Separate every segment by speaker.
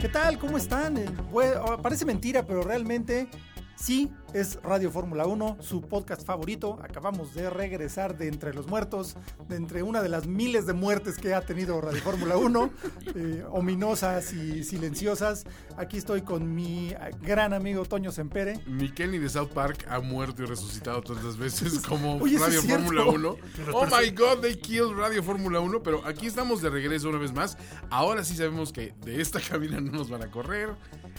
Speaker 1: ¿Qué tal? ¿Cómo están? Eh, güey, oh, Parece mentira, pero realmente sí es Radio Fórmula 1, su podcast favorito. Acabamos de regresar de entre los muertos, de entre una de las miles de muertes que ha tenido Radio Fórmula 1, eh, ominosas y silenciosas. Aquí estoy con mi eh, gran amigo Toño Sempere.
Speaker 2: Mi Kenny de South Park ha muerto y resucitado tantas veces como
Speaker 1: Pues, Oye, sí es
Speaker 2: Pues Radio
Speaker 1: cierto.
Speaker 2: Fórmula 1. Oh my god, they killed Radio Fórmula 1, pero aquí estamos de regreso una vez más. Ahora sí sabemos que de esta cabina no nos van a correr.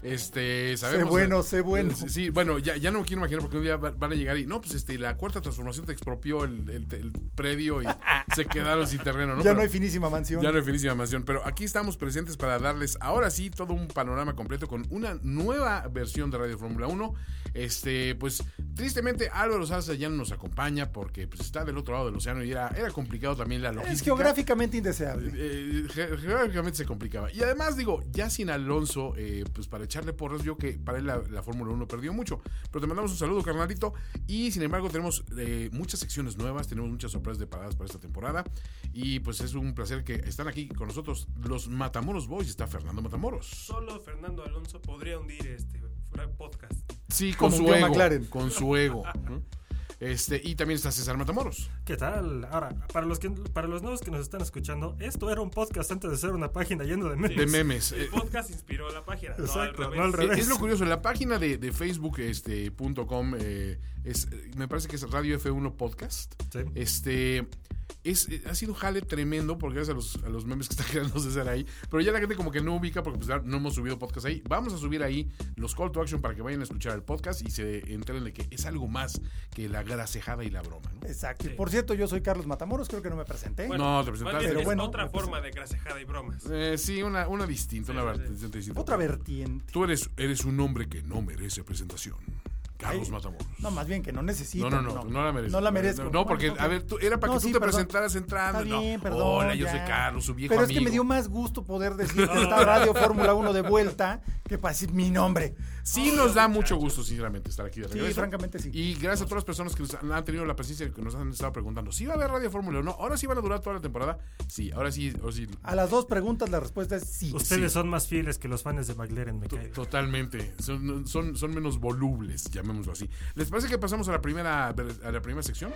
Speaker 2: Este, sabemos eh,
Speaker 1: bueno, sé bueno.
Speaker 2: Sí, sí, bueno, ya, ya no me quiero imaginar porque un día va- van a llegar y no, pues este, la cuarta transformación te expropió el, el- el predio y se quedaron sin terreno, ¿no?
Speaker 1: Ya
Speaker 2: Pero-
Speaker 1: no hay finísima mansión.
Speaker 2: ya no hay finísima mansión, pero aquí estamos presentes para darles ahora sí todo un panorama completo con una nueva versión de Radio Fórmula 1. Este, pues tristemente Álvaro Salsa ya no nos acompaña porque pues, está del otro lado del océano y era, era complicado también la logística.
Speaker 1: es geográficamente indeseable.
Speaker 2: Eh, ge- geográficamente se complicaba. Y además, digo, ya sin Alonso, eh, pues para echarle porras, yo que para él la, la Fórmula 1 perdió mucho. Pero te mandamos un saludo, carnalito. Y sin embargo, tenemos eh, muchas secciones nuevas, tenemos muchas sorpresas de paradas para esta temporada. Y pues es un placer que están aquí con nosotros los Matamoros Boys. Está Fernando Matamoros.
Speaker 3: Solo Fernando Alonso podría hundir este podcast.
Speaker 2: Sí, con
Speaker 1: Como
Speaker 2: su
Speaker 1: Joe
Speaker 2: ego.
Speaker 1: McLaren.
Speaker 2: Con su ego. ¿no? Este, y también está César Matamoros.
Speaker 3: ¿Qué tal? Ahora, para los, que, para los nuevos que nos están escuchando, esto era un podcast antes de ser una página llena de memes.
Speaker 2: De memes.
Speaker 4: El
Speaker 2: Eh,
Speaker 4: podcast inspiró la página. No, al
Speaker 3: Exacto,
Speaker 4: revés.
Speaker 3: no al
Speaker 2: Eh,
Speaker 3: revés.
Speaker 2: Es lo curioso, la página de, de facebook este, punto com, eh, es, eh, me parece que es Radio F1 Podcast.
Speaker 3: Sí.
Speaker 2: Este es, eh, ha sido un jale tremendo porque gracias a los, a los memes que está creando César ahí. Pero ya la gente como que no ubica porque pues, ya no hemos subido podcast ahí. Vamos a subir ahí los call to action para que vayan a escuchar el podcast y se enteren de que es algo más que la grasejada y la broma. ¿no?
Speaker 1: Exacto. Y
Speaker 4: Sí.
Speaker 1: por cierto, yo soy Carlos Matamoros, creo que no me presenté.
Speaker 2: No, te
Speaker 4: más
Speaker 2: presentaste.
Speaker 4: bien
Speaker 1: Pero
Speaker 4: es
Speaker 1: bueno,
Speaker 4: otra
Speaker 1: me
Speaker 4: forma de grasejada y bromas.
Speaker 2: Eh, sí, una, una distinta,
Speaker 4: Sí,
Speaker 2: una
Speaker 4: sí, sí.
Speaker 2: vertiente distinta.
Speaker 1: Otra vertiente.
Speaker 2: Tú eres, eres un hombre que no merece presentación. Carlos
Speaker 1: Ay,
Speaker 2: Matamoros.
Speaker 1: No, más bien que no necesito.
Speaker 2: No, no, no, no, la merezco.
Speaker 1: No la merezco.
Speaker 2: No, porque,
Speaker 1: Bueno,
Speaker 2: a ver, tú- era para
Speaker 1: No,
Speaker 2: que tú
Speaker 1: sí,
Speaker 2: te
Speaker 1: perdón.
Speaker 2: presentaras entrando.
Speaker 1: Está bien,
Speaker 2: no.
Speaker 1: perdón.
Speaker 2: Hola, yo
Speaker 1: ya.
Speaker 2: soy Carlos, su viejo
Speaker 1: Pero es
Speaker 2: amigo.
Speaker 1: que me dio más gusto poder decir que está Radio Fórmula 1 de vuelta que para decir mi nombre.
Speaker 2: Sí nos da mucho gusto, sinceramente, estar aquí de
Speaker 1: Sí,
Speaker 2: regreso.
Speaker 1: francamente sí.
Speaker 2: Y gracias a todas las personas que nos han han tenido la paciencia y que nos han estado preguntando, ¿sí va a haber Radio Fórmula o no? ¿Ahora sí van a durar toda la temporada? Sí, ahora sí, ahora sí.
Speaker 1: A las dos preguntas la respuesta es sí.
Speaker 3: Ustedes
Speaker 2: sí.
Speaker 3: son más fieles que los fans de McLaren, me
Speaker 2: To-
Speaker 3: cae.
Speaker 2: Totalmente. Son, son, son menos volubles, llamémoslo así. ¿Les parece que pasamos a la primera, a la primera sección?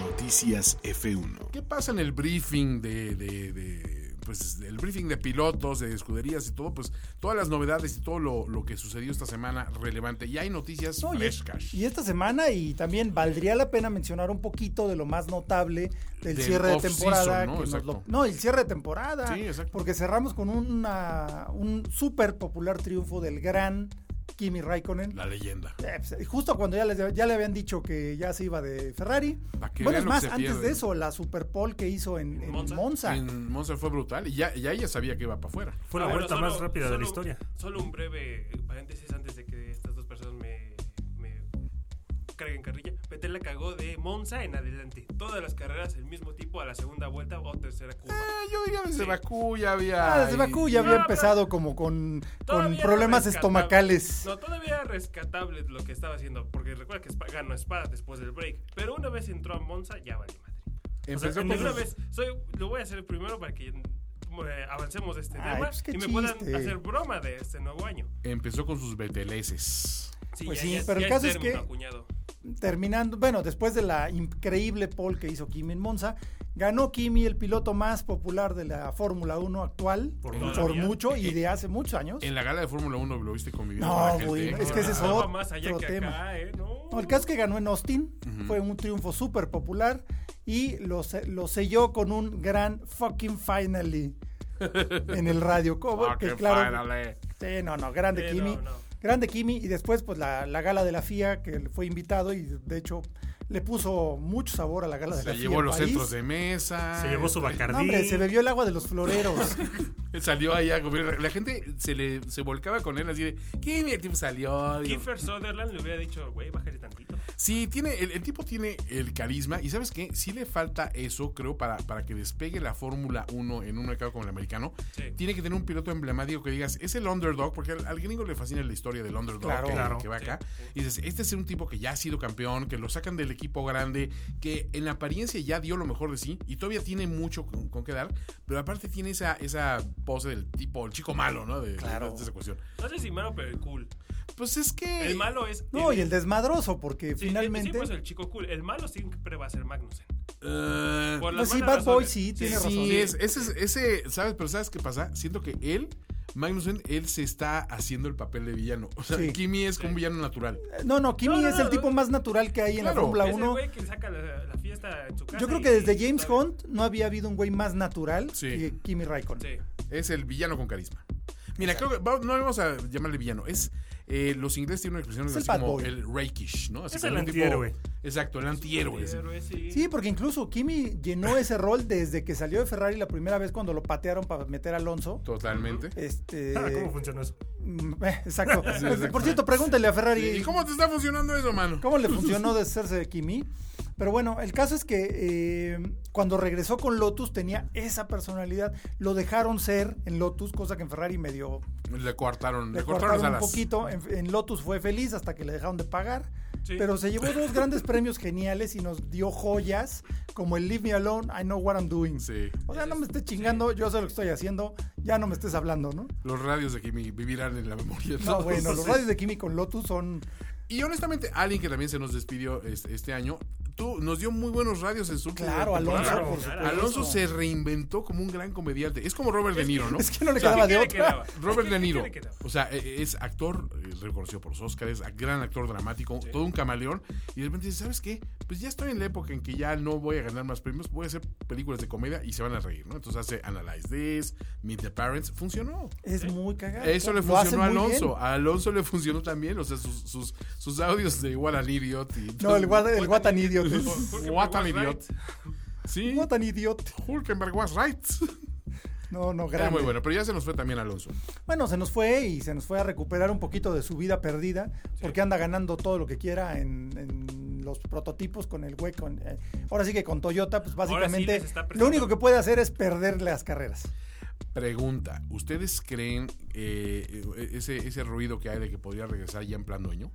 Speaker 5: Noticias F1.
Speaker 2: ¿Qué pasa en el briefing de, de- de, pues, el briefing de pilotos, de escuderías y todo? Pues todas las novedades y todo lo, lo que sucedió esta semana relevante. Y hay noticias
Speaker 1: No, y,
Speaker 2: frescas.
Speaker 1: y esta semana, y también valdría la pena mencionar un poquito de lo más notable del
Speaker 2: Del
Speaker 1: cierre de
Speaker 2: off-season,
Speaker 1: temporada.
Speaker 2: ¿no?
Speaker 1: que nos
Speaker 2: Exacto.
Speaker 1: lo- no, el cierre de temporada.
Speaker 2: Sí, exacto.
Speaker 1: Porque cerramos con una, un súper popular triunfo del gran Kimi Raikkonen.
Speaker 2: La leyenda.
Speaker 1: Eh, pues, Justo cuando ya, les- ya le habían dicho que ya se iba de Ferrari.
Speaker 2: Pa' que
Speaker 1: Bueno,
Speaker 2: vean
Speaker 1: es
Speaker 2: lo que
Speaker 1: más,
Speaker 2: se
Speaker 1: antes
Speaker 2: pierde.
Speaker 1: de eso, la Super Bowl que hizo en, en
Speaker 4: Monza.
Speaker 1: Monza.
Speaker 2: En Monza fue brutal y ya, ya ella sabía que iba para afuera.
Speaker 3: Fue la
Speaker 4: Ah, bueno,
Speaker 3: vuelta
Speaker 4: solo-
Speaker 3: más rápida de
Speaker 4: solo
Speaker 3: la
Speaker 4: un-
Speaker 3: historia.
Speaker 4: Solo un breve paréntesis antes de que estas dos personas me, me carguen carrilla. Vettel la cagó de Monza en adelante. Todas las carreras el mismo tipo a la segunda vuelta o tercera curva.
Speaker 2: Ah, yo diría desde
Speaker 4: Sí.
Speaker 2: Bakú ya había.
Speaker 1: Ah, desde Bakú ya había
Speaker 4: No, pero-
Speaker 1: empezado como con, con
Speaker 4: Todavía era
Speaker 1: problemas
Speaker 4: rescatable.
Speaker 1: estomacales.
Speaker 4: No, todavía era rescatable lo que estaba haciendo. Porque recuerda que Spa- ganó Spa después del break. Pero una vez entró a Monza, ya vale madre.
Speaker 2: Empezó
Speaker 3: O
Speaker 2: con
Speaker 3: sea, en
Speaker 4: De
Speaker 2: sus-
Speaker 4: una vez, soy- lo voy a hacer primero para que eh, avancemos de este
Speaker 1: Ay,
Speaker 4: tema
Speaker 1: pues, qué
Speaker 4: y me puedan
Speaker 1: chiste.
Speaker 4: hacer broma de este nuevo año.
Speaker 2: Empezó con sus beteleses.
Speaker 1: Pues sí, pero el caso es que-
Speaker 4: término acuñado.
Speaker 1: Terminando, bueno, después de la increíble pole que hizo Kimi en Monza, ganó Kimi, el piloto más popular de la Fórmula 1 actual, por,
Speaker 3: Por
Speaker 4: todavía.
Speaker 1: mucho y de hace muchos años.
Speaker 2: En la gala de Fórmula 1 lo viste conviviendo
Speaker 1: No,
Speaker 2: con la gente.
Speaker 1: güey,
Speaker 2: ¿eh?
Speaker 1: es que ese es
Speaker 4: Estaba
Speaker 1: otro
Speaker 4: más allá que
Speaker 1: tema.
Speaker 4: acá, ¿eh? No.
Speaker 1: No, el caso es que ganó en Austin,
Speaker 2: Ujú.
Speaker 1: fue un triunfo súper popular y lo, se- lo selló con un gran fucking finally en el radio cover, que
Speaker 2: Fucking
Speaker 1: claro,
Speaker 2: finally.
Speaker 1: sí, no, no, grande
Speaker 4: Eh,
Speaker 1: Kimi.
Speaker 4: no, no.
Speaker 1: Grande Kimi y después pues la, la gala de la FIA que él fue invitado y de hecho le puso mucho sabor a la gala de la
Speaker 2: Se
Speaker 1: FIA.
Speaker 2: llevó
Speaker 1: al
Speaker 2: los
Speaker 1: país.
Speaker 2: centros de mesa.
Speaker 3: Se llevó su
Speaker 1: No,
Speaker 3: bacardí.
Speaker 1: hombre, se bebió el agua de los floreros.
Speaker 2: Él Salió allá a comer. La gente se le se volcaba con él así de, ¿qué mi tipo salió? Digo,
Speaker 4: Kiefer Sutherland le hubiera dicho, güey, bájale tantito.
Speaker 2: Sí, tiene, el, el tipo tiene el carisma y ¿sabes qué? Sí le falta eso, creo, para, para que despegue la Fórmula 1 en un mercado como el americano.
Speaker 4: Sí.
Speaker 2: Tiene que tener un piloto emblemático que digas, es el underdog, porque al, al gringo le fascina la historia del underdog
Speaker 1: Claro.
Speaker 2: que,
Speaker 3: Claro.
Speaker 2: que va
Speaker 4: Sí,
Speaker 2: acá.
Speaker 4: sí.
Speaker 2: Y dices, este es un tipo que ya ha sido campeón, que lo sacan del equipo grande, que en apariencia ya dio lo mejor de sí y todavía tiene mucho con, con qué dar, pero aparte tiene esa, esa pose del tipo, el chico malo, ¿no? De, de-
Speaker 1: Claro.
Speaker 2: de esa cuestión.
Speaker 4: No sé si malo, pero el cool.
Speaker 2: Pues es que...
Speaker 4: El malo es.
Speaker 1: No, y el desmadroso, porque
Speaker 4: Sí,
Speaker 1: finalmente. Ah,
Speaker 4: Sí, pues el chico cool. El malo siempre va a ser Magnussen.
Speaker 2: Eh,
Speaker 1: Pues
Speaker 4: Por las
Speaker 1: sí, Bad
Speaker 4: malas
Speaker 1: Boy
Speaker 4: razones.
Speaker 1: sí, tiene
Speaker 2: sí,
Speaker 1: razón.
Speaker 2: es- ese, es- ese, ¿sabes? Pero ¿sabes qué pasa? Siento que él, Magnussen, él se está haciendo el papel de villano. O sea,
Speaker 1: Sí.
Speaker 2: Kimi es como un villano natural.
Speaker 1: No, no, Kimi
Speaker 4: No, no,
Speaker 1: es
Speaker 4: no,
Speaker 1: el
Speaker 4: no.
Speaker 1: tipo más natural que hay en la
Speaker 2: Claro.
Speaker 1: Fórmula
Speaker 4: Ese
Speaker 1: 1.
Speaker 4: güey que saca la, la fiesta en su casa.
Speaker 1: Yo creo
Speaker 4: y-
Speaker 1: que desde James
Speaker 4: y-
Speaker 1: Hunt no había habido un güey más natural
Speaker 2: Sí.
Speaker 1: que Kimi Raikkonen.
Speaker 4: Sí.
Speaker 2: Es el villano con carisma. Mira, creo que va- no le vamos a llamarle villano. Es eh, los ingleses tienen una expresión
Speaker 1: Es el
Speaker 2: así
Speaker 1: bad
Speaker 2: como
Speaker 1: boy.
Speaker 2: el rakish, ¿no? Así
Speaker 3: Es
Speaker 2: como
Speaker 3: el
Speaker 2: un tipo-
Speaker 3: antihéroe.
Speaker 2: exacto, el antihéroe. sí.
Speaker 4: Héroe, sí.
Speaker 1: Sí, porque incluso Kimi llenó ese rol desde que salió de Ferrari la primera vez cuando lo patearon para meter a Alonso.
Speaker 2: Totalmente.
Speaker 1: Este.
Speaker 3: Ah, ¿Cómo funcionó eso?
Speaker 1: mm, eh, Exacto.
Speaker 2: exacto.
Speaker 1: Por cierto, pregúntale a Ferrari.
Speaker 2: ¿Y cómo te está funcionando eso, mano?
Speaker 1: ¿Cómo le funcionó deshacerse de Kimi? Pero bueno, el caso es que eh, cuando regresó con Lotus tenía esa personalidad. Lo dejaron ser en Lotus, cosa que en Ferrari medio
Speaker 2: Le cortaron, le,
Speaker 1: le
Speaker 2: cortaron las
Speaker 1: cortaron un
Speaker 2: alas.
Speaker 1: poquito. En, en Lotus fue feliz hasta que le dejaron de pagar.
Speaker 4: Sí.
Speaker 1: Pero se llevó dos grandes premios geniales y nos dio joyas como el Leave Me Alone, I Know What I'm Doing.
Speaker 2: Sí.
Speaker 1: O sea, no me estés chingando, yo sé lo que estoy haciendo, ya no me estés hablando, ¿no?
Speaker 2: Los radios de Kimi vivirán en la memoria.
Speaker 1: No,
Speaker 2: de todos.
Speaker 1: bueno, los
Speaker 2: Sí.
Speaker 1: radios de Kimi con Lotus son
Speaker 2: Y honestamente, alguien que también se nos despidió es- este, año, tú nos dio muy buenos radios en su última
Speaker 1: Claro, Alonso,
Speaker 2: temporada.
Speaker 1: por supuesto.
Speaker 2: Alonso se reinventó como un gran comediante. Es como Robert De Niro, ¿no?
Speaker 1: Es que no le
Speaker 2: O sea,
Speaker 1: quedaba de
Speaker 4: ¿Qué le
Speaker 1: otra.
Speaker 4: quedaba?
Speaker 2: Robert De
Speaker 4: ¿Qué- qué
Speaker 2: Niro,
Speaker 4: le quedaba?
Speaker 2: o sea, e- es actor, eh, reconocido por los Oscars, es gran actor dramático, todo un camaleón. Y de repente dice, ¿sabes qué? Pues ya estoy en la época en que ya no voy a ganar más premios, voy a hacer películas de comedia y se van a reír, ¿no? Entonces hace Analyze This, Meet the Parents, funcionó.
Speaker 1: Es muy cagado.
Speaker 2: Eso le
Speaker 1: Lo hace
Speaker 2: funcionó a
Speaker 1: muy bien.
Speaker 2: Alonso. A Alonso le funcionó también. O sea, sus, sus, sus audios de What an Idiot. y-
Speaker 1: No, el, what- el What an Idiot.
Speaker 4: Hulkenberg
Speaker 2: What an
Speaker 4: was
Speaker 2: Idiot.
Speaker 4: right.
Speaker 2: Sí.
Speaker 1: What an Idiot.
Speaker 2: Hulkenberg was right.
Speaker 1: No, no,
Speaker 2: Era
Speaker 1: grande.
Speaker 2: muy bueno, pero ya se nos fue también Alonso.
Speaker 1: Bueno, se nos fue y se nos fue a recuperar un poquito de su vida perdida, porque anda ganando todo lo que quiera en, en los prototipos con el güey. con, eh, ahora sí que con Toyota, pues
Speaker 4: sí
Speaker 1: básicamente
Speaker 4: les está
Speaker 1: lo
Speaker 4: prestando.
Speaker 1: único que puede hacer es perder las carreras.
Speaker 2: Pregunta: ¿Ustedes creen eh, ese, ese ruido que hay de que podría regresar ya en plan dueño?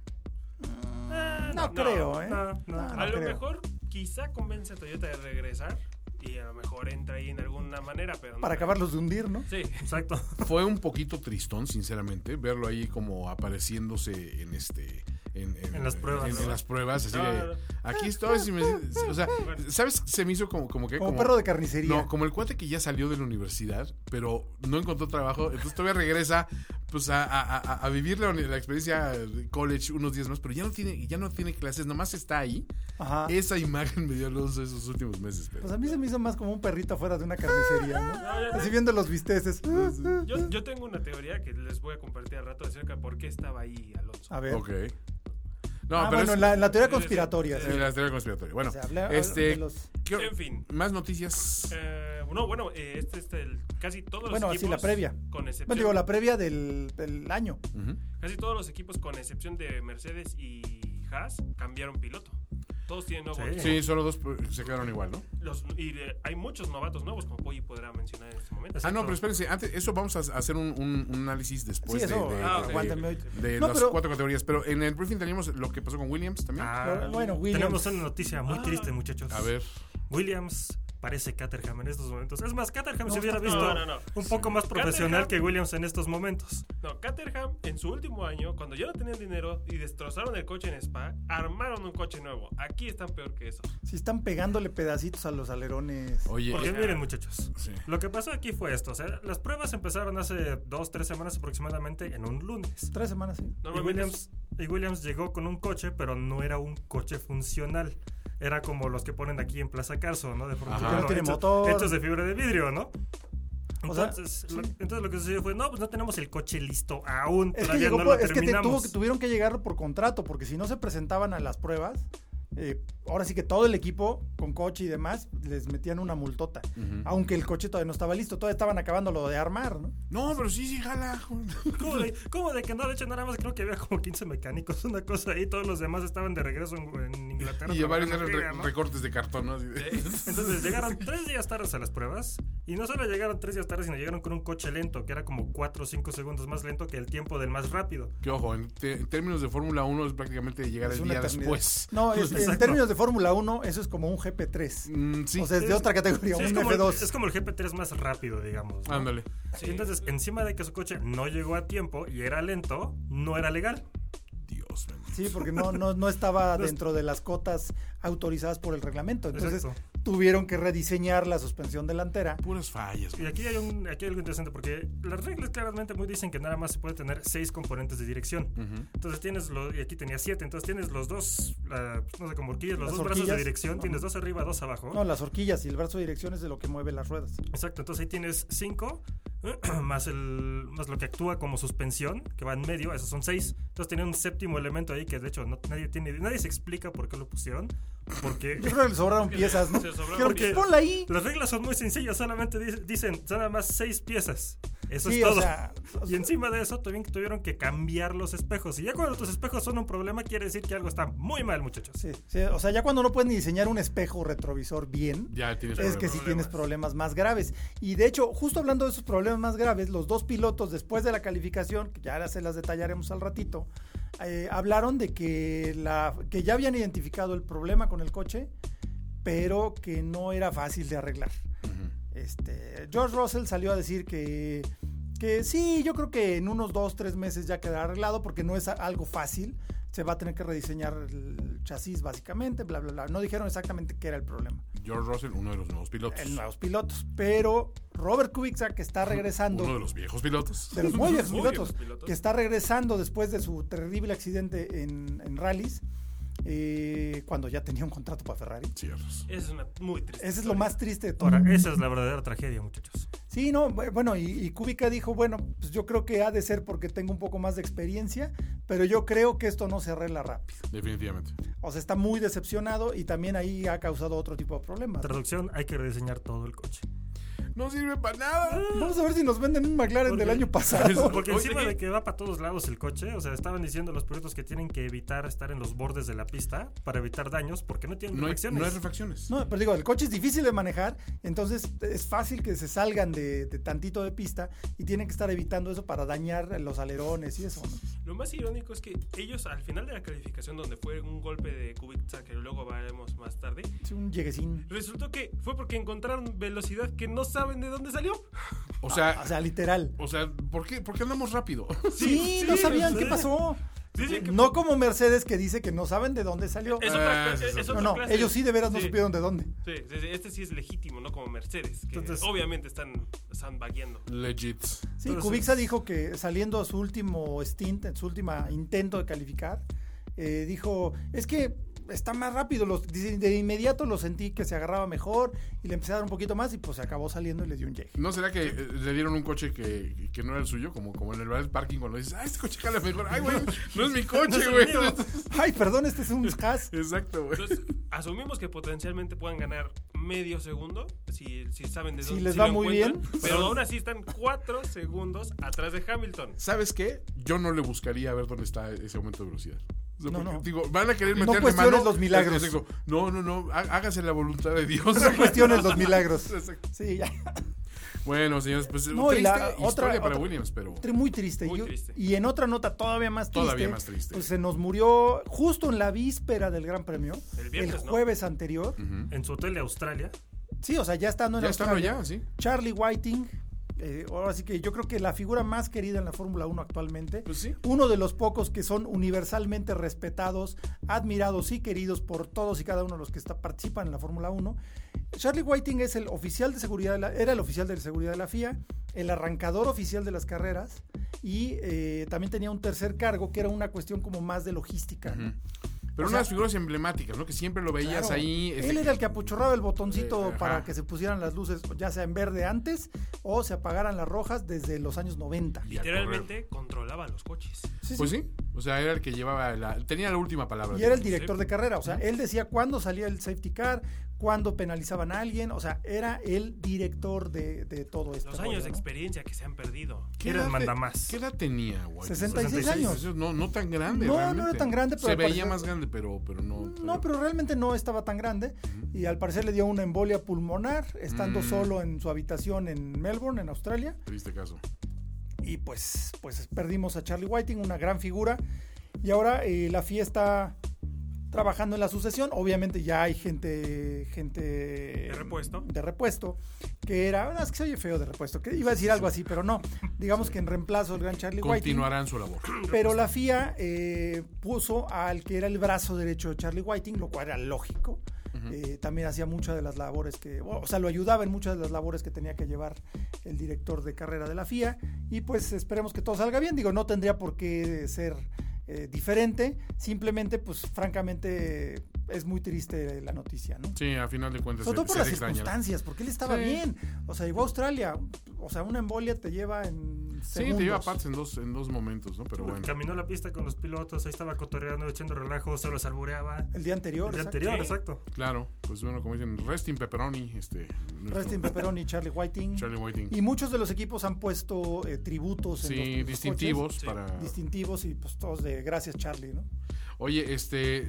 Speaker 4: Ah,
Speaker 1: No, creo, ¿eh?
Speaker 3: no, no.
Speaker 1: No, no
Speaker 4: a lo
Speaker 1: creo.
Speaker 4: mejor quizá convence a Toyota de regresar y a lo mejor entra ahí en alguna manera, pero no
Speaker 1: Para
Speaker 4: creo.
Speaker 1: acabarlos de hundir, ¿no?
Speaker 4: Sí.
Speaker 3: Exacto.
Speaker 2: Fue un poquito tristón, sinceramente, verlo ahí como apareciéndose en este. En,
Speaker 3: En las pruebas,
Speaker 2: En, en
Speaker 3: ¿no?
Speaker 2: las pruebas, así
Speaker 4: No,
Speaker 2: de.
Speaker 4: no, no.
Speaker 2: Aquí estoy. si me- o sea, ¿sabes? Se me hizo como, como que.
Speaker 1: Como perro de carnicería.
Speaker 2: No, como el cuate que ya salió de la universidad, pero no encontró trabajo, entonces todavía regresa pues a, a- a- a vivir la, uni- la experiencia de college unos días más, pero ya no tiene, ya no tiene clases, nomás está ahí.
Speaker 1: Ajá.
Speaker 2: Esa imagen me dio Alonso esos últimos meses. Pedro.
Speaker 1: Pues a mí se me hizo más como un perrito afuera de una carnicería,
Speaker 4: No, ya
Speaker 1: ¿no?
Speaker 4: sé.
Speaker 1: Así viendo los bisteces.
Speaker 4: Yo, yo tengo una teoría que les voy a compartir al rato acerca de por qué estaba ahí Alonso.
Speaker 1: A ver.
Speaker 2: ok. No,
Speaker 1: ah,
Speaker 2: pero
Speaker 1: bueno,
Speaker 2: es-
Speaker 1: en la, en la teoría conspiratoria.
Speaker 2: es
Speaker 1: sí.
Speaker 2: la teoría conspiratoria. Bueno,
Speaker 1: O sea, habla- de
Speaker 2: este...
Speaker 1: los-
Speaker 2: creo-
Speaker 4: En fin.
Speaker 2: Más noticias.
Speaker 4: Eh, no, bueno, eh, este es el, casi todos
Speaker 1: Bueno,
Speaker 4: los
Speaker 1: así la
Speaker 4: equipos.
Speaker 1: previa.
Speaker 4: Con excepción,
Speaker 1: Bueno, digo, la previa del, del año.
Speaker 2: Ujú.
Speaker 4: Casi todos los equipos, con excepción de Mercedes y Haas, cambiaron piloto. Todos tienen nuevos.
Speaker 1: Eh.
Speaker 3: Sí.
Speaker 2: Sí, solo dos pues, se quedaron igual, ¿no? Ah,
Speaker 4: Los- y de- hay muchos novatos nuevos, como Poggi podrá mencionar en este momento.
Speaker 2: Ah, no, pero espérense, antes, eso vamos a hacer un, un- un análisis después
Speaker 1: Sí,
Speaker 2: de-
Speaker 1: eso,
Speaker 2: de,
Speaker 4: ah,
Speaker 2: de-
Speaker 1: aguántame ahorita.
Speaker 2: de
Speaker 1: No,
Speaker 2: las
Speaker 1: pero-
Speaker 2: cuatro categorías. Pero en el briefing teníamos lo que pasó con Williams también.
Speaker 3: Ah,
Speaker 1: Bueno, Williams.
Speaker 3: Tenemos una noticia
Speaker 4: Ah.
Speaker 3: muy triste, muchachos.
Speaker 2: A ver.
Speaker 3: Williams parece Caterham en estos momentos. Es más, Caterham se hubiera
Speaker 4: está-
Speaker 3: visto
Speaker 4: no, no, no.
Speaker 3: un poco más profesional
Speaker 4: Caterham-
Speaker 3: que Williams en estos momentos.
Speaker 4: No, Caterham en su último año, cuando ya no tenían dinero y destrozaron el coche en Spa, armaron un coche nuevo. Aquí están peor que eso.
Speaker 1: Si están pegándole pedacitos a los alerones.
Speaker 2: Oye,
Speaker 3: Porque
Speaker 2: eh,
Speaker 3: miren, muchachos,
Speaker 2: Sí.
Speaker 3: lo que pasó aquí fue esto. o sea, las pruebas empezaron hace dos, tres semanas aproximadamente en un lunes.
Speaker 1: Tres semanas, sí.
Speaker 3: Y
Speaker 4: Normalmente
Speaker 3: Williams, y Williams llegó con un coche, pero no era un coche funcional. Era como los que ponen aquí en Plaza Carso, ¿no? De forma
Speaker 2: Ajá.
Speaker 3: plana,
Speaker 2: Que no
Speaker 1: Ah, tiene
Speaker 3: hechos-
Speaker 1: motor.
Speaker 3: Hechos de fibra de vidrio, ¿no?
Speaker 1: O sea,
Speaker 3: Entonces, lo, entonces lo que sucedió fue, no, pues no tenemos el coche listo aún,
Speaker 1: Es que,
Speaker 3: todavía
Speaker 1: llegó
Speaker 3: no
Speaker 1: por-
Speaker 3: lo
Speaker 1: es que te- tuvo,
Speaker 3: terminamos.
Speaker 1: que- tuvieron que llegarlo por contrato, porque si no se presentaban a las pruebas, eh, ahora sí que todo el equipo, con coche y demás, les metían una multota. Aunque el coche todavía no estaba listo, todavía estaban acabando lo de armar, ¿no?
Speaker 2: No, pero sí, sí, jala.
Speaker 3: ¿Cómo de, cómo de que no? De hecho, nada más creo que había como 15 mecánicos, una cosa ahí, todos los demás estaban de regreso en, en Inglaterra.
Speaker 2: Y varios
Speaker 3: trabajando
Speaker 2: eran
Speaker 3: en
Speaker 2: re-
Speaker 3: feria, ¿no?
Speaker 2: recortes de cartón, ¿no? Así de-
Speaker 3: Entonces llegaron tres días tarde a las pruebas y no solo llegaron tres días tarde, sino llegaron con un coche lento, que era como 4 o 5 segundos más lento que el tiempo del más rápido.
Speaker 2: Que ojo, en, te- en términos de Fórmula 1 es prácticamente llegar
Speaker 1: Es
Speaker 2: el
Speaker 1: una
Speaker 2: día
Speaker 1: eternidad.
Speaker 2: después.
Speaker 1: No, es- en
Speaker 3: Exacto.
Speaker 1: términos de Fórmula 1, eso es como un GP3.
Speaker 2: Mm, sí,
Speaker 1: O sea, es de
Speaker 3: Es-
Speaker 1: otra categoría,
Speaker 3: Sí, es,
Speaker 1: un
Speaker 3: como el,
Speaker 1: F2.
Speaker 3: es como el GP3 más rápido, digamos. ¿no?
Speaker 2: ándale.
Speaker 3: Y Entonces, encima de que su coche no llegó a tiempo y era lento, no era legal.
Speaker 2: Dios, bendito.
Speaker 1: Sí, porque no, no, no estaba
Speaker 3: No es-
Speaker 1: dentro de las cotas autorizadas por el reglamento. Entonces
Speaker 3: Exacto.
Speaker 1: tuvieron que rediseñar la suspensión delantera.
Speaker 2: puras fallas.
Speaker 3: Y
Speaker 2: güey.
Speaker 3: aquí hay, un, aquí hay algo interesante porque las reglas claramente muy dicen que nada más se puede tener seis componentes de dirección.
Speaker 2: Ujú.
Speaker 3: Entonces tienes los, y aquí tenía siete, entonces tienes los dos, la- no sé, como horquillas, los
Speaker 1: Las
Speaker 3: dos brazos de
Speaker 1: horquillas.
Speaker 3: dirección,
Speaker 1: Ajá.
Speaker 3: tienes dos arriba, dos abajo.
Speaker 1: No, las horquillas y el brazo de dirección es de lo que mueve las ruedas.
Speaker 3: Exacto, entonces ahí tienes cinco, más, el, más lo que actúa como suspensión, que va en medio, esos son seis. Entonces tiene un séptimo elemento ahí que de hecho no- nadie, tiene, nadie se explica por qué lo pusieron, porque...
Speaker 1: Yo creo que le sobraron piezas, ¿no?
Speaker 4: Se sobraron
Speaker 1: Dijeron,
Speaker 4: piezas.
Speaker 1: ponla ahí.
Speaker 3: Las reglas son muy sencillas, solamente di- dicen, son nada más seis piezas. Eso
Speaker 1: Sí,
Speaker 3: es
Speaker 1: o
Speaker 3: todo.
Speaker 1: sea, o
Speaker 3: y
Speaker 1: sea-
Speaker 3: encima de eso tuvieron, tuvieron que cambiar los espejos. Y ya cuando tus espejos son un problema, quiere decir que algo está muy mal, muchachos.
Speaker 1: Sí, sí, o sea, ya cuando no puedes ni diseñar un espejo retrovisor bien,
Speaker 2: Ya tienes
Speaker 1: es que
Speaker 2: problemas.
Speaker 1: si tienes problemas más graves. Y de hecho, justo hablando de esos problemas más graves, los dos pilotos después de la calificación, que ya ahora se las detallaremos al ratito, eh, hablaron de que, la, que ya habían identificado el problema con el coche, pero que no era fácil de arreglar. Este, George Russell salió a decir que, que sí, yo creo que en unos dos, tres meses ya quedará arreglado porque no es a- algo fácil. Se va a tener que rediseñar el chasis básicamente, bla, bla, bla. No dijeron exactamente qué era el problema
Speaker 2: George Russell, uno de los nuevos pilotos.
Speaker 1: en los pilotos. Pero Robert Kubica, que está regresando
Speaker 2: Uno de los viejos pilotos.
Speaker 1: de los muy viejos
Speaker 4: Muy
Speaker 1: pilotos,
Speaker 4: viejos pilotos.
Speaker 1: que está regresando después de su terrible accidente en, en rallies, eh, cuando ya tenía un contrato para Ferrari.
Speaker 2: Ciertos.
Speaker 4: Esa es una muy triste.
Speaker 1: Ese es lo
Speaker 4: historia.
Speaker 1: más triste de todo.
Speaker 3: Ahora, esa es la verdadera tragedia, muchachos.
Speaker 1: Sí, no, bu- bueno, y, y Kubica dijo, bueno, pues yo creo que ha de ser porque tengo un poco más de experiencia, pero yo creo que esto no se arregla rápido.
Speaker 2: Definitivamente.
Speaker 1: O sea, está muy decepcionado y también ahí ha causado otro tipo de problemas.
Speaker 3: Traducción, hay que rediseñar todo el coche.
Speaker 2: No sirve para nada.
Speaker 1: Vamos a ver si nos venden un McLaren
Speaker 3: Porque-
Speaker 1: del año pasado.
Speaker 3: Pues, Porque
Speaker 2: Oye,
Speaker 3: encima
Speaker 2: ¿qué?
Speaker 3: de que va para todos lados el coche, o sea, estaban diciendo los pilotos que tienen que evitar estar en los bordes de la pista para evitar daños porque no tienen
Speaker 2: No hay,
Speaker 3: refacciones.
Speaker 2: no hay refacciones.
Speaker 1: No, pero digo, el coche es difícil de manejar, entonces es fácil que se salgan de, de tantito de pista y tienen que estar evitando eso para dañar los alerones y eso. ¿no?
Speaker 4: Lo más irónico es que ellos al final de la calificación, donde fue un golpe de Kubica, que luego veremos más tarde,
Speaker 1: Es un lleguesín.
Speaker 4: resultó que fue porque encontraron velocidad que no saben de dónde salió.
Speaker 2: O
Speaker 1: O
Speaker 2: sea,
Speaker 1: sea, literal.
Speaker 2: o sea, ¿por qué, por qué andamos rápido?
Speaker 1: Sí,
Speaker 4: sí,
Speaker 1: no sabían
Speaker 4: sí.
Speaker 1: qué pasó.
Speaker 4: Dicen que
Speaker 1: No como Mercedes que dice que no saben de dónde salió.
Speaker 4: es
Speaker 2: Ah,
Speaker 4: otra clase.
Speaker 2: eso es
Speaker 4: es
Speaker 1: No,
Speaker 4: otra
Speaker 1: no,
Speaker 4: clase.
Speaker 1: ellos sí de veras no
Speaker 4: Sí,
Speaker 1: supieron de dónde.
Speaker 4: sí, sí, sí, este sí es legítimo, no como Mercedes, que
Speaker 3: Entonces-
Speaker 4: obviamente están sandbagueando.
Speaker 2: Legit.
Speaker 1: Sí,
Speaker 3: Entonces-
Speaker 1: Kubica dijo que saliendo a su último stint, en su último intento de calificar, eh, dijo, es que está más rápido, los, dice, de inmediato lo sentí que se agarraba mejor y le empecé a dar un poquito más y pues se acabó saliendo y le dio un llegue.
Speaker 2: ¿No será que eh, le dieron un coche que, que no era el suyo? Como, como en el bar del parking cuando dices, ah, este coche jala mejor. Ay, güey, no es mi
Speaker 3: No es
Speaker 2: coche,
Speaker 3: el
Speaker 2: güey.
Speaker 3: mío.
Speaker 1: Ay, perdón, este es un has.
Speaker 2: Exacto, güey.
Speaker 4: Entonces, asumimos que potencialmente puedan ganar medio segundo si, si saben de
Speaker 1: Si
Speaker 4: dónde
Speaker 1: les va
Speaker 4: lo
Speaker 1: muy
Speaker 4: encuentran,
Speaker 1: bien. pues
Speaker 4: Pero aún así están cuatro segundos atrás de Hamilton.
Speaker 2: ¿Sabes qué? Yo no le buscaría a ver dónde está ese aumento de velocidad. O sea,
Speaker 1: No,
Speaker 2: porque,
Speaker 1: no.
Speaker 2: Digo, van a querer
Speaker 1: No
Speaker 2: meterle
Speaker 1: cuestiones
Speaker 2: mano.
Speaker 1: los milagros.
Speaker 2: Exacto. No, no, no. há- Hágase la voluntad de Dios.
Speaker 1: Cuestiones los milagros.
Speaker 2: Exacto.
Speaker 1: Sí, ya.
Speaker 2: bueno, señores, pues
Speaker 1: No, y
Speaker 2: triste
Speaker 1: la
Speaker 2: historia
Speaker 1: otra-
Speaker 2: para
Speaker 1: otra-
Speaker 2: Williams, pero
Speaker 1: Tri- Muy triste.
Speaker 4: Muy
Speaker 1: Yo-
Speaker 4: triste.
Speaker 1: Y en otra nota todavía más triste.
Speaker 2: Todavía más triste.
Speaker 1: Pues se nos murió justo en la víspera del Gran Premio.
Speaker 4: El viernes, ¿no?
Speaker 1: jueves anterior.
Speaker 3: En su hotel de Australia,
Speaker 1: Sí, o sea, ya estando en
Speaker 2: Mm. ya están
Speaker 1: Australia.
Speaker 2: allá, sí.
Speaker 1: Charlie Whiting, eh, ahora sí que yo creo que la figura más querida en la Fórmula 1 actualmente,
Speaker 2: Pues sí.
Speaker 1: uno de los pocos que son universalmente respetados, admirados y queridos por todos y cada uno de los que está- participan en la Fórmula 1. Charlie Whiting es el oficial de seguridad, de la- era el oficial de seguridad de la FIA, el arrancador oficial de las carreras y eh, también tenía un tercer cargo que era una cuestión como más de logística. ¿no?
Speaker 2: Pero
Speaker 1: O
Speaker 2: unas
Speaker 1: sea-
Speaker 2: figuras emblemáticas, ¿no? Que siempre lo veías
Speaker 1: Claro.
Speaker 2: ahí. este,
Speaker 1: Él era el que apuchurraba el botoncito
Speaker 2: Eh, ajá.
Speaker 1: para que se pusieran las luces, ya sea en verde antes o se apagaran las rojas desde los años 90.
Speaker 2: y a correr.
Speaker 4: Literalmente controlaba los coches.
Speaker 1: Sí,
Speaker 2: Pues
Speaker 1: sí.
Speaker 2: sí. O sea, era el que llevaba la. Tenía la última palabra.
Speaker 1: Y era el
Speaker 2: digamos.
Speaker 1: director
Speaker 4: Sí.
Speaker 1: de carrera, o sea, él decía cuándo salía el safety car, cuándo penalizaban a alguien, o sea, era el director de, de todo este esto.
Speaker 4: Los años de experiencia que se han perdido.
Speaker 2: ¿Qué
Speaker 3: Era el
Speaker 2: edad te-
Speaker 3: mandamás.
Speaker 2: ¿Qué edad tenía, güey?
Speaker 1: 66 años.
Speaker 2: Eso No, no tan grande.
Speaker 1: No, no
Speaker 2: realmente.
Speaker 1: era tan grande, pero
Speaker 2: Se
Speaker 1: al
Speaker 2: veía
Speaker 1: parecer-
Speaker 2: más grande, pero, pero no.
Speaker 1: No, pero realmente no estaba tan grande y al parecer le dio una embolia pulmonar estando
Speaker 2: Mm.
Speaker 1: solo en su habitación en Melbourne, en Australia.
Speaker 2: Triste caso.
Speaker 1: y pues, pues perdimos a Charlie Whiting, una gran figura. Y ahora eh, la FIA está trabajando en la sucesión. Obviamente ya hay gente, gente de
Speaker 4: repuesto.
Speaker 1: de repuesto, que era, "Ah, es que se oye feo de repuesto, que iba a decir algo así, pero no. Digamos que en reemplazo del gran Charlie Whiting.
Speaker 2: Continuarán su labor.
Speaker 1: Pero la FIA eh, puso al que era el brazo derecho de Charlie Whiting, lo cual era lógico. Eh, también hacía muchas de las labores que, o sea, lo ayudaba en muchas de las labores que tenía que llevar el director de carrera de la FIA. Y pues esperemos que todo salga bien. Digo, no tendría por qué ser eh, diferente. Simplemente, pues francamente, es muy triste la noticia, ¿no?
Speaker 2: Sí, a final de cuentas.
Speaker 1: Sobre
Speaker 2: se-
Speaker 1: todo por
Speaker 2: se
Speaker 1: las
Speaker 2: extraña.
Speaker 1: circunstancias, porque él estaba
Speaker 2: Sí.
Speaker 1: bien. O sea, llegó a Australia. O sea, una embolia te lleva en segundos.
Speaker 2: Sí, te lleva partes en dos, en dos momentos, ¿no? Pero bueno.
Speaker 3: pues, Caminó la pista con los pilotos, ahí estaba cotorreando, echando relajo, se los albureaba.
Speaker 1: El día anterior.
Speaker 3: El día
Speaker 1: exacto.
Speaker 3: anterior,
Speaker 4: Sí.
Speaker 3: exacto.
Speaker 2: Claro, pues bueno, como dicen, Resting Pepperoni, este. nuestro
Speaker 1: Restin Pepperoni, Charlie Whiting.
Speaker 2: Charlie Whiting.
Speaker 1: Y muchos de los equipos han puesto eh, tributos. en los- en
Speaker 2: Sí,
Speaker 1: los
Speaker 2: distintivos
Speaker 1: coches.
Speaker 4: Sí.
Speaker 2: para.
Speaker 1: Distintivos y pues todos de gracias Charlie, ¿no?
Speaker 2: Oye, este.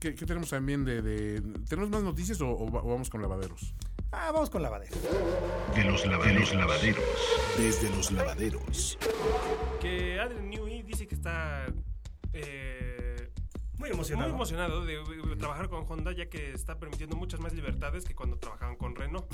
Speaker 2: ¿Qué, qué tenemos también de, de- ¿Tenemos más noticias o, o va- o vamos con lavaderos?
Speaker 1: Ah, vamos con la lavadera.
Speaker 6: De los lavaderos. lavaderos.
Speaker 5: Desde los lavaderos.
Speaker 4: Que Adrian Newey dice que está eh,
Speaker 3: Muy emocionado.
Speaker 4: muy emocionado de, de trabajar con Honda, ya que está permitiendo muchas más libertades que cuando trabajaban con Renault.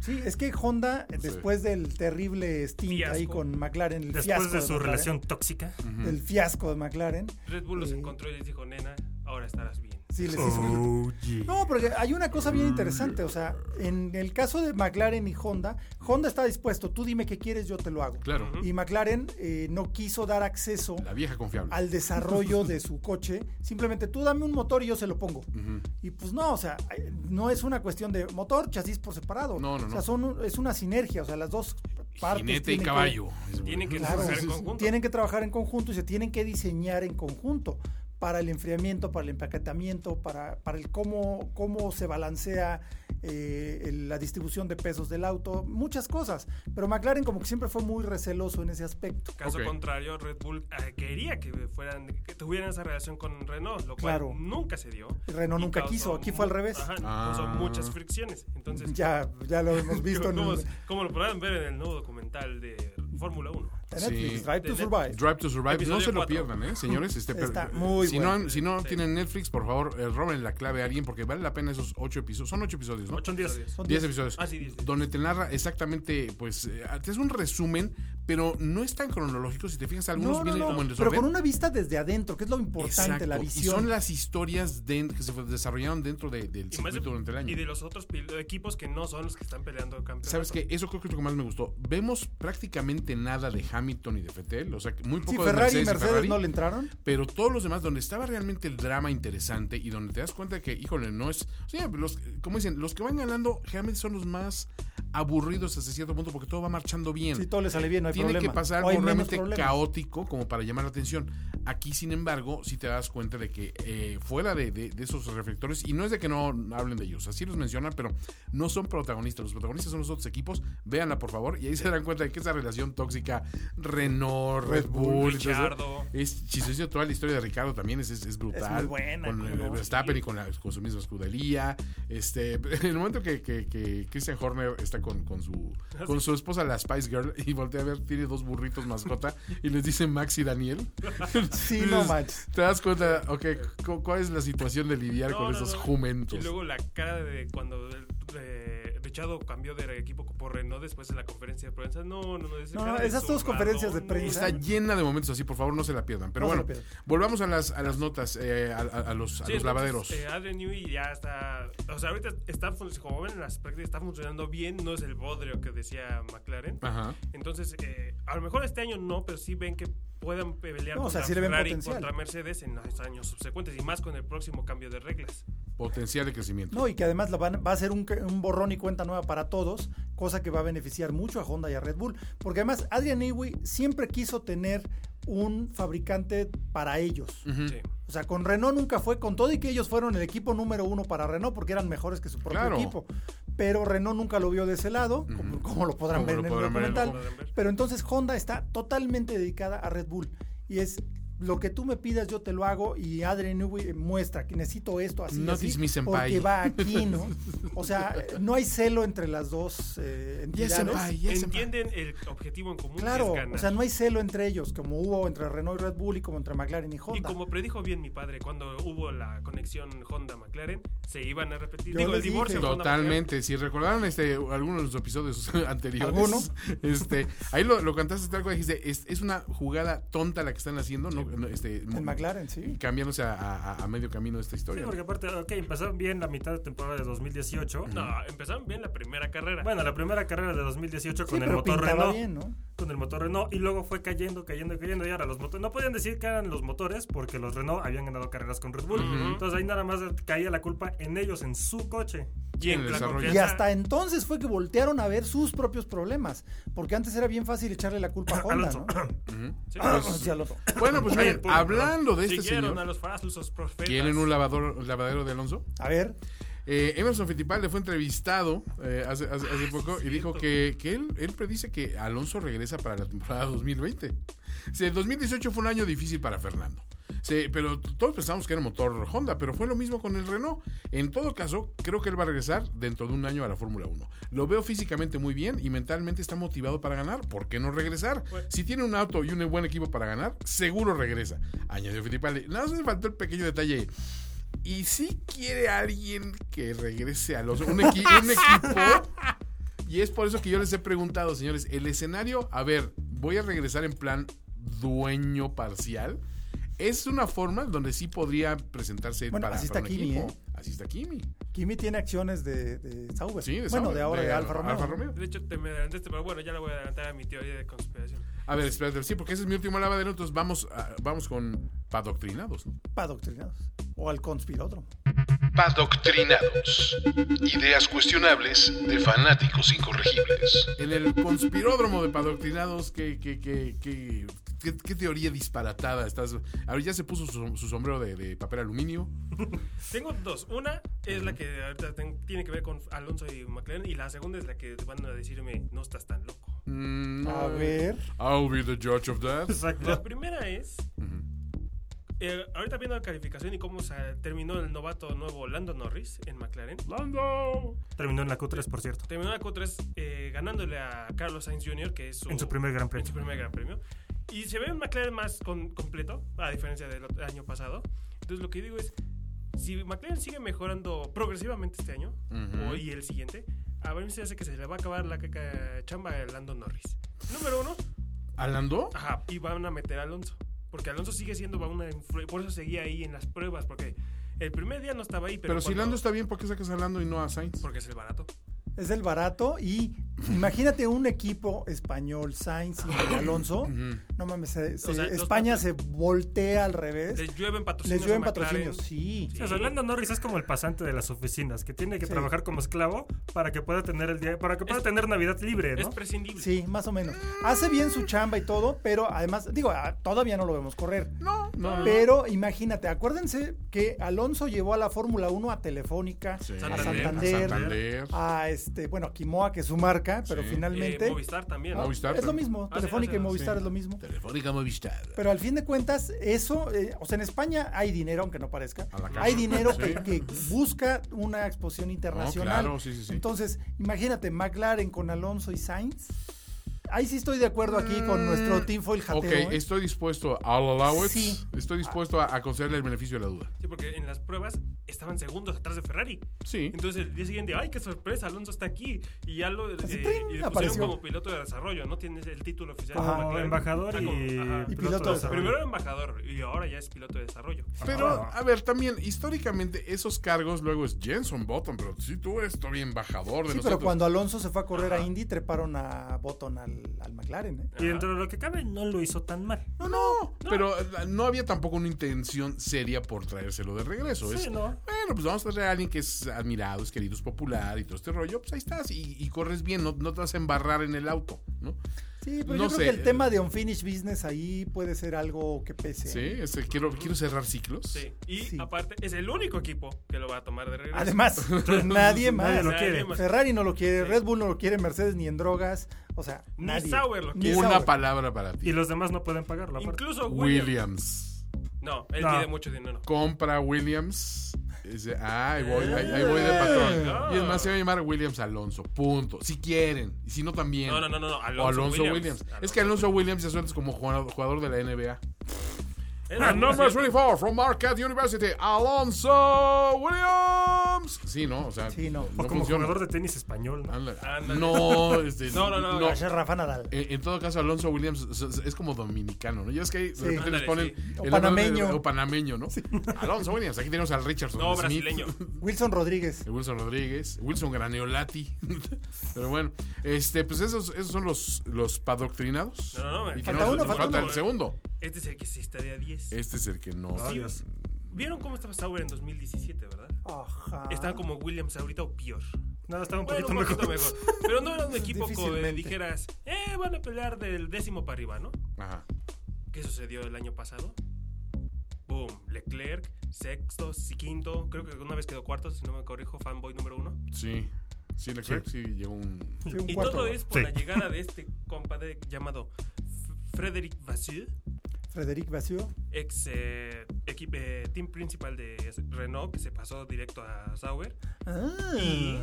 Speaker 1: Sí, es que Honda, eh,
Speaker 2: Sí.
Speaker 1: después del terrible stint
Speaker 4: Fiasco.
Speaker 1: ahí con McLaren, el fiasco
Speaker 3: Después de su
Speaker 1: McLaren,
Speaker 3: relación tóxica.
Speaker 2: Mm.
Speaker 1: Del fiasco de McLaren.
Speaker 4: Red Bull los
Speaker 1: Eh.
Speaker 4: encontró y les dijo, nena, ahora estarás bien.
Speaker 1: Sí,
Speaker 3: Oh.
Speaker 1: les hizo un- No, porque hay una cosa bien interesante. O sea, en el caso de McLaren y Honda, Honda está dispuesto. Tú dime qué quieres, yo te lo hago.
Speaker 2: Claro,
Speaker 1: Y McLaren eh, no quiso dar acceso
Speaker 2: la vieja confiable.
Speaker 1: al desarrollo de su coche. Simplemente tú dame un motor y yo se lo pongo.
Speaker 2: Ujú.
Speaker 1: Y pues no, o sea, no es una cuestión de motor, chasis por separado.
Speaker 2: No, no,
Speaker 1: O sea,
Speaker 2: no.
Speaker 1: son un- es una sinergia, o sea, las dos partes.
Speaker 2: Jinete y
Speaker 1: tienen que-
Speaker 2: caballo.
Speaker 4: Tienen que
Speaker 1: Claro,
Speaker 4: trabajar
Speaker 1: sí,
Speaker 4: en
Speaker 1: sí,
Speaker 4: conjunto.
Speaker 1: tienen que trabajar en conjunto y se tienen que diseñar en conjunto para el enfriamiento, para el empaquetamiento, para, para el cómo, cómo se balancea eh, el- la distribución de pesos del auto, muchas cosas. Pero McLaren como que siempre fue muy receloso en ese aspecto.
Speaker 4: Caso
Speaker 2: Ok.
Speaker 4: contrario, Red Bull eh, quería que fueran, que tuvieran esa relación con Renault, lo cual
Speaker 1: Claro.
Speaker 4: nunca se dio.
Speaker 1: Y Renault
Speaker 4: Y
Speaker 1: nunca
Speaker 4: causó
Speaker 1: quiso, aquí fue al
Speaker 4: mu-
Speaker 1: revés.
Speaker 4: Ajá,
Speaker 2: Ah.
Speaker 4: causó muchas fricciones. Entonces,
Speaker 1: Ya, ya lo hemos visto en,
Speaker 4: como,
Speaker 1: en
Speaker 4: como lo podrán ver en el nuevo documental de Fórmula 1.
Speaker 1: Netflix,
Speaker 2: Sí.
Speaker 1: Drive to Survive.
Speaker 2: Drive to Survive, no
Speaker 4: Episodio
Speaker 2: se lo
Speaker 4: cuatro.
Speaker 2: pierdan, ¿eh? Señores, este, pero-
Speaker 1: Está muy
Speaker 2: si
Speaker 1: bueno.
Speaker 2: no, han- si no
Speaker 4: Sí.
Speaker 2: tienen Netflix, por favor, eh, roben la clave a alguien porque vale la pena esos ocho episodios. Son ocho episodios, ¿no?
Speaker 3: Son 10.
Speaker 1: Son
Speaker 2: 10
Speaker 1: diez.
Speaker 2: episodios.
Speaker 4: Ah, sí, diez, diez.
Speaker 2: Donde te narra exactamente, pues, eh, te hace un resumen, pero no es tan cronológico. Si te fijas, algunos
Speaker 1: No, no,
Speaker 2: vienen
Speaker 1: no,
Speaker 2: como en
Speaker 1: pero
Speaker 2: desorden.
Speaker 1: con una vista desde adentro, que es lo importante, la
Speaker 2: Exacto.
Speaker 1: visión.
Speaker 2: Y son las historias de- que se desarrollaron dentro de- del
Speaker 4: Y, más
Speaker 2: circuito
Speaker 4: de,
Speaker 2: durante el año.
Speaker 4: y de los otros pil- equipos que no son los que están peleando campeonato.
Speaker 2: ¿Sabes qué? Eso creo que es lo que más me gustó. Vemos prácticamente nada de Hamilton y de Fettel. O sea, que muy
Speaker 1: Sí,
Speaker 2: poco de
Speaker 1: Ferrari y
Speaker 2: Mercedes y
Speaker 1: Mercedes
Speaker 2: Ferrari.
Speaker 1: no le entraron.
Speaker 2: Pero todos los demás, donde estaba realmente el drama interesante y donde te das cuenta de que, híjole, no es. O sea, los, como dicen, los que van ganando generalmente son los más aburridos hasta cierto punto porque todo va marchando bien.
Speaker 1: Si todo le sale bien, no hay
Speaker 2: Tiene
Speaker 1: problema.
Speaker 2: que pasar
Speaker 1: O hay
Speaker 2: algo
Speaker 1: menos
Speaker 2: realmente
Speaker 1: problemas.
Speaker 2: caótico como para llamar la atención. Aquí, sin embargo, si te das cuenta de que eh, fuera de, de- de esos reflectores, y no es de que no hablen de ellos, así los mencionan, pero no son protagonistas. Los protagonistas son los otros equipos. Véanla, por favor, y ahí se darán cuenta de que esa relación tóxica, Renault, Red Bull, entonces,
Speaker 4: Richardo.
Speaker 2: es chistoso. Toda la historia de Ricardo también es, es- es brutal.
Speaker 1: Es muy buena,
Speaker 2: Con el-
Speaker 1: ¿no?
Speaker 2: Verstappen y con, la- con su misma escudería. Este, en el momento que, que- que Christian Horner está con, con su con su esposa, la Spice Girl, y voltea a ver, tiene dos burritos mascota y les dice Max y Daniel.
Speaker 1: Sí, no manches.
Speaker 2: Te das cuenta, ok, cu- ¿cuál es la situación de lidiar
Speaker 4: No,
Speaker 2: con
Speaker 4: no,
Speaker 2: esos
Speaker 4: no. Y
Speaker 2: jumentos?
Speaker 4: luego la cara de cuando eh, Techado cambió de equipo por Renault después de la conferencia de prensa. No, no, no. ese
Speaker 1: No,
Speaker 4: cara de
Speaker 1: esas dos conferencias de
Speaker 4: Maradona.
Speaker 1: prensa.
Speaker 2: Está llena de momentos así, por favor, no se la pierdan. Pero
Speaker 1: No se
Speaker 2: bueno,
Speaker 1: la pierdan.
Speaker 2: volvamos a las, a las notas, eh, a, a- a los, a
Speaker 4: Sí,
Speaker 2: los
Speaker 4: entonces,
Speaker 2: lavaderos.
Speaker 4: eh, Adrian Newey ya está. O sea, ahorita está funcionando. Como ven en las prácticas, está funcionando bien. No es el bodrio que decía McLaren.
Speaker 2: Ajá.
Speaker 4: Entonces, eh, a lo mejor este año no, pero sí ven que puedan pelear
Speaker 1: No, o
Speaker 4: contra
Speaker 1: sea, sí le ven
Speaker 4: Ferrari,
Speaker 1: potencial.
Speaker 4: contra Mercedes en los años subsecuentes y más con el próximo cambio de reglas.
Speaker 2: Potencial de crecimiento.
Speaker 1: No, y que además la van- va a ser un, ca- un borrón y cuenta nueva para todos, cosa que va a beneficiar mucho a Honda y a Red Bull. Porque además Adrian Newey siempre quiso tener un fabricante para ellos.
Speaker 2: Ujú.
Speaker 4: Sí.
Speaker 1: O sea, con Renault nunca fue, con todo y que ellos fueron el equipo número uno para Renault porque eran mejores que su propio
Speaker 2: Claro.
Speaker 1: equipo. Pero Renault nunca lo vio de ese lado, como, como lo podrán
Speaker 2: Como
Speaker 1: ver
Speaker 2: lo
Speaker 1: en el
Speaker 2: podrán ver en el
Speaker 1: documental.
Speaker 4: documental.
Speaker 1: Pero entonces Honda está totalmente dedicada a Red Bull. Y es lo que tú me pidas, yo te lo hago. Y Adrian Newey muestra que necesito esto así.
Speaker 2: Not
Speaker 1: así,
Speaker 2: is my senpai.
Speaker 1: Porque va aquí, ¿no? O sea, no hay celo entre las dos eh, entidades.
Speaker 2: senpai, yes, senpai.
Speaker 4: Entienden el objetivo en común. que
Speaker 1: Claro,
Speaker 4: es ganar.
Speaker 1: o sea, no hay celo entre ellos, como hubo entre Renault y Red Bull y como entre McLaren y Honda.
Speaker 4: Y como predijo bien mi padre, cuando hubo la conexión Honda-McLaren, se iban a repetir.
Speaker 1: Yo
Speaker 4: Digo, el
Speaker 1: les dije.
Speaker 4: divorcio Honda-McLaren.
Speaker 2: Totalmente. Si recordaron este, algunos de los episodios anteriores,
Speaker 1: ¿Alguno?
Speaker 2: este, ahí lo, lo cantaste tal cual dijiste, es, es una jugada tonta la que están haciendo, ¿no? No, este,
Speaker 1: En McLaren, sí.
Speaker 2: cambiándose a, a- a medio camino esta
Speaker 3: Sí,
Speaker 2: historia.
Speaker 3: porque aparte, ok, empezaron bien la mitad de temporada de 2018.
Speaker 4: No, empezaron bien la primera carrera.
Speaker 3: Bueno, la primera carrera de 2018
Speaker 1: Sí,
Speaker 3: con el
Speaker 1: pero
Speaker 3: motor
Speaker 1: pintaba
Speaker 3: Renault.
Speaker 1: bien, ¿no?
Speaker 3: Con el motor Renault. Y luego fue cayendo, cayendo, cayendo. Y ahora los motores. No podían decir que eran los motores porque los Renault habían ganado carreras con Red Bull.
Speaker 4: Ujú.
Speaker 3: Entonces ahí nada más caía la culpa en ellos, en su coche.
Speaker 4: Y en
Speaker 2: el
Speaker 4: la
Speaker 2: desarrollo.
Speaker 4: confianza-
Speaker 1: Y hasta entonces fue que voltearon a ver sus propios problemas, porque antes era bien fácil echarle la culpa a Honda,
Speaker 3: Alonso.
Speaker 1: ¿no?
Speaker 4: Sí,
Speaker 1: Sí, Alonso.
Speaker 2: Bueno, pues miren,
Speaker 4: Pobre,
Speaker 2: hablando de este
Speaker 4: Siguieron a
Speaker 2: señor,
Speaker 4: los falsos profetas.
Speaker 2: ¿quieren un lavador, lavadero de Alonso?
Speaker 1: A ver,
Speaker 2: Eh, Emerson Fittipaldi fue entrevistado eh, hace, hace- hace poco y dijo que, que él, él predice que Alonso regresa para la temporada 2020. O sea, el 2018 fue un año difícil para Fernando. Sí, pero t- todos pensamos que era motor Honda, pero fue lo mismo con el Renault. En todo caso, creo que él va a regresar dentro de un año a la Fórmula 1. Lo veo físicamente muy bien y mentalmente está motivado para ganar. ¿Por qué no regresar? Si tiene un auto y un buen equipo para ganar, seguro regresa. Añadió Fittipaldi. Nada más me faltó el pequeño detalle. Y si quiere alguien que regrese a los... Un, equi- un equipo... Y es por eso que yo les he preguntado, señores, el escenario, a ver, voy a regresar en plan dueño parcial. Es una forma donde sí podría presentarse
Speaker 1: Bueno,
Speaker 2: para,
Speaker 1: así
Speaker 2: para
Speaker 1: está
Speaker 2: un
Speaker 1: Kimi,
Speaker 2: equipo.
Speaker 1: ¿eh?
Speaker 2: Así está Kimi.
Speaker 1: Kimi tiene acciones de, de Sauber.
Speaker 2: Sí, de
Speaker 1: bueno,
Speaker 2: Sauber,
Speaker 1: de ahora de, Alfa
Speaker 2: Al-
Speaker 1: Romeo.
Speaker 4: De hecho, te me adelantaste, pero bueno, ya la voy a adelantar a mi teoría de conspiración.
Speaker 2: A ver, espérate, sí, porque ese es mi último lavadero, entonces vamos, a- vamos con padoctrinados. ¿no?
Speaker 1: Para adoctrinados. O al conspiródromo.
Speaker 6: Padoctrinados. Ideas cuestionables de fanáticos incorregibles.
Speaker 2: En el conspiródromo de padoctrinados, ¿qué, qué, qué, qué, qué- qué teoría disparatada estás? Ahora ya se puso su, su sombrero de, de papel aluminio.
Speaker 4: Tengo dos. Una es la que ahorita ten- tiene que ver con Alonso y McLaren. Y la segunda es la que van a decirme, no estás tan loco.
Speaker 2: Mm,
Speaker 1: A ver.
Speaker 2: I'll be the judge of that.
Speaker 4: La
Speaker 3: Exacto.
Speaker 4: primera es. eh, ahorita viendo la calificación y cómo se terminó el novato nuevo Lando Norris en McLaren.
Speaker 2: Lando.
Speaker 3: Terminó en la Q3, por cierto.
Speaker 4: Terminó la Q3 eh, ganándole a Carlos Sainz Jr., que es su,
Speaker 3: En su primer Gran Premio.
Speaker 4: en su primer Gran Premio. Y se ve un McLaren más con- completo, a diferencia del otro- año pasado. Entonces, lo que digo es: si McLaren sigue mejorando progresivamente este año,
Speaker 2: Ujú.
Speaker 4: o y el siguiente, a ver se hace que se le va a acabar la caca- chamba a Lando Norris. Número uno,
Speaker 2: ¿A Lando?
Speaker 4: ajá, y van a meter a Alonso. Porque Alonso sigue siendo va una influ- Por eso seguía ahí en las pruebas, porque el primer día no estaba ahí. Pero,
Speaker 2: Pero, si
Speaker 4: cuando-
Speaker 2: Lando está bien, ¿por qué sacas a Lando y no a Sainz?
Speaker 4: Porque es el barato.
Speaker 1: Es el barato y imagínate un equipo español, Sainz y Alonso. No mames, se- se-
Speaker 4: O sea, dos
Speaker 1: España se voltea al revés.
Speaker 4: Les llueven patrocinios.
Speaker 1: Les llueven
Speaker 4: a McLaren.
Speaker 1: patrocinios, sí.
Speaker 3: Sí, o sea, Lando Norris es como el pasante de las oficinas, que tiene que
Speaker 1: Sí.
Speaker 3: trabajar como esclavo para que pueda tener el día, para que pueda
Speaker 4: Es-
Speaker 3: tener Navidad libre,
Speaker 4: Es
Speaker 3: ¿no?
Speaker 4: prescindible.
Speaker 1: Sí, más o menos. Hace bien su chamba y todo, pero además, digo, ah, todavía no lo vemos correr.
Speaker 2: No, no.
Speaker 4: Eh,
Speaker 1: Pero imagínate, acuérdense que Alonso llevó a la Fórmula 1 a Telefónica,
Speaker 2: Sí.
Speaker 1: a
Speaker 4: Santander,
Speaker 1: Santander, a,
Speaker 2: a Santander.
Speaker 1: este, bueno, a Quimoa, que es su marca, pero
Speaker 2: Sí.
Speaker 4: Eh,
Speaker 1: finalmente.
Speaker 4: Movistar también.
Speaker 1: ¿no?
Speaker 4: ¿no?
Speaker 2: Movistar
Speaker 1: es lo
Speaker 2: también.
Speaker 1: mismo,
Speaker 4: Ah, sí,
Speaker 1: Telefónica
Speaker 4: sí,
Speaker 1: y
Speaker 4: sí.
Speaker 1: Movistar es lo mismo.
Speaker 2: Telefónica Movistar.
Speaker 1: Pero al fin de cuentas, eso, eh, o sea, en España hay dinero, aunque no parezca.
Speaker 2: A la calle.
Speaker 1: Hay dinero
Speaker 2: Sí.
Speaker 1: que, que busca una exposición internacional.
Speaker 2: claro, sí, sí, sí.
Speaker 1: Entonces, imagínate, McLaren con Alonso y Sainz. Ahí sí estoy de acuerdo aquí con nuestro Team Foil
Speaker 2: Mm, Ok,
Speaker 1: jatero. ¿eh?
Speaker 2: estoy dispuesto a allow it.
Speaker 1: Sí.
Speaker 2: Estoy dispuesto a, a concederle el beneficio de la duda.
Speaker 4: Sí, porque en las pruebas estaban segundos atrás de Ferrari.
Speaker 2: Sí.
Speaker 4: Entonces el día siguiente, ¡ay, qué sorpresa! Alonso está aquí. Y ya lo, eh,
Speaker 1: Así,
Speaker 4: y
Speaker 1: ¡trin!
Speaker 4: le pusieron
Speaker 1: Pues apareció.
Speaker 4: como piloto de desarrollo, ¿no? Tienes el título oficial.
Speaker 1: Ajá.
Speaker 4: de
Speaker 3: Como
Speaker 4: McLaren.
Speaker 3: embajador
Speaker 4: Está
Speaker 3: y,
Speaker 4: Ah, como- ajá.
Speaker 1: Y piloto
Speaker 3: de
Speaker 1: de
Speaker 3: desarrollo.
Speaker 4: Primero era embajador y ahora ya es piloto de desarrollo.
Speaker 2: Pero, a ver, también, históricamente, esos cargos luego es Jenson Button, pero si tú eres todavía embajador de
Speaker 1: Sí, pero
Speaker 2: nosotros.
Speaker 1: cuando Alonso se fue a correr a Indy, treparon a Button al, al McLaren. ¿eh?
Speaker 3: Y dentro de lo que cabe, no lo hizo tan mal.
Speaker 2: No, no, pero eh, no había tampoco una intención seria por traérselo de regreso.
Speaker 3: Sí,
Speaker 2: es,
Speaker 3: ¿no?
Speaker 2: Bueno, pues vamos a traer a alguien que es admirado, es querido, es popular y todo este rollo. Pues ahí estás y, y corres bien, no, no te vas a embarrar en el auto, ¿no?
Speaker 1: Sí, pero
Speaker 2: No
Speaker 1: yo creo
Speaker 2: sé,
Speaker 1: que el
Speaker 2: eh.
Speaker 1: tema de unfinished business ahí puede ser algo que pese. ¿eh?
Speaker 2: Sí, este, quiero, quiero cerrar ciclos.
Speaker 4: Sí. Y
Speaker 1: Sí.
Speaker 4: aparte, es el único equipo que lo va a tomar de regreso.
Speaker 1: Además, nadie
Speaker 3: Nadie
Speaker 1: más.
Speaker 3: lo quiere.
Speaker 1: Ferrari no lo quiere, Red Bull no lo quiere, Mercedes ni en drogas. O sea,
Speaker 4: Ni
Speaker 1: nadie.
Speaker 4: Sauber lo
Speaker 1: Ni
Speaker 4: quiere.
Speaker 2: Una
Speaker 1: Sauber.
Speaker 2: palabra para
Speaker 3: Y
Speaker 2: ti.
Speaker 3: los demás no pueden pagarlo. aparte.
Speaker 4: Incluso Williams.
Speaker 2: Williams.
Speaker 4: No, él
Speaker 3: No.
Speaker 4: pide mucho dinero.
Speaker 2: Compra Williams. Dice, ah, ahí voy, ahí, ahí
Speaker 1: Eh.
Speaker 2: voy de patrón.
Speaker 4: Ah.
Speaker 2: Y es más, se va a llamar Williams Alonso. Punto. Si quieren. Y si no, también.
Speaker 4: No, no, no, no, no,
Speaker 2: o
Speaker 4: Alonso
Speaker 2: Alonso Williams.
Speaker 4: Williams.
Speaker 2: Es que Alonso Williams se suelta como jugador jugador de la NBA.
Speaker 4: Él
Speaker 3: Ah,
Speaker 2: And
Speaker 4: no
Speaker 2: number
Speaker 4: es cierto.
Speaker 2: 24 from Marquette University, Alonso Williams. Sí, no, o sea,
Speaker 1: Sí, no.
Speaker 3: O como
Speaker 2: funciona.
Speaker 3: jugador de tenis español.
Speaker 4: Ah.
Speaker 3: ¿no?
Speaker 2: Ándale.
Speaker 4: Ándale.
Speaker 2: No, este,
Speaker 4: No, no, no,
Speaker 1: Va a ser Rafa Nadal.
Speaker 2: En, en todo caso, Alonso Williams es- es- es como dominicano, ¿no? Ya es que ahí de
Speaker 1: Sí.
Speaker 2: repente les
Speaker 4: Ándale,
Speaker 2: ponen.
Speaker 4: sí.
Speaker 2: el
Speaker 1: O
Speaker 2: nombre
Speaker 1: panameño.
Speaker 2: de- o panameño, ¿no? Alonso Williams, aquí tenemos al Richardson.
Speaker 4: No,
Speaker 2: Smith.
Speaker 4: brasileño.
Speaker 1: Wilson Rodríguez.
Speaker 2: El Wilson Rodríguez, Wilson Graneolati. Pero bueno, este, pues esos, esos son los, los padoctrinados.
Speaker 4: No, no, no,
Speaker 2: Y
Speaker 4: falta
Speaker 2: tenemos-
Speaker 1: uno,
Speaker 2: nos
Speaker 1: falta
Speaker 2: falta
Speaker 4: uno. eh.
Speaker 2: el segundo.
Speaker 4: Este es el que sí estaría 10.
Speaker 2: Este es el que no.
Speaker 4: Ah,
Speaker 3: Ay, Dios.
Speaker 4: ¿Vieron cómo estaba Sauber en 2017, verdad?
Speaker 1: Ajá.
Speaker 4: Estaban como Williams ahorita o peor.
Speaker 3: No, estaba un
Speaker 4: Bueno,
Speaker 3: poquito
Speaker 4: un poquito
Speaker 3: mejor.
Speaker 4: mejor. Pero no era un equipo que
Speaker 1: Difícilmente.
Speaker 4: dijeras, eh, van a pelear del décimo para arriba, ¿no?
Speaker 2: Ajá.
Speaker 4: ¿Qué sucedió el año pasado? Boom, Leclerc, sexto, sí, quinto, creo que una vez quedó cuarto, si no me corrijo, fanboy número uno.
Speaker 2: Sí. Sí, Leclerc sí, llegó un.
Speaker 1: Sí, un
Speaker 4: Y
Speaker 1: cuarto.
Speaker 4: todo es por
Speaker 3: Sí.
Speaker 4: la llegada de este compadre llamado F- Frédéric Vasseur,
Speaker 1: Frederic Vasseur.
Speaker 4: ex eh, equipo, eh, team principal de Renault, que se pasó directo a Sauber.
Speaker 1: Ah.
Speaker 4: Y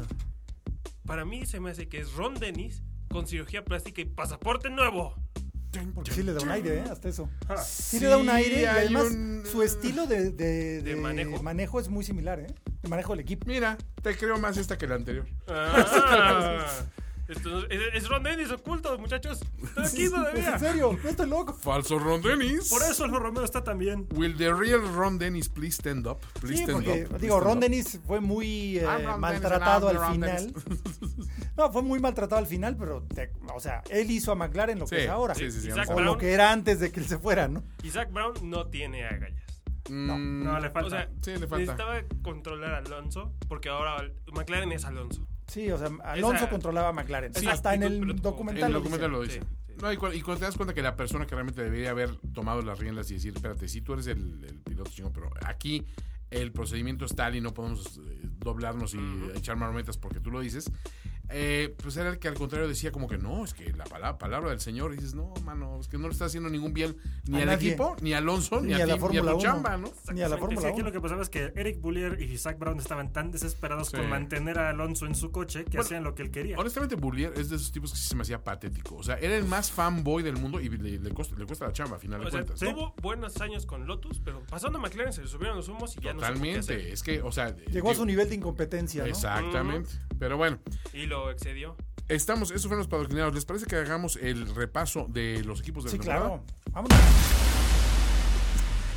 Speaker 4: para mí se me hace que es Ron Dennis con cirugía plástica y pasaporte nuevo.
Speaker 1: Porque sí le da un aire, ¿eh? Hasta eso.
Speaker 3: Ah,
Speaker 1: Sí, le da un aire y
Speaker 2: hay
Speaker 1: además
Speaker 2: un-
Speaker 1: su estilo de, de- de
Speaker 4: manejo.
Speaker 1: es muy similar, ¿eh? De manejo del equipo.
Speaker 2: Mira, te creo más esta que la anterior.
Speaker 4: Ah, esto no- es, es Ron Dennis oculto, muchachos. Está aquí
Speaker 1: Es pues, en
Speaker 4: todavía.
Speaker 1: serio, no estoy loco.
Speaker 2: Falso Ron Dennis.
Speaker 3: Por eso Alfa Romeo está también.
Speaker 2: Will the real Ron Dennis please stand up? Please
Speaker 1: Sí,
Speaker 2: stand
Speaker 1: porque,
Speaker 2: up.
Speaker 1: digo,
Speaker 2: Please
Speaker 1: Ron
Speaker 2: stand up.
Speaker 1: Dennis fue muy eh,
Speaker 2: I'm Ron
Speaker 1: maltratado
Speaker 2: Dennis,
Speaker 1: al
Speaker 2: I'm
Speaker 1: final. No, fue muy maltratado al final, pero, te- o sea, él hizo a McLaren lo que
Speaker 2: Sí,
Speaker 1: es ahora.
Speaker 2: sí, sí, sí,
Speaker 4: Isaac
Speaker 2: vamos a-
Speaker 1: O lo
Speaker 4: Brown.
Speaker 1: que era antes de que él se fuera, ¿no?
Speaker 4: Isaac Brown no tiene agallas.
Speaker 2: Mm,
Speaker 3: No, le falta.
Speaker 4: O sea,
Speaker 2: Sí, le falta.
Speaker 4: necesitaba controlar a Alonso porque ahora McLaren es Alonso.
Speaker 1: Sí, o sea, Alonso
Speaker 4: Esa-
Speaker 1: controlaba a McLaren.
Speaker 4: Sí,
Speaker 1: Hasta en
Speaker 4: actitud,
Speaker 1: el
Speaker 4: pero-
Speaker 2: El
Speaker 1: documental. lo
Speaker 2: documental lo dice.
Speaker 4: Sí, sí.
Speaker 2: No, y, cu- y cuando te das cuenta que la persona que realmente debería haber tomado las riendas y decir, espérate, si tú eres el, el piloto chingón, pero aquí el procedimiento es tal y no podemos eh, doblarnos y echar marometas porque tú lo dices, eh, pues era el que al contrario decía como que no, es que la pala- palabra del señor, y dices, no, mano, es que no le está haciendo ningún bien ni
Speaker 1: A
Speaker 2: al
Speaker 1: nadie.
Speaker 2: equipo, ni a Alonso, ni,
Speaker 1: Ni
Speaker 2: a,
Speaker 1: a la
Speaker 2: ti, ni a
Speaker 1: Fórmula
Speaker 2: tu
Speaker 1: Uno.
Speaker 2: chamba, ¿no?
Speaker 1: Ni a la
Speaker 3: Es que
Speaker 1: Fórmula
Speaker 3: aquí
Speaker 1: 1.
Speaker 3: lo que pasaba es que Eric Bullier y Zach Brown estaban tan desesperados
Speaker 2: Sí.
Speaker 3: con mantener a Alonso en su coche que
Speaker 2: Bueno,
Speaker 3: hacían lo que él quería.
Speaker 2: Honestamente, Bullier es de esos tipos que sí se me hacía patético. O sea, era el más fanboy del mundo y le, le costa, le cuesta la chamba, a final
Speaker 4: O
Speaker 2: de
Speaker 4: sea,
Speaker 2: cuentas.
Speaker 4: tuvo buenos años con Lotus, pero pasando a McLaren se le subieron los humos y ya no supo qué
Speaker 2: Totalmente.
Speaker 4: hacer.
Speaker 2: Es que, o sea. eh,
Speaker 1: Llegó a su
Speaker 2: digo,
Speaker 1: nivel de incompetencia, ¿no?
Speaker 2: Exactamente. Pero bueno,
Speaker 4: Y lo excedió.
Speaker 2: estamos. Esos fueron los padrocinados. ¿Les parece que hagamos el repaso de los equipos de la
Speaker 1: Sí,
Speaker 2: temporada?
Speaker 1: claro. Vámonos.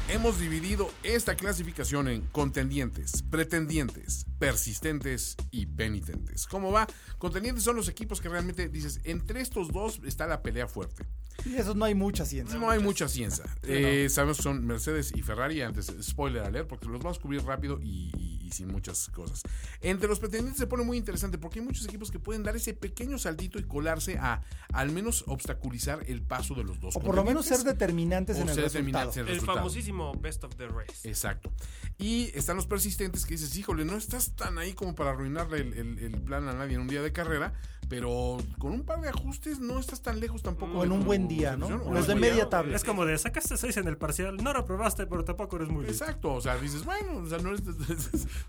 Speaker 2: Hemos dividido esta clasificación en contendientes, pretendientes, persistentes y penitentes. ¿Cómo va? Contendientes son los equipos que realmente dices, entre estos dos está la pelea fuerte.
Speaker 1: Y eso no hay mucha ciencia.
Speaker 2: No hay mucha ciencia. Eh, Sabemos que son Mercedes y Ferrari. Antes, spoiler alert, porque los vamos a cubrir rápido y, y- y sin muchas cosas. Entre los pretendientes se pone muy interesante porque hay muchos equipos que pueden dar ese pequeño saltito y colarse a al menos obstaculizar el paso de los dos.
Speaker 1: O por lo menos ser
Speaker 2: contendientes.
Speaker 1: determinantes
Speaker 2: O
Speaker 1: en el
Speaker 2: ser
Speaker 1: resultado.
Speaker 2: determinantes en el
Speaker 4: El
Speaker 2: resultado. Eh.
Speaker 4: famosísimo Best of the Race.
Speaker 2: Exacto. Y están los persistentes que dices, híjole, no estás tan ahí como para arruinarle el, el- el plan a nadie en un día de carrera, pero con un par de ajustes no estás tan lejos tampoco.
Speaker 1: O
Speaker 2: de
Speaker 1: en un
Speaker 2: tu
Speaker 1: buen día, ¿no?
Speaker 2: solución, o en
Speaker 1: Los
Speaker 2: un
Speaker 1: de
Speaker 2: buen día.
Speaker 1: media tabla.
Speaker 3: Es como de sacaste 6 en el parcial, no reprobaste, pero tampoco eres muy listo.
Speaker 2: Exacto, o sea, dices, bueno, o sea, no es...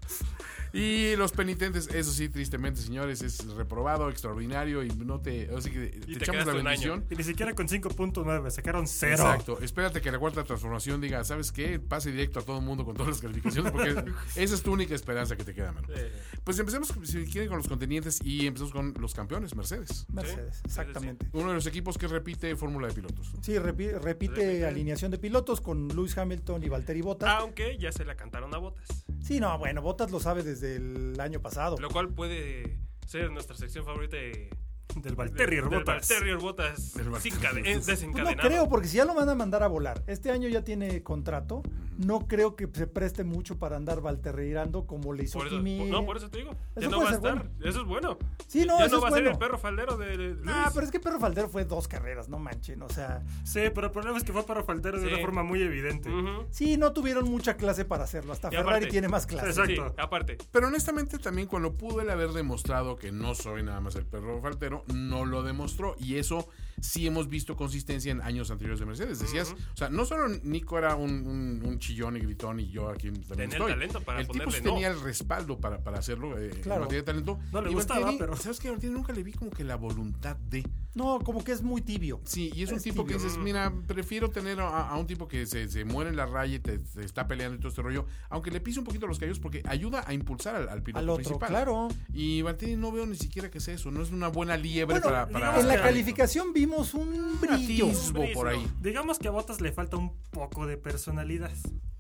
Speaker 2: Y los penitentes, eso sí, tristemente, señores, es reprobado, extraordinario y no te. Así que te,
Speaker 4: te
Speaker 2: echamos la
Speaker 4: quedaste un año.
Speaker 2: bendición.
Speaker 3: Y ni siquiera con 5.9, sacaron 0.
Speaker 2: Exacto. Espérate que la cuarta transformación diga, ¿sabes qué? Pase directo a todo el mundo con todas las calificaciones, porque esa es tu única esperanza que te queda, mano.
Speaker 4: Eh,
Speaker 2: Pues empecemos, si quieren, con los contendientes y empezamos con los campeones, Mercedes.
Speaker 1: Mercedes, exactamente.
Speaker 2: Uno de los equipos que repite fórmula de pilotos.
Speaker 1: Sí, repi- repite
Speaker 4: Repite. Ah.
Speaker 1: alineación de pilotos con Lewis Hamilton y Valtteri Bottas.
Speaker 4: Aunque ya se la cantaron a botas.
Speaker 1: Sí, no, bueno, Bottas lo sabe desde el año pasado.
Speaker 4: Lo cual puede ser nuestra sección favorita de.
Speaker 3: Del Valterrier
Speaker 4: del
Speaker 3: Botas.
Speaker 4: Valterrier Botas.
Speaker 2: Del Valterrier
Speaker 4: sin cade-
Speaker 2: Botas.
Speaker 1: Pues no
Speaker 4: desencadenado.
Speaker 1: creo, porque si ya lo van a mandar a volar, este año ya tiene contrato, no creo que se preste mucho para andar valterreirando como le hizo
Speaker 4: Por eso-
Speaker 1: Kimi.
Speaker 4: por- no, por eso te digo. Ya
Speaker 1: Eso
Speaker 4: no
Speaker 1: puede
Speaker 4: va a
Speaker 1: ser
Speaker 4: estar. Eso es bueno.
Speaker 1: Sí, no,
Speaker 4: ya
Speaker 1: eso
Speaker 4: no
Speaker 1: es
Speaker 4: va a ser
Speaker 1: bueno.
Speaker 4: el perro faldero de. de Luis.
Speaker 1: Ah, pero es que Perro Faldero fue dos carreras, no manchen, o sea,
Speaker 3: Sí, pero el problema es que fue para faltar de
Speaker 4: Sí.
Speaker 3: una forma muy evidente.
Speaker 4: Ujú.
Speaker 1: sí, no tuvieron mucha clase para hacerlo, hasta
Speaker 4: Y
Speaker 1: Ferrari
Speaker 4: aparte-
Speaker 1: tiene más clase.
Speaker 3: Exacto.
Speaker 4: Sí, aparte.
Speaker 2: Pero honestamente también cuando pudo él haber demostrado que no soy nada más el perro faltero, no lo demostró. Y eso sí hemos visto consistencia en años anteriores de Mercedes. Decías, o sea, no solo Nico era un, un- un chillón y gritón y yo aquí también
Speaker 4: Tenía el
Speaker 2: estoy.
Speaker 4: talento para
Speaker 2: el tipo
Speaker 4: ponerle
Speaker 2: sí
Speaker 4: no.
Speaker 2: tenía el respaldo para, para hacerlo eh,
Speaker 1: Claro.
Speaker 2: en materia de talento.
Speaker 3: No le
Speaker 2: Y
Speaker 3: gustaba,
Speaker 2: Valtteri,
Speaker 3: pero-
Speaker 2: ¿Sabes qué? A Valtteri nunca le vi como que la voluntad de...
Speaker 1: No, como que es muy tibio.
Speaker 2: Sí, y es un
Speaker 1: Es
Speaker 2: tipo que
Speaker 1: tibio.
Speaker 2: dices, mira, prefiero tener a, a un tipo que se, se muere en la raya y te, te está peleando y todo este rollo, aunque le pise un poquito los callos porque ayuda a impulsar al, al piloto
Speaker 1: Al otro,
Speaker 2: principal.
Speaker 1: claro.
Speaker 2: Y Valtteri no veo ni siquiera que sea eso, no es una buena liebre
Speaker 1: Bueno,
Speaker 2: para, para-
Speaker 1: en la
Speaker 2: para-
Speaker 1: calificación vimos un
Speaker 2: Un
Speaker 1: brillo.
Speaker 2: atisbo por ahí.
Speaker 3: Digamos que a Botas le falta un poco de personalidad.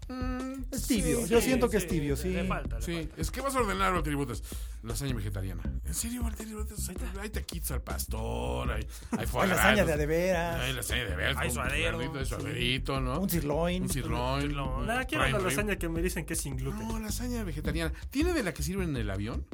Speaker 2: Mm,
Speaker 1: Es tibio, yo
Speaker 4: Sí,
Speaker 1: siento que
Speaker 4: sí,
Speaker 1: es tibio,
Speaker 4: le-
Speaker 1: sí.
Speaker 4: Le falta, le
Speaker 2: Sí,
Speaker 4: falta.
Speaker 2: es que vas a ordenar Valtteri Botas lasaña vegetariana. ¿En serio, Valtteri Botas? Ahí te- Ahí te quitas al pastor, ahí, ahí
Speaker 1: Hay
Speaker 2: fuera.
Speaker 1: lasaña de a de veras,
Speaker 2: Hay lasaña de veras.
Speaker 4: Hay
Speaker 2: con
Speaker 4: suadero.
Speaker 2: cuernito de suaderito, ¿no?
Speaker 1: un sirloin.
Speaker 2: Un sirloin.
Speaker 4: sirloin.
Speaker 3: La quiero
Speaker 2: Prime
Speaker 3: la
Speaker 2: rib.
Speaker 3: lasaña que me dicen que es sin gluten.
Speaker 2: No, lasaña vegetariana. ¿Tiene de la que sirven en el avión?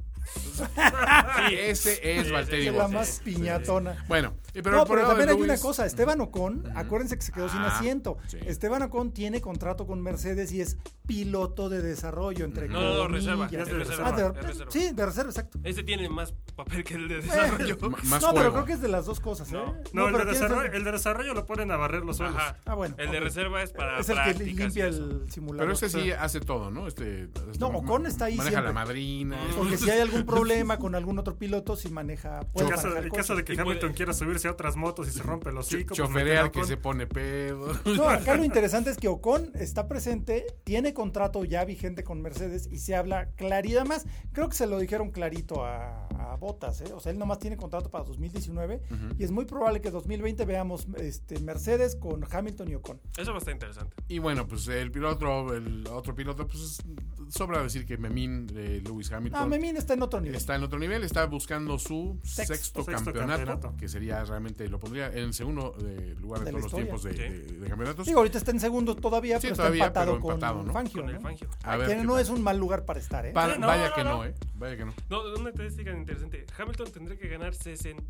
Speaker 2: Ah, Ese es
Speaker 4: Sí,
Speaker 1: Es
Speaker 2: Valtteri
Speaker 4: sí,
Speaker 1: la
Speaker 2: Bottas.
Speaker 1: más piñatona.
Speaker 2: Bueno, eh, pero,
Speaker 1: no,
Speaker 2: por el
Speaker 1: pero
Speaker 2: lado de
Speaker 1: también hay una
Speaker 2: Lewis-
Speaker 1: cosa. Esteban Ocon, acuérdense que se quedó sin
Speaker 2: Ah,
Speaker 1: asiento.
Speaker 2: sí.
Speaker 1: Esteban Ocon tiene contrato con Mercedes y es piloto de desarrollo, entre
Speaker 4: No, no, no, reserva,
Speaker 1: comillas.
Speaker 4: es de
Speaker 1: Ah, de-
Speaker 4: reserva, es reserva.
Speaker 1: Sí, de reserva, exacto.
Speaker 4: Este tiene más papel que el de desarrollo.
Speaker 2: M- Más
Speaker 1: no, pero
Speaker 2: juego.
Speaker 1: creo que es de las dos cosas.
Speaker 4: No.
Speaker 1: ¿eh?
Speaker 3: No, el,
Speaker 1: pero
Speaker 3: de
Speaker 1: ¿quién es el-
Speaker 3: desarrollo, el de desarrollo lo ponen a barrer los suelos.
Speaker 4: Ajá.
Speaker 1: Ah, bueno,
Speaker 4: El de
Speaker 1: ok.
Speaker 4: reserva es para.
Speaker 1: es el que li-
Speaker 4: prácticas
Speaker 1: limpia
Speaker 4: y eso.
Speaker 1: el simulador.
Speaker 2: Pero este sí hace todo, ¿no? Este, este
Speaker 1: No,
Speaker 2: ma-
Speaker 1: Ocon está ahí
Speaker 2: Maneja
Speaker 1: siempre.
Speaker 2: la
Speaker 4: Ah,
Speaker 2: madrina. este,
Speaker 1: Porque si hay algún problema con algún otro piloto, si maneja.
Speaker 3: En
Speaker 1: Puede
Speaker 3: caso,
Speaker 1: manejar
Speaker 3: en caso
Speaker 1: coche.
Speaker 3: de que
Speaker 4: Y puede-
Speaker 3: Hamilton quiera subirse a otras motos y se rompe los
Speaker 2: cho-
Speaker 3: hocico, pues
Speaker 2: choferea al
Speaker 3: meter
Speaker 2: que
Speaker 3: a
Speaker 2: se
Speaker 3: Ocon.
Speaker 2: pone pedo.
Speaker 1: No, acá lo interesante es que Ocon está presente, tiene contrato ya vigente con Mercedes y se habla claridad más. Creo que se lo dijeron clarito a, a Botas, ¿eh? O sea, él nomás tiene contrato para 2019 y es muy probable que 2020 veamos este, Mercedes con Hamilton y Ocon.
Speaker 4: Eso va a estar interesante.
Speaker 2: Y bueno, pues el piloto, el otro piloto, pues es- sobra decir que Memín, eh, Lewis Hamilton.
Speaker 1: Ah, Memín está en otro nivel.
Speaker 2: Está en otro nivel, está buscando su
Speaker 1: Sexto.
Speaker 2: sexto,
Speaker 3: Sexto
Speaker 2: campeonato,
Speaker 3: campeonato.
Speaker 2: que sería realmente, lo pondría en el segundo eh, lugar de,
Speaker 1: De la
Speaker 2: todos los
Speaker 1: historia.
Speaker 2: tiempos de,
Speaker 4: Sí.
Speaker 2: de- de campeonatos.
Speaker 1: Digo, ahorita está en segundo todavía,
Speaker 2: Sí,
Speaker 1: pero
Speaker 2: todavía,
Speaker 1: está empatado,
Speaker 2: pero empatado,
Speaker 1: con
Speaker 2: ¿no?
Speaker 1: Fangio.
Speaker 4: Con el
Speaker 1: ¿no?
Speaker 4: Fangio.
Speaker 2: A ver
Speaker 1: que
Speaker 2: qué
Speaker 1: no
Speaker 2: pasa.
Speaker 1: es un mal lugar para estar, ¿eh?
Speaker 2: Pa-
Speaker 4: Sí, no,
Speaker 2: vaya
Speaker 4: no,
Speaker 2: que no,
Speaker 4: no.
Speaker 2: ¿eh? Vaya que no.
Speaker 4: No, una estadística interesante. Hamilton tendría que ganar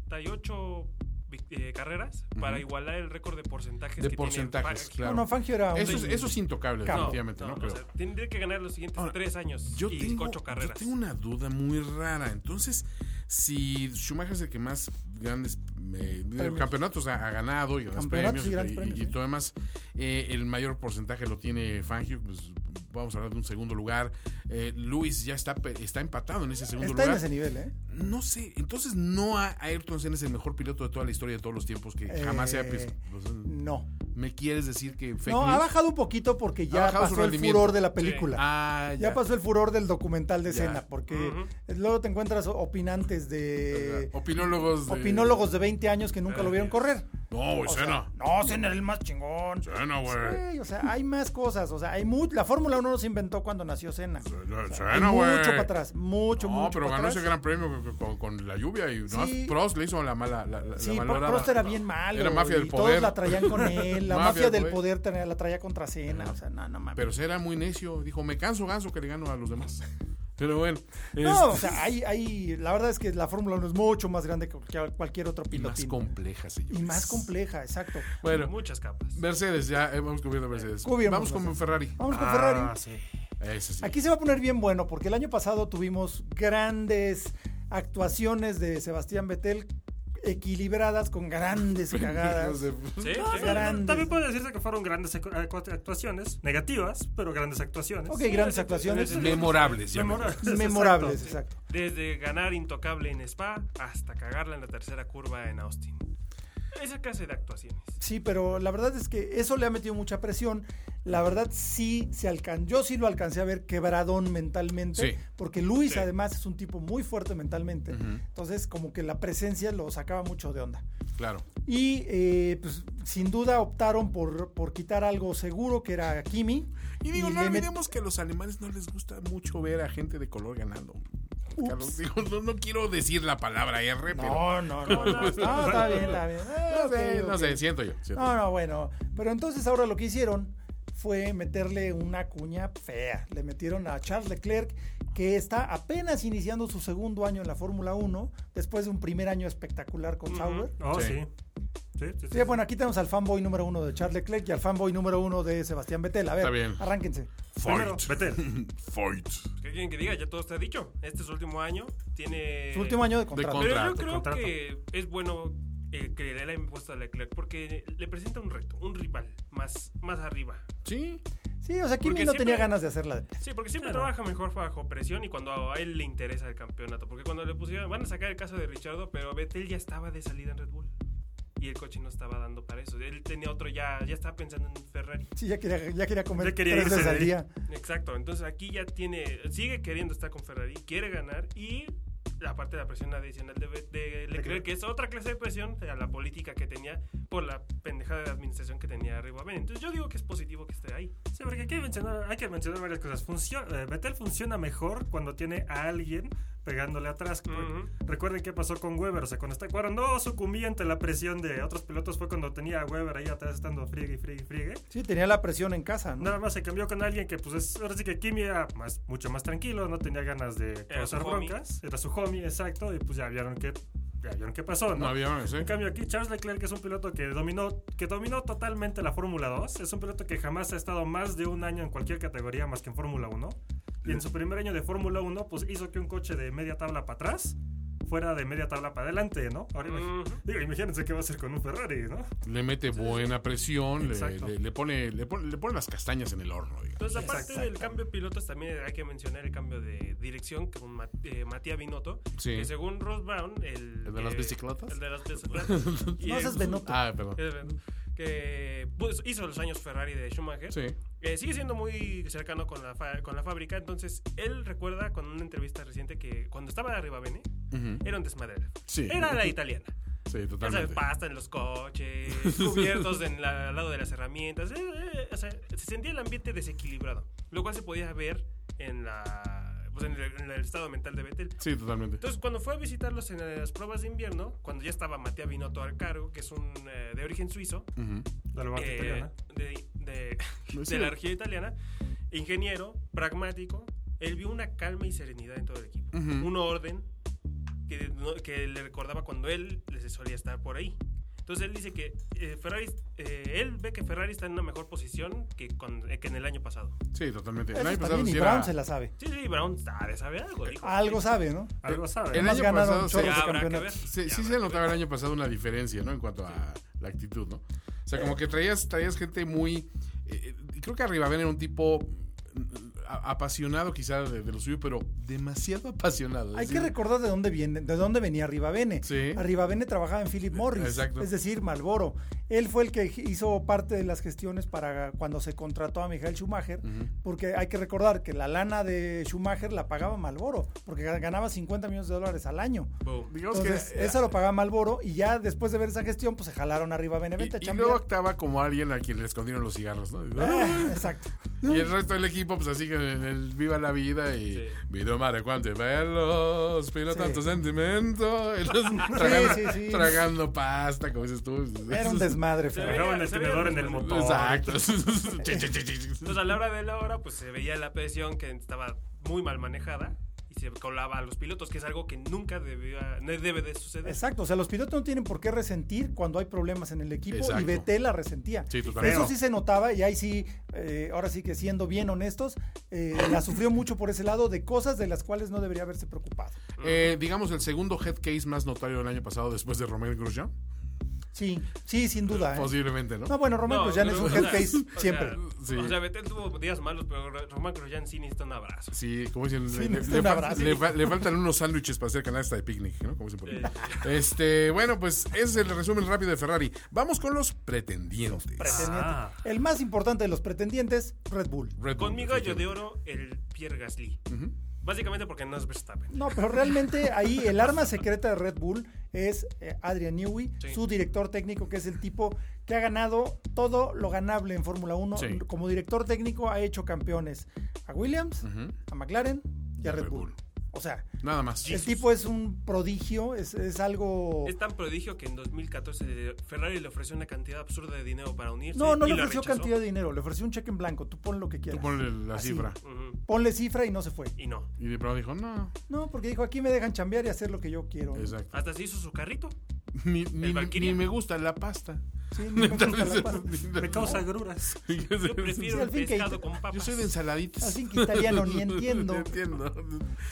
Speaker 4: 68 vic- eh, carreras para
Speaker 2: Ujú.
Speaker 4: igualar el récord de porcentajes
Speaker 2: De
Speaker 4: que
Speaker 2: porcentajes,
Speaker 4: tiene
Speaker 2: claro.
Speaker 1: No, no, Fangio era un-
Speaker 2: Eso es, eso es intocable,
Speaker 1: Claro.
Speaker 2: definitivamente, ¿no?
Speaker 4: No,
Speaker 2: Pero
Speaker 4: o sea, tendría que ganar los siguientes
Speaker 2: Ahora,
Speaker 4: tres años
Speaker 2: yo,
Speaker 4: y
Speaker 2: tengo,
Speaker 4: ocho
Speaker 2: yo
Speaker 4: carreras.
Speaker 2: tengo una duda muy rara. Entonces, si Schumacher es el que más grandes eh,
Speaker 1: Premios.
Speaker 2: campeonatos ha, ha ganado y grandes
Speaker 1: Campeonatos
Speaker 2: premios
Speaker 1: y
Speaker 2: y,
Speaker 1: grandes
Speaker 2: y-
Speaker 1: premios,
Speaker 2: y
Speaker 1: sí.
Speaker 2: todo demás, eh, el mayor porcentaje lo tiene Fangio, pues vamos a hablar de un segundo lugar. Eh, Luis ya está, pe- está empatado en ese segundo
Speaker 1: Está en
Speaker 2: lugar.
Speaker 1: ese nivel, ¿eh?
Speaker 2: No sé, entonces no a Ayrton Senna es el mejor piloto de toda la historia de todos los tiempos que jamás se ha... pues,
Speaker 1: Eh,
Speaker 2: pues, eh,
Speaker 1: No.
Speaker 2: ¿Me quieres decir que fake
Speaker 1: No, ha
Speaker 2: news?
Speaker 1: bajado un poquito porque ya
Speaker 2: bajado su
Speaker 1: pasó el
Speaker 2: rendimiento.
Speaker 1: furor de la película.
Speaker 2: Ah,
Speaker 1: Ya pasó el furor del documental de
Speaker 2: Ya.
Speaker 1: escena, porque
Speaker 4: Ujú.
Speaker 1: luego te encuentras opinantes de
Speaker 2: Opinólogos. de-
Speaker 1: eh,
Speaker 2: Eh,
Speaker 1: opinólogos de 20 años que nunca lo vieron correr.
Speaker 2: No, güey,
Speaker 1: O sea,
Speaker 2: Senna.
Speaker 1: no, Senna era el más chingón.
Speaker 2: Senna, güey.
Speaker 1: Sí, o sea, hay más cosas, o sea, hay mucho. La Fórmula 1 no se inventó cuando nació Senna. O sea, hay
Speaker 2: Senna, güey.
Speaker 1: mucho para atrás, mucho,
Speaker 2: no,
Speaker 1: mucho.
Speaker 2: pero
Speaker 1: para
Speaker 2: ganó
Speaker 1: atrás.
Speaker 2: ese gran premio con- con, con la lluvia y no,
Speaker 1: Sí.
Speaker 2: Prost le hizo la mala. La, la- la
Speaker 1: Sí, Pro-
Speaker 2: malograda-
Speaker 1: Prost era bien malo.
Speaker 2: Era mafia
Speaker 1: y
Speaker 2: del
Speaker 1: Todos
Speaker 2: poder.
Speaker 1: la traían con él. La
Speaker 2: Mafia
Speaker 1: mafia,
Speaker 2: del
Speaker 1: del
Speaker 2: poder.
Speaker 1: poder tenía- la traía contra Senna. O sea, no, no mames.
Speaker 2: Pero se era muy necio. Dijo, me canso ganso que le gano a los demás. Pero bueno.
Speaker 1: no, o
Speaker 2: este,
Speaker 1: sea, hay, hay, la verdad es que la Fórmula 1 es mucho más grande que cualquier, cualquier otro
Speaker 2: y más
Speaker 1: pilotín.
Speaker 2: compleja, señores.
Speaker 1: Y más compleja, exacto.
Speaker 2: Bueno,
Speaker 4: Muchas capas.
Speaker 2: Mercedes, ya eh, vamos cubriendo Mercedes.
Speaker 1: Cubrimos
Speaker 2: vamos con
Speaker 1: Mercedes.
Speaker 2: Ferrari.
Speaker 1: Vamos con
Speaker 3: Ah,
Speaker 1: Ferrari.
Speaker 3: sí.
Speaker 2: Ese sí.
Speaker 1: Aquí se va a poner bien bueno porque el año pasado tuvimos grandes actuaciones de Sebastián Vettel equilibradas con grandes cagadas.
Speaker 4: Sí,
Speaker 3: No,
Speaker 4: sí.
Speaker 3: pero
Speaker 1: Grandes.
Speaker 3: También puede decirse que fueron grandes acu- acu- actuaciones, negativas, pero grandes actuaciones.
Speaker 1: ok, grandes actuaciones.
Speaker 2: Memorables, ya
Speaker 3: Memorables.
Speaker 1: Memorables,
Speaker 3: exacto.
Speaker 1: exacto.
Speaker 4: Desde ganar intocable en Spa hasta cagarla en la tercera curva en Austin. Esa clase de actuaciones. Pues,
Speaker 1: Sí, pero la verdad es que eso le ha metido mucha presión. La verdad sí se alcanzó. Yo sí lo alcancé a ver quebradón mentalmente.
Speaker 2: Sí.
Speaker 1: Porque Luis
Speaker 4: Sí.
Speaker 1: además es un tipo muy fuerte mentalmente. Entonces como que la presencia lo sacaba mucho de onda.
Speaker 2: Claro.
Speaker 1: Y eh, pues sin duda optaron por, por quitar algo seguro que era Kimi.
Speaker 2: Y digo, no
Speaker 1: le met-
Speaker 2: olvidemos que a los alemanes no les gusta mucho ver a gente de color ganando.
Speaker 1: Ups.
Speaker 2: Carlos, digo, no, no quiero decir la palabra R, pero.
Speaker 1: No, no, no, no, no, está bien, está bien. Eh,
Speaker 2: No sé, Ah.
Speaker 1: ok,
Speaker 2: no
Speaker 1: ok.
Speaker 2: sé, siento yo. siento
Speaker 1: No, no, bueno. Pero entonces ahora lo que hicieron fue meterle una cuña fea. Le metieron a Charles Leclerc, que está apenas iniciando su segundo año en la Fórmula 1, después de un primer año espectacular con Sauber.
Speaker 3: Oh,
Speaker 2: Sí.
Speaker 3: sí. Sí, sí, sí.
Speaker 1: Sí, bueno, aquí tenemos al fanboy número uno de Charles Leclerc y al fanboy número uno de Sebastián Vettel. A ver,
Speaker 2: Está bien.
Speaker 1: arránquense.
Speaker 3: Primero,
Speaker 2: Fight.
Speaker 3: Vettel.
Speaker 2: Fight.
Speaker 4: ¿Qué quieren que diga? Ya todo está dicho. Este es su último año. Tiene.
Speaker 1: Su último año de
Speaker 2: De
Speaker 1: contrato.
Speaker 2: con-
Speaker 4: Pero yo
Speaker 2: Contrato,
Speaker 4: creo
Speaker 3: contrato.
Speaker 4: que es bueno eh, que le dé la impuesta a Leclerc porque le presenta un reto, un rival más, más arriba.
Speaker 2: Sí.
Speaker 1: Sí, o sea, Kimi
Speaker 4: Porque
Speaker 1: no
Speaker 4: siempre-
Speaker 1: tenía ganas de hacerla. de-
Speaker 4: Sí, porque siempre
Speaker 3: Claro.
Speaker 4: trabaja mejor bajo presión y cuando a él le interesa el campeonato. Porque cuando le pusieron, van a sacar el caso de Richardo, pero Vettel ya estaba de salida en Red Bull. Y el coche no estaba dando para eso. Él tenía otro ya, ya estaba pensando en Ferrari.
Speaker 1: Sí, ya quería, ya quería comer
Speaker 3: Ya quería
Speaker 1: tres veces
Speaker 3: irse de
Speaker 1: al
Speaker 3: ahí.
Speaker 1: día.
Speaker 4: Exacto, entonces aquí ya tiene, sigue queriendo estar con Ferrari, quiere ganar y la parte de la presión adicional de, Ve- de Leclerc, que es otra clase de presión a la política que tenía por la pendejada de administración que tenía arriba. entonces yo digo que es positivo que esté ahí.
Speaker 3: Sí, porque hay que mencionar, hay que mencionar varias cosas. Funcio- eh, Vettel funciona mejor cuando tiene a alguien pegándole atrás.
Speaker 4: Ujú.
Speaker 3: Recuerden qué pasó con Weber. O sea, cuando está cuando no sucumbía ante la presión de otros pilotos fue cuando tenía a Weber ahí atrás estando friegue, friegue, friegue.
Speaker 1: Sí, tenía la presión en casa. ¿no?
Speaker 3: Nada más se cambió con alguien que, pues, es, ahora sí que Kimi era más, mucho más tranquilo, no tenía ganas de
Speaker 4: Era su
Speaker 3: causar
Speaker 4: homie.
Speaker 3: broncas. Era su homie, exacto. Y pues ya vieron qué, ya vieron qué pasó,
Speaker 2: No
Speaker 3: ¿no?
Speaker 2: había más, ¿eh?
Speaker 3: En cambio, aquí Charles Leclerc es un piloto que dominó, que dominó totalmente la Fórmula 2. Es un piloto que jamás ha estado más de un año en cualquier categoría más que en Fórmula 1. Y en su primer año de Fórmula 1, pues hizo que un coche de media tabla para atrás fuera de media tabla para adelante, ¿no? Ahora imagi-
Speaker 4: Ujú.
Speaker 3: digo, imagínense qué va a hacer con un Ferrari, ¿no?
Speaker 2: Le mete buena presión, le,
Speaker 3: Exacto.
Speaker 2: le- le pone, le, pone, le pone las castañas en el horno. digamos.
Speaker 4: Entonces, aparte del cambio de pilotos, también hay que mencionar el cambio de dirección con Ma- eh, Matías Binotto.
Speaker 2: Sí.
Speaker 4: Que según Ross Brown, el,
Speaker 2: ¿El de las
Speaker 4: eh,
Speaker 2: bicicletas?
Speaker 4: El de las bicicletas. y
Speaker 1: No, ese
Speaker 4: el-
Speaker 1: es Benotto.
Speaker 2: Ah, perdón.
Speaker 4: es Benotto, Que pues, hizo los años Ferrari de Schumacher.
Speaker 2: Sí.
Speaker 4: Eh, sigue siendo muy cercano con la, fa- con la fábrica, entonces él recuerda con una entrevista reciente que cuando estaba arriba Bene,
Speaker 2: Ujú.
Speaker 4: era un desmadre.
Speaker 2: Sí.
Speaker 4: Era la italiana.
Speaker 2: Sí,
Speaker 4: Ya sabes,
Speaker 2: totalmente.
Speaker 4: pasta en los coches, cubiertos en la- al lado de las herramientas. eh, eh, o sea, se sentía el ambiente desequilibrado, lo cual se podía ver en, la, pues, en, el, en el estado mental de Vettel.
Speaker 2: Sí, totalmente.
Speaker 4: Entonces, cuando fue a visitarlos en las pruebas de invierno, cuando ya estaba Matea Binotto al cargo, que es un eh, de origen suizo,
Speaker 2: Ujú.
Speaker 3: De la marca
Speaker 4: eh,
Speaker 3: italiana.
Speaker 4: de, de-
Speaker 2: No es
Speaker 4: de la
Speaker 2: cierto.
Speaker 4: energía italiana, ingeniero, pragmático, él vio una calma y serenidad en todo el equipo,
Speaker 2: Ujú.
Speaker 4: un orden que, no- que le recordaba cuando él les solía estar por ahí. Entonces él dice que eh, Ferrari, eh, él ve que Ferrari está en una mejor posición que, con- eh, que en el año pasado.
Speaker 2: Sí, totalmente.
Speaker 1: Eso
Speaker 2: El año
Speaker 1: está
Speaker 2: pasado
Speaker 1: bien,
Speaker 2: sí
Speaker 1: y
Speaker 2: era-
Speaker 1: Brown se la sabe.
Speaker 4: Sí, sí, Brown sabe, sabe algo, dijo.
Speaker 1: Algo sabe, ¿no?
Speaker 3: Algo sabe.
Speaker 2: el
Speaker 3: ¿no?
Speaker 1: Además
Speaker 2: año
Speaker 1: ganaron
Speaker 2: pasado se-
Speaker 1: chorros
Speaker 4: Ya
Speaker 1: de
Speaker 4: habrá que
Speaker 1: campeonatos.
Speaker 4: ver.
Speaker 2: Sí,
Speaker 4: Ya
Speaker 2: sí
Speaker 4: habrá
Speaker 2: se
Speaker 4: que
Speaker 2: notaba
Speaker 4: ver.
Speaker 2: el año pasado una diferencia, ¿no? En cuanto a la actitud, ¿no? O
Speaker 4: Eh.
Speaker 2: sea, como que traías, traías gente muy... eh, eh, creo que Arribaben era un tipo mm, a- apasionado quizá de, de lo suyo, pero demasiado apasionado. Es
Speaker 1: Hay que
Speaker 2: decir,
Speaker 1: recordar de dónde viene, de dónde venía Arribavene.
Speaker 2: Pues Sí.
Speaker 1: Arribavene trabajaba en Philip Morris,
Speaker 2: Exacto.
Speaker 1: es decir, Malboro. Él fue el que hizo parte de las gestiones para cuando se contrató a Michael Schumacher, porque hay que recordar que la lana de Schumacher la pagaba Malboro, porque ga- ganaba 50 millones de dólares al año.
Speaker 2: digamos que- eh,
Speaker 1: Entonces, esa lo pagaba Malboro y ya después de ver esa gestión, pues se jalaron arriba
Speaker 2: Y,
Speaker 1: Benevente.
Speaker 2: y luego ¡ah! actuaba como alguien a quien le escondieron los cigarros, ¿no?
Speaker 1: Eh, Ah, exacto.
Speaker 2: Y el resto del equipo, pues así que en el viva la vida y
Speaker 4: Sí.
Speaker 2: video mare cuánto verlos, pero
Speaker 1: Sí.
Speaker 2: tanto sentimiento, y los-
Speaker 1: sí, sí.
Speaker 2: tragando pasta, como dices tú.
Speaker 1: Era un desmadre,
Speaker 4: Se
Speaker 1: Fer.
Speaker 4: veía-
Speaker 3: Dejaban el
Speaker 4: se veía
Speaker 3: tenedor en el
Speaker 4: desmadre.
Speaker 3: motor.
Speaker 2: Exacto.
Speaker 4: Entonces, a la hora de la hora, pues se veía la presión que estaba muy mal manejada y se colaba a los pilotos, que es algo que nunca debía- no debe de suceder.
Speaker 1: Exacto, o sea, los pilotos no tienen por qué resentir cuando hay problemas en el equipo
Speaker 2: Exacto.
Speaker 1: y Vettel la resentía.
Speaker 2: Sí, totalmente.
Speaker 1: Eso sí se notaba y ahí sí, eh, ahora sí que siendo bien honestos, eh, la sufrió mucho por ese lado de cosas de las cuales no debería haberse preocupado.
Speaker 2: Eh, digamos el segundo head case más notario del año pasado después de Romain Grosjean.
Speaker 1: Sí, sí, sin duda. ¿eh?
Speaker 2: Posiblemente, Pues ¿no?
Speaker 1: No, bueno, Román
Speaker 4: No,
Speaker 1: pues ya es
Speaker 4: pero,
Speaker 1: un
Speaker 4: o
Speaker 1: head
Speaker 4: sea,
Speaker 1: case
Speaker 4: o
Speaker 1: siempre.
Speaker 4: sea,
Speaker 2: Sí.
Speaker 4: O sea, Betel tuvo días malos, pero Ro- Román Grosjean sí necesita un abrazo.
Speaker 2: Sí, como dicen,
Speaker 1: Sí,
Speaker 2: le- le,
Speaker 1: necesita
Speaker 2: le
Speaker 1: un
Speaker 2: fal-
Speaker 1: abrazo.
Speaker 2: le fa- le faltan unos sándwiches para hacer canasta de picnic, ¿no? Como dicen por ahí. Este, bueno, pues ese es el resumen rápido de Ferrari. Vamos con los pretendientes.
Speaker 1: Pretendiente.
Speaker 3: Ah.
Speaker 1: El más importante de los pretendientes, Red Bull.
Speaker 2: Red Bull,
Speaker 4: Con mi gallo de
Speaker 2: efectivamente.
Speaker 4: oro, el Pierre Gasly. Básicamente porque no es Verstappen.
Speaker 1: No, pero realmente ahí el arma secreta de Red Bull es eh, Adrian Newey,
Speaker 4: Sí.
Speaker 1: su director técnico, que es el tipo que ha ganado todo lo ganable en Fórmula 1.
Speaker 2: Sí.
Speaker 1: Como director técnico ha hecho campeones a Williams,
Speaker 2: Ujú.
Speaker 1: a McLaren y a Red,
Speaker 2: Red
Speaker 1: Bull.
Speaker 2: Bull.
Speaker 1: O sea,
Speaker 2: Nada más.
Speaker 1: el tipo es un prodigio, es, es algo...
Speaker 4: Es tan prodigio que en 2014 eh, Ferrari le ofreció una cantidad absurda de dinero para unirse.
Speaker 1: No, no
Speaker 4: y
Speaker 1: le
Speaker 4: la
Speaker 1: ofreció
Speaker 4: rechazó.
Speaker 1: cantidad de dinero, le ofreció un cheque en blanco, tú pon lo que quieras.
Speaker 2: Tú ponle la
Speaker 1: Así.
Speaker 2: cifra.
Speaker 4: Ujú,
Speaker 1: Ponle cifra y no se fue.
Speaker 4: Y no.
Speaker 2: Y de pronto dijo, no,
Speaker 1: No, porque dijo, aquí me dejan chambear y hacer lo que yo quiero.
Speaker 2: exacto.
Speaker 4: Hasta se hizo su carrito.
Speaker 2: Ni, ni-
Speaker 4: Ah, Valkyria.
Speaker 2: ni me gusta la pasta.
Speaker 1: Sí, ni me gusta la pasta.
Speaker 3: Me causa agruras.
Speaker 4: Yo prefiero
Speaker 1: Sí, al
Speaker 4: el
Speaker 1: fin que-
Speaker 4: pescado con papas.
Speaker 2: Yo soy de ensaladitas.
Speaker 1: Así que italiano, ni entiendo.
Speaker 2: Ni entiendo.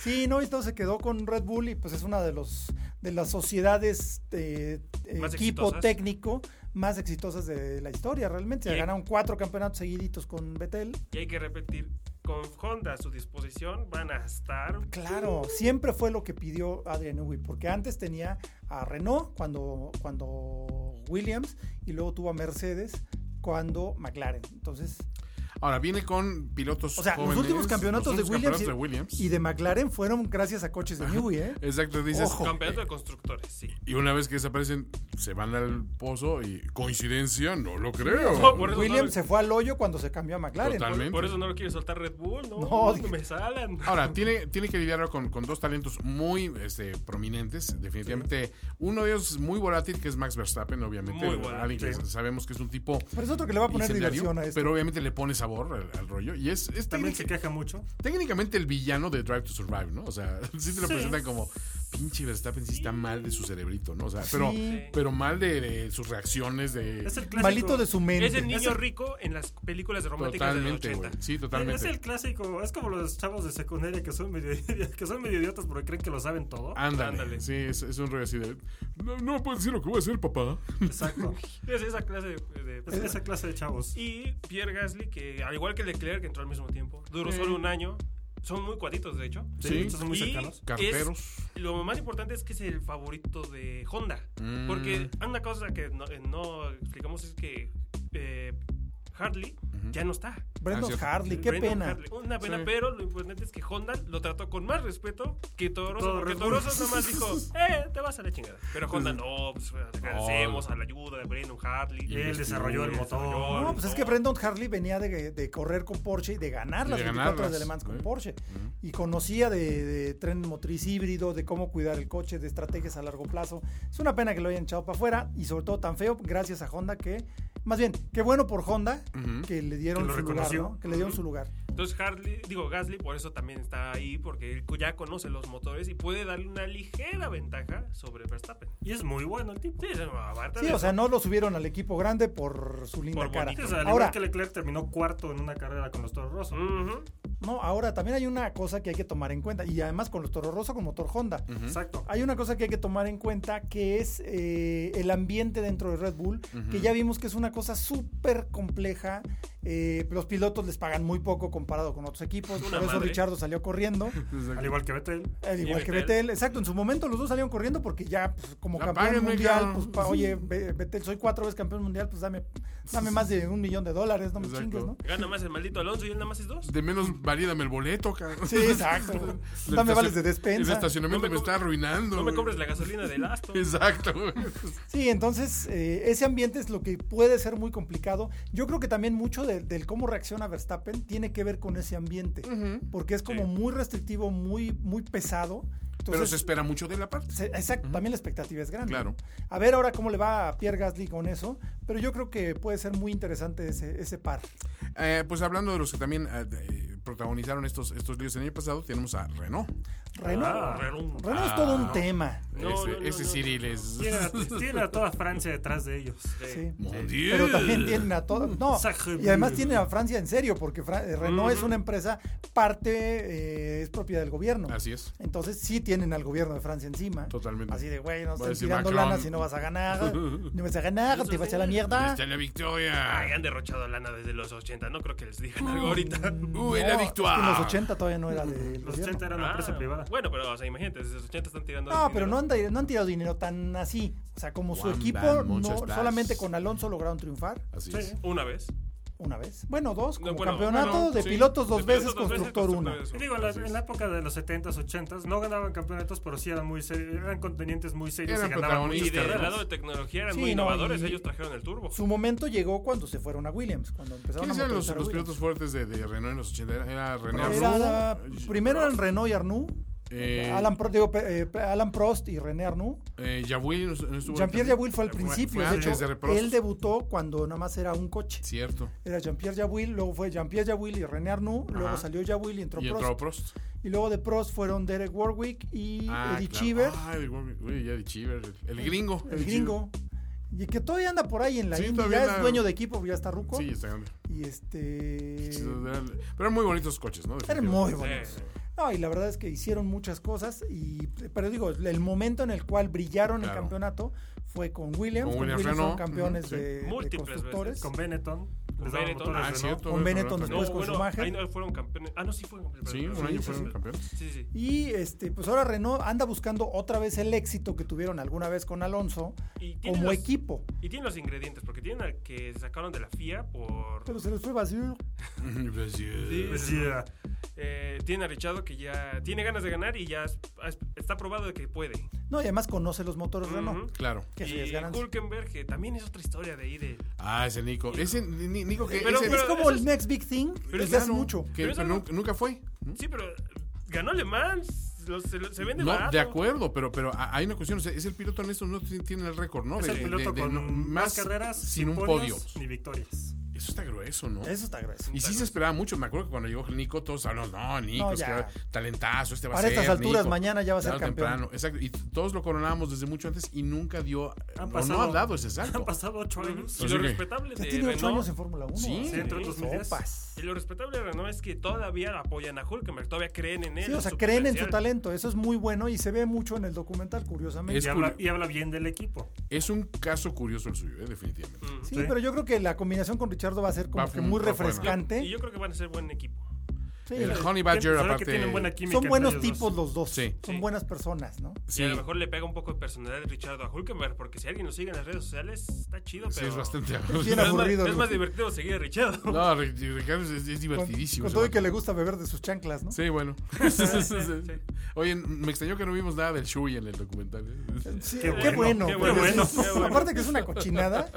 Speaker 1: Sí, no, y todo se quedó con Red Bull y pues es una de los de las sociedades de
Speaker 4: Más
Speaker 1: equipo
Speaker 4: exitosas.
Speaker 1: técnico más exitosas de la historia realmente. Se
Speaker 4: Y-
Speaker 1: ganaron cuatro campeonatos seguiditos con Betel.
Speaker 4: Y hay que repetir, con Honda a su disposición van a estar...
Speaker 1: Claro, siempre fue lo que pidió Adrian Newey, porque antes tenía a Renault cuando, cuando Williams y luego tuvo a Mercedes cuando McLaren. Entonces,
Speaker 2: Ahora viene con pilotos.
Speaker 1: o sea, los
Speaker 2: jóvenes,
Speaker 1: últimos campeonatos,
Speaker 2: los
Speaker 1: de,
Speaker 2: últimos
Speaker 1: Williams
Speaker 2: campeonatos
Speaker 1: y-
Speaker 2: de Williams.
Speaker 1: y de McLaren fueron gracias a coches de Newey, ¿eh?
Speaker 2: Exacto, dices.
Speaker 1: Ojo.
Speaker 4: Campeonato de constructores, sí.
Speaker 2: Y una vez que desaparecen, se van al pozo y coincidencia, no lo creo.
Speaker 4: No, por eso
Speaker 1: Williams
Speaker 4: no
Speaker 1: se fue al hoyo cuando se cambió a McLaren.
Speaker 2: Total.
Speaker 4: lo,
Speaker 2: Totalmente.
Speaker 4: por eso no lo quiere soltar Red Bull, no,
Speaker 1: No, Ah,
Speaker 4: no,
Speaker 1: dije-
Speaker 4: me salan.
Speaker 2: Ahora, tiene, tiene que lidiar con, con dos talentos muy este, prominentes, definitivamente. Uno de ellos es muy volátil, que es Max Verstappen, obviamente.
Speaker 4: Muy volátil.
Speaker 2: Alguien que sabemos que es un tipo
Speaker 1: Pero es otro que le va a poner
Speaker 2: incendiario,
Speaker 1: diversión a esto.
Speaker 2: pero obviamente le pone sabor al, al rollo. Y es, es
Speaker 3: También
Speaker 2: técnic-
Speaker 3: se queja mucho.
Speaker 2: técnicamente el villano de Drive to Survive, ¿no? O sea, sí te lo
Speaker 3: Sí.
Speaker 2: presentan como pinche Verstappen, sí está mal de su cerebrito, ¿no? O sea, pero,
Speaker 1: Sí.
Speaker 2: pero mal de, de sus reacciones, de...
Speaker 3: Es el clásico.
Speaker 1: Malito de su mente.
Speaker 4: Es el niño
Speaker 3: el-
Speaker 4: rico en las películas de románticas de los
Speaker 2: Totalmente,
Speaker 4: 80.
Speaker 2: güey. Sí,
Speaker 3: Eh, Es
Speaker 2: totalmente.
Speaker 3: el clásico, es como los chavos de secundaria que son medio, que son medio idiotas porque creen que lo saben todo.
Speaker 2: Ándale.
Speaker 4: Ándale.
Speaker 2: Sí, es, es un rollo así de. No, no me puedes decir lo que voy a hacer, papá.
Speaker 3: Exacto.
Speaker 4: Es esa clase de... de pues,
Speaker 3: Es esa clase de chavos.
Speaker 4: Y Pierre Gasly, que al igual que Leclerc, que entró al mismo tiempo, duró
Speaker 2: Sí.
Speaker 4: solo un año. Son muy cuatitos, de hecho.
Speaker 2: Sí.
Speaker 3: estos son
Speaker 4: Y
Speaker 3: muy cercanos.
Speaker 2: Carteros.
Speaker 4: es- lo más importante es que es el favorito de Honda.
Speaker 2: Mm.
Speaker 4: Porque hay una cosa que no, eh, no explicamos es que eh, Hartley
Speaker 2: Mm,
Speaker 4: ya no está.
Speaker 1: Brendan
Speaker 2: Ah, cierto.
Speaker 1: Hartley, qué
Speaker 4: Brandon
Speaker 1: pena.
Speaker 4: Hartley, una pena,
Speaker 2: Sí.
Speaker 4: pero lo importante es que Honda lo trató con más respeto que Toroso.
Speaker 3: Todo
Speaker 4: porque
Speaker 3: Red Bull.
Speaker 4: Toroso nomás dijo, eh, te vas a la chingada. Pero Honda no, pues agradecemos
Speaker 2: No.
Speaker 4: a la ayuda de Brandon Hartley.
Speaker 3: Y él desarrolló el motor.
Speaker 1: No, pues es que Brendan Hartley venía de, de correr con Porsche y de ganar
Speaker 2: Y
Speaker 1: las
Speaker 2: de
Speaker 1: 24 horas
Speaker 2: ganarlas,
Speaker 1: de Le Mans con
Speaker 2: ¿eh?
Speaker 1: Porsche. Y conocía de, de tren motriz híbrido, de cómo cuidar el coche, de estrategias a largo plazo. Es una pena que lo hayan echado para afuera y sobre todo tan feo gracias a Honda que, más bien, qué bueno por Honda
Speaker 2: Ujú.
Speaker 1: que le dieron
Speaker 3: Que lo
Speaker 1: su lugar,
Speaker 3: reconoció.
Speaker 1: ¿no? Que le dieron su lugar.
Speaker 4: Entonces Hartley, digo Gasly, por eso también está ahí, porque él ya conoce los motores y puede darle una ligera ventaja sobre Verstappen.
Speaker 3: Y es muy bueno el tipo.
Speaker 4: Sí, se va a
Speaker 1: Sí, o sea, no lo subieron al equipo grande por su linda
Speaker 4: Por
Speaker 1: cara.
Speaker 3: O sea, al
Speaker 1: Ahora,
Speaker 3: igual que Leclerc terminó cuarto en una carrera con los Toros Rosso.
Speaker 1: no, ahora también hay una cosa que hay que tomar en cuenta. Y además con los Toro Rosso con motor Honda.
Speaker 3: Exacto.
Speaker 1: Hay una cosa que hay que tomar en cuenta que es eh, el ambiente dentro de Red Bull, que ya vimos que es una cosa súper compleja. eh, los pilotos les pagan muy poco comparado con otros equipos.
Speaker 4: Una
Speaker 1: Por eso
Speaker 4: madre.
Speaker 1: Richardo salió corriendo,
Speaker 3: Al igual que Vettel.
Speaker 1: al igual que
Speaker 4: Vettel.
Speaker 1: Vettel. Exacto, en su momento los dos salieron corriendo porque ya, pues, como
Speaker 2: Ya
Speaker 1: campeón
Speaker 2: páguenme,
Speaker 1: mundial,
Speaker 2: cabrón.
Speaker 1: pues, pa- oye, Ve- Vettel, soy cuatro veces campeón mundial, pues dame, dame más de un millón de dólares, no me
Speaker 2: Exacto.
Speaker 1: chingues, ¿no?
Speaker 4: Gana más el maldito Alonso y él nada más es dos.
Speaker 2: De menos valídame el boleto, cabrón.
Speaker 1: Sí, exacto. Dame vales de
Speaker 2: El
Speaker 1: despensa.
Speaker 4: No
Speaker 2: estacionamiento
Speaker 4: me
Speaker 2: me,
Speaker 4: com-
Speaker 2: está arruinando.
Speaker 4: No me
Speaker 2: güey.
Speaker 4: compres la gasolina del Aston.
Speaker 2: Exacto, güey.
Speaker 1: Sí, entonces eh, ese ambiente es lo que puede ser muy complicado. Yo creo que también mucho de- del cómo reacciona Verstappen tiene que ver con ese ambiente, porque es como
Speaker 4: Sí.
Speaker 1: muy restrictivo, muy, muy pesado.
Speaker 2: Pero
Speaker 1: Entonces,
Speaker 2: se espera mucho de la parte.
Speaker 1: se- exacto, también la expectativa es grande.
Speaker 2: Claro.
Speaker 1: A ver ahora cómo le va a Pierre Gasly con eso, pero yo creo que puede ser muy interesante ese, ese par.
Speaker 2: Eh, pues hablando de los que también eh, eh, protagonizaron estos, estos líos en el año pasado, tenemos a Renault.
Speaker 1: Renault.
Speaker 3: Ah.
Speaker 4: Renault.
Speaker 1: Renault es todo un
Speaker 4: no.
Speaker 1: tema.
Speaker 4: No,
Speaker 2: ese
Speaker 4: no, no,
Speaker 2: ese
Speaker 4: no,
Speaker 2: Cyril
Speaker 4: no, no.
Speaker 2: es.
Speaker 3: Tienen a, tienen a toda Francia detrás de ellos.
Speaker 1: Sí.
Speaker 2: Mon Dieu.
Speaker 1: Pero también tienen a todos. No.
Speaker 3: Sacre
Speaker 1: Y además
Speaker 3: bleu.
Speaker 1: tienen a Francia en serio, porque Fra- eh, Renault es
Speaker 4: Ujú.
Speaker 1: una empresa, parte eh, es propiedad del gobierno.
Speaker 2: Así es.
Speaker 1: Entonces sí tienen al gobierno de Francia encima.
Speaker 2: Totalmente.
Speaker 1: Así de, güey, no
Speaker 2: Va a
Speaker 1: estás
Speaker 2: decir
Speaker 1: tirando
Speaker 2: Macron.
Speaker 1: lana si no vas a ganar. No vas a ganar,
Speaker 4: Eso
Speaker 1: te vas
Speaker 4: sí.
Speaker 1: a la mierda.
Speaker 2: Está la
Speaker 1: Ah.
Speaker 2: victoria.
Speaker 4: Ah. Ay, han derrochado lana desde los 80. No creo que les digan algo ahorita.
Speaker 2: Uy,
Speaker 1: No,
Speaker 2: Uh, la
Speaker 1: Oh, es que
Speaker 2: victoria.
Speaker 1: en los 80 todavía no era del
Speaker 3: Los
Speaker 1: gobierno.
Speaker 3: 80 era una empresa
Speaker 4: Ah,
Speaker 3: privada.
Speaker 4: Bueno, pero, o sea, imagínate, desde los 80 están tirando.
Speaker 1: No, pero no han,
Speaker 4: dinero.
Speaker 1: da- no han tirado dinero tan así. O sea, como su
Speaker 2: Juan
Speaker 1: equipo,
Speaker 2: Van
Speaker 1: no,
Speaker 2: Monchestas.
Speaker 1: solamente con Alonso lograron triunfar
Speaker 2: Así
Speaker 3: Sí.
Speaker 2: es.
Speaker 4: Una vez.
Speaker 1: una vez. Bueno, dos, como
Speaker 4: No, bueno,
Speaker 1: campeonato
Speaker 4: bueno,
Speaker 1: de
Speaker 4: sí.
Speaker 1: pilotos dos
Speaker 4: De
Speaker 1: veces,
Speaker 4: pilotos dos
Speaker 1: constructor una.
Speaker 3: Y
Speaker 4: constructor
Speaker 3: digo, la-
Speaker 2: Así es.
Speaker 3: en la época de los 70s, 80s, no ganaban campeonatos, pero sí eran muy serios, eran contenientes muy serios
Speaker 2: Eran
Speaker 3: y ganaban
Speaker 4: Y
Speaker 3: muy
Speaker 2: protagonistas,
Speaker 4: del
Speaker 2: Carreras.
Speaker 4: lado de tecnología eran
Speaker 1: Sí,
Speaker 4: muy
Speaker 1: no,
Speaker 4: innovadores.
Speaker 1: y-
Speaker 4: Ellos trajeron el turbo.
Speaker 1: Su momento llegó cuando se fueron a Williams, cuando empezaron
Speaker 2: ¿Quiénes
Speaker 1: a
Speaker 2: eran los,
Speaker 1: motorizar a
Speaker 2: los
Speaker 1: Williams.
Speaker 2: pilotos fuertes de, de Renault en los 80? Era- Era René
Speaker 1: Era-
Speaker 2: Arnoux.
Speaker 1: primero eran Renault y Arnoux.
Speaker 2: Eh,
Speaker 1: Alan, Pro- digo, pe- eh, pe- Alan Prost y René Arnoux.
Speaker 2: Eh, Yabuil no estuvo ahí
Speaker 1: Jean-Pierre
Speaker 2: también.
Speaker 1: Jabouil fue al
Speaker 4: Fue-
Speaker 1: principio.
Speaker 2: fue
Speaker 1: de
Speaker 2: antes de
Speaker 1: hecho,
Speaker 2: Reprost.
Speaker 1: él debutó cuando nada más era un coche.
Speaker 2: Cierto.
Speaker 1: Era Jean-Pierre Jabouil, luego fue Jean-Pierre Jabouil y René Arnoux, luego
Speaker 2: Ajá.
Speaker 1: salió Jabouil y entró
Speaker 2: Y
Speaker 1: Prost.
Speaker 2: entró Prost.
Speaker 1: Y luego de Prost fueron Derek Warwick y Eddie Cheever,
Speaker 2: Ah, el, uy, Eddie Cheever. el- El, gringo.
Speaker 1: el gringo. Y que todavía anda por ahí en la
Speaker 2: Sí,
Speaker 1: Indy,
Speaker 2: todavía
Speaker 1: ya es
Speaker 2: anda-
Speaker 1: dueño de equipo, ya está ruco.
Speaker 2: Sí, Pues, está grande.
Speaker 1: Y este...
Speaker 2: Eran- Pero eran muy bonitos coches, ¿no?
Speaker 1: Eran muy
Speaker 2: Definitivamente.
Speaker 1: bonitos. No, y la verdad es que hicieron muchas cosas, y, pero digo, el momento en el cual brillaron
Speaker 2: Claro.
Speaker 1: el campeonato fue con Williams,
Speaker 2: Con
Speaker 1: con
Speaker 2: Williams
Speaker 1: Williams son
Speaker 2: Renault,
Speaker 1: campeones
Speaker 2: ujú, sí.
Speaker 1: de, de
Speaker 4: Múltiples
Speaker 1: constructores.
Speaker 4: veces.
Speaker 3: Con Benetton, les daban
Speaker 4: Benetton,
Speaker 3: motores
Speaker 2: Ah,
Speaker 3: Renault.
Speaker 2: es cierto.
Speaker 1: Con Benetton
Speaker 2: Renault.
Speaker 4: No,
Speaker 1: después con
Speaker 4: bueno,
Speaker 1: Schumacher.
Speaker 4: ahí no fueron campeones. Ah, no, sí fueron campeones.
Speaker 2: Sí, un
Speaker 4: perdón.
Speaker 2: año
Speaker 1: sí,
Speaker 2: fueron
Speaker 1: sí.
Speaker 2: campeones.
Speaker 4: Sí, sí.
Speaker 1: Y este, pues ahora Renault anda buscando otra vez el éxito que tuvieron alguna vez con Alonso
Speaker 4: Y tienen
Speaker 1: como
Speaker 4: los-
Speaker 1: equipo.
Speaker 4: Y tienen los ingredientes, porque tienen al que sacaron de la FIA por.
Speaker 1: Pero se les fue vacío.
Speaker 2: Brasil.
Speaker 3: Pues sí, era-
Speaker 4: Eh, tienen a Richardo que ya tiene ganas de ganar y ya es- es- está probado de que puede.
Speaker 1: No, y además conoce los motores
Speaker 4: Ujú.
Speaker 1: Renault.
Speaker 2: Claro.
Speaker 1: Que sí es
Speaker 4: y
Speaker 1: ganancia.
Speaker 4: Hulkenberg, que también es otra historia de ahí de.
Speaker 2: Ah, ese Nico. Ese Ni- Nico que.
Speaker 4: Pero-
Speaker 2: ese-
Speaker 1: Es
Speaker 4: pero-
Speaker 1: como
Speaker 4: eso
Speaker 1: el
Speaker 4: es-
Speaker 1: next big thing
Speaker 2: pero
Speaker 1: desde hace
Speaker 2: claro,
Speaker 1: mucho.
Speaker 2: que-
Speaker 4: Pero es
Speaker 2: pero
Speaker 4: algo-
Speaker 2: nunca, nunca fue.
Speaker 1: ¿Mm?
Speaker 4: Sí, pero eh, ganó Le Mans. los- se, lo- se vende
Speaker 2: No,
Speaker 4: barato.
Speaker 2: de acuerdo, pero, pero a- hay una cuestión. o sea, es el piloto en esto, no ti- tiene el récord, ¿no?
Speaker 3: Es
Speaker 2: De-
Speaker 3: el
Speaker 2: de-
Speaker 3: piloto
Speaker 2: de-
Speaker 3: con
Speaker 2: no-
Speaker 3: más carreras,
Speaker 2: sin un podio.
Speaker 3: podios ni victorias.
Speaker 2: Eso está grueso, ¿no?
Speaker 1: Eso está grueso.
Speaker 2: Y sí se esperaba mucho. Me acuerdo que cuando llegó Nico, todos hablaron, no, Nico,
Speaker 1: No,
Speaker 2: es que
Speaker 1: ya.
Speaker 2: era talentazo, este va a
Speaker 1: Para
Speaker 2: ser.
Speaker 1: estas alturas,
Speaker 2: Nico".
Speaker 1: mañana ya va a ser
Speaker 2: Tarde o
Speaker 1: campeón.
Speaker 2: temprano, Exacto. Y todos lo coronábamos desde mucho antes y nunca dio.
Speaker 3: Han
Speaker 2: no,
Speaker 3: pasado-
Speaker 2: no ha dado ese salto.
Speaker 3: Han pasado ocho años.
Speaker 4: Y
Speaker 2: Así
Speaker 4: lo
Speaker 2: que-
Speaker 4: respetable
Speaker 1: Ya
Speaker 4: de
Speaker 1: tiene ocho
Speaker 4: Renault-
Speaker 1: años en Fórmula 1.
Speaker 2: Sí.
Speaker 3: Sí, entró en 2010.
Speaker 1: Sopas.
Speaker 4: Y lo respetable de Renault es que todavía apoyan a Hulkenberg, todavía creen en él.
Speaker 1: Sí,
Speaker 4: en
Speaker 1: o sea,
Speaker 4: su
Speaker 1: creen en su
Speaker 4: potencial.
Speaker 1: talento. Eso es muy bueno y se ve mucho en el documental, curiosamente.
Speaker 2: Es
Speaker 3: Y habla,
Speaker 2: curio-
Speaker 3: y habla bien del equipo.
Speaker 2: Es un caso curioso el suyo, eh, definitivamente.
Speaker 4: Mm.
Speaker 1: Sí,
Speaker 3: Sí.
Speaker 1: pero yo creo que la combinación con Richardo va a ser como
Speaker 2: Va
Speaker 1: que
Speaker 2: muy-
Speaker 1: muy
Speaker 2: va bueno.
Speaker 1: refrescante.
Speaker 4: Y yo creo que van a ser buen equipo.
Speaker 1: Sí.
Speaker 2: El Honey Badger,
Speaker 3: Se ve
Speaker 2: aparte.
Speaker 3: que tienen buena química
Speaker 1: Son
Speaker 3: entre
Speaker 1: buenos
Speaker 3: ellos
Speaker 1: tipos
Speaker 3: dos.
Speaker 1: los dos.
Speaker 2: Sí.
Speaker 1: Son
Speaker 4: Sí.
Speaker 1: buenas personas, ¿no?
Speaker 2: Sí,
Speaker 4: Y a lo mejor le pega un poco de personalidad de Richardo a Hulkenberg, porque si alguien lo sigue en las redes sociales, está chido,
Speaker 2: sí,
Speaker 4: pero.
Speaker 2: es bastante
Speaker 1: bien
Speaker 4: pero es más-
Speaker 1: aburrido,
Speaker 4: Es,
Speaker 1: ¿no?
Speaker 4: más divertido seguir a Richardo.
Speaker 2: No, Ri- Ricardo es, es
Speaker 1: Con,
Speaker 2: divertidísimo.
Speaker 1: con
Speaker 2: ese
Speaker 1: todo y
Speaker 2: vato.
Speaker 1: que le gusta beber de sus chanclas, ¿no?
Speaker 2: Sí, bueno. Oye, me extrañó que no vimos nada del Shui en el documental. eh.
Speaker 1: Sí,
Speaker 3: Qué
Speaker 1: qué bueno.
Speaker 3: bueno,
Speaker 4: qué
Speaker 1: porque
Speaker 4: bueno,
Speaker 1: sí,
Speaker 4: qué bueno.
Speaker 1: Aparte que es una cochinada,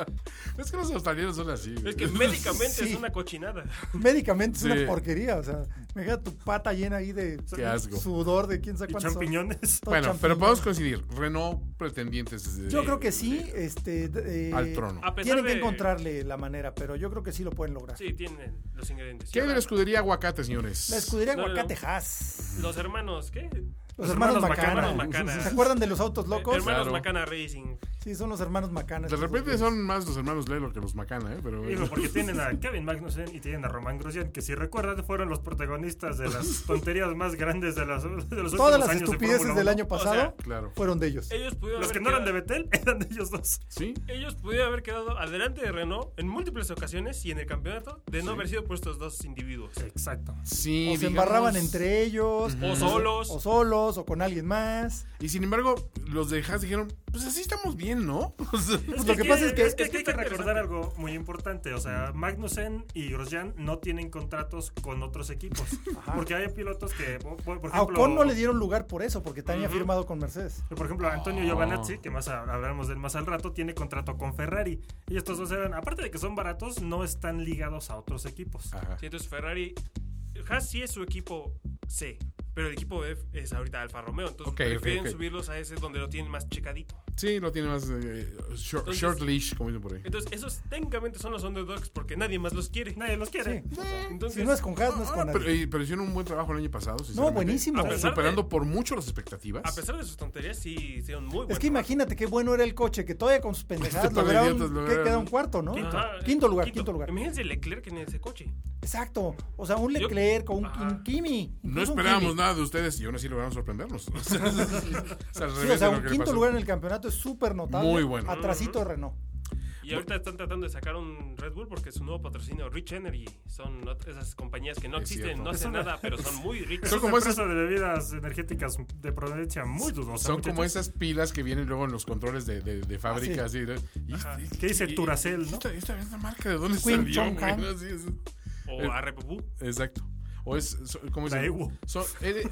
Speaker 2: Es que los australianos son así. güey.
Speaker 4: Es que médicamente
Speaker 1: Sí.
Speaker 4: es una cochinada.
Speaker 1: médicamente es
Speaker 2: Sí.
Speaker 1: una porquería. O sea, me queda tu pata llena ahí de
Speaker 2: Qué asco.
Speaker 1: sudor de quién sabe
Speaker 3: Y
Speaker 1: cuántos. son.
Speaker 3: champiñones.
Speaker 1: Todo
Speaker 2: Bueno, pero
Speaker 1: champiñón.
Speaker 2: podemos coincidir. Renault pretendientes. desde-
Speaker 1: Yo creo que sí, este, de- eh,
Speaker 2: Al trono.
Speaker 4: A pesar
Speaker 1: Tienen que
Speaker 4: de-
Speaker 1: encontrarle la manera, pero yo creo que sí lo pueden lograr.
Speaker 4: Sí, tienen los ingredientes.
Speaker 2: ¿Qué hay de la
Speaker 4: Ahora,
Speaker 2: escudería aguacate, señores?
Speaker 1: La escudería
Speaker 4: No, no, no.
Speaker 1: Aguacate Haas.
Speaker 4: Los hermanos, ¿qué?
Speaker 1: Los,
Speaker 3: Los
Speaker 1: hermanos,
Speaker 3: hermanos
Speaker 1: Macana.
Speaker 3: Macana.
Speaker 4: Macana.
Speaker 1: ¿Se acuerdan de los autos locos?
Speaker 4: Eh, hermanos
Speaker 2: Claro.
Speaker 4: Macana Racing.
Speaker 1: Sí, son los hermanos Macana.
Speaker 2: De
Speaker 1: estos dos
Speaker 2: repente
Speaker 1: güeyes.
Speaker 2: son más los hermanos Lelo que los Macana, ¿eh? Pero
Speaker 3: Digo,
Speaker 2: bueno.
Speaker 3: porque tienen a Kevin Magnussen y tienen a Román Grosjean, que si recuerdan fueron los protagonistas de las tonterías más grandes de, las, de los últimos
Speaker 1: Todas las
Speaker 3: años de
Speaker 1: estupideces
Speaker 3: Fórmula
Speaker 1: del
Speaker 3: Uno.
Speaker 1: año pasado
Speaker 4: sea,
Speaker 2: Claro.
Speaker 1: fueron de ellos.
Speaker 4: Ellos pudieron
Speaker 3: Los
Speaker 4: haber
Speaker 3: que no eran de
Speaker 4: quedado-
Speaker 3: Betel eran de ellos dos.
Speaker 2: ¿Sí?
Speaker 4: Ellos pudieron haber quedado adelante de Renault en múltiples ocasiones y en el campeonato de no haber sido por estos dos individuos.
Speaker 3: Exacto.
Speaker 2: Sí.
Speaker 1: o se
Speaker 2: digamos-
Speaker 1: embarraban entre ellos.
Speaker 4: O solos.
Speaker 1: O solos, o con alguien más.
Speaker 2: Y sin embargo, los de Haas dijeron, pues así estamos bien, ¿no? O sea,
Speaker 1: Pues lo que pasa es que-
Speaker 4: es que
Speaker 3: hay
Speaker 4: está
Speaker 3: que recordar
Speaker 4: interesante.
Speaker 3: algo muy importante. O sea, Magnussen y Grosjean no tienen contratos con otros equipos. Porque hay pilotos que, por, por
Speaker 1: A
Speaker 3: ejemplo...
Speaker 1: Ocon no le dieron lugar por eso, porque también ha firmado con Mercedes.
Speaker 3: Por ejemplo, Antonio
Speaker 2: Oh.
Speaker 3: Giovanazzi, que más a- hablaremos de él más al rato, tiene contrato con Ferrari. Y estos dos eran, aparte de que son baratos, no están
Speaker 2: Ah.
Speaker 3: ligados a otros equipos.
Speaker 2: Ajá.
Speaker 4: Sí, entonces Ferrari. Haas sí es su equipo C, Pero el equipo F es ahorita Alfa Romeo, entonces
Speaker 2: Ok,
Speaker 4: prefieren
Speaker 2: ok, ok.
Speaker 4: subirlos a ese donde lo tienen más checadito.
Speaker 2: Sí, lo tiene más eh, short,
Speaker 4: Entonces-
Speaker 2: short leash, como dicen por ahí.
Speaker 4: Entonces, esos técnicamente son los underdogs porque nadie más los quiere.
Speaker 3: Nadie los quiere.
Speaker 1: Sí.
Speaker 4: Entonces,
Speaker 1: Si no es con Haas, no es
Speaker 2: Ahora,
Speaker 1: con nadie.
Speaker 2: pero, eh, pero hicieron un buen trabajo el año pasado.
Speaker 1: No,
Speaker 2: sinceramente.
Speaker 1: buenísimo.
Speaker 4: A pesar
Speaker 2: Superando
Speaker 4: de-
Speaker 2: por mucho las expectativas.
Speaker 4: a pesar de sus tonterías, sí hicieron muy buen
Speaker 1: Es que
Speaker 4: trabajo.
Speaker 1: imagínate qué bueno era el coche, que todavía con sus pendejadas
Speaker 2: Estos
Speaker 1: lograron,
Speaker 2: idiotas
Speaker 1: que
Speaker 2: lograron-
Speaker 1: queda un cuarto, ¿no?
Speaker 4: Ajá,
Speaker 1: Quinto,
Speaker 4: eh,
Speaker 1: lugar, quinto lugar.
Speaker 4: Imagínense Leclerc en ese coche.
Speaker 1: Exacto. O sea, un Leclerc o un,
Speaker 4: Ajá.
Speaker 1: un Kimi.
Speaker 2: no
Speaker 1: incluso un
Speaker 2: esperábamos
Speaker 1: Kimi.
Speaker 2: nada de ustedes y aún así lograron sorprendernos. O sea, es al
Speaker 1: Sí,
Speaker 2: revés
Speaker 1: o sea,
Speaker 2: de lo
Speaker 1: un
Speaker 2: que le
Speaker 1: quinto
Speaker 2: pasó.
Speaker 1: lugar en el campeonato es súper notable.
Speaker 2: Muy bueno.
Speaker 1: Atrasito de Renault.
Speaker 4: Y ahorita están tratando de sacar un Red Bull porque su nuevo patrocinio, Rich Energy, son ot- esas compañías que no
Speaker 2: Es
Speaker 4: existen,
Speaker 2: cierto.
Speaker 4: no hacen nada, pero son muy ricas.
Speaker 2: Son
Speaker 3: Es una
Speaker 2: como esas-
Speaker 3: empresa de bebidas energéticas de proveniencia muy dudosa.
Speaker 2: Son como
Speaker 3: muchachos.
Speaker 2: esas pilas que vienen luego en los controles de, de, de fábrica.
Speaker 1: Ah,
Speaker 2: así, ¿no? Y- y-
Speaker 3: ¿Qué dice
Speaker 2: y- Este-
Speaker 3: Turacel,
Speaker 2: y
Speaker 3: no?
Speaker 2: Esta, esta, esta marca de dónde
Speaker 1: Queen
Speaker 2: salió,
Speaker 1: Chong
Speaker 2: güey,
Speaker 1: Han.
Speaker 2: ¿no? Así es.
Speaker 4: O a Repubu.
Speaker 2: Exacto. O es, so- ¿cómo
Speaker 3: La
Speaker 2: dicen?
Speaker 3: Ewo.
Speaker 2: So- eres,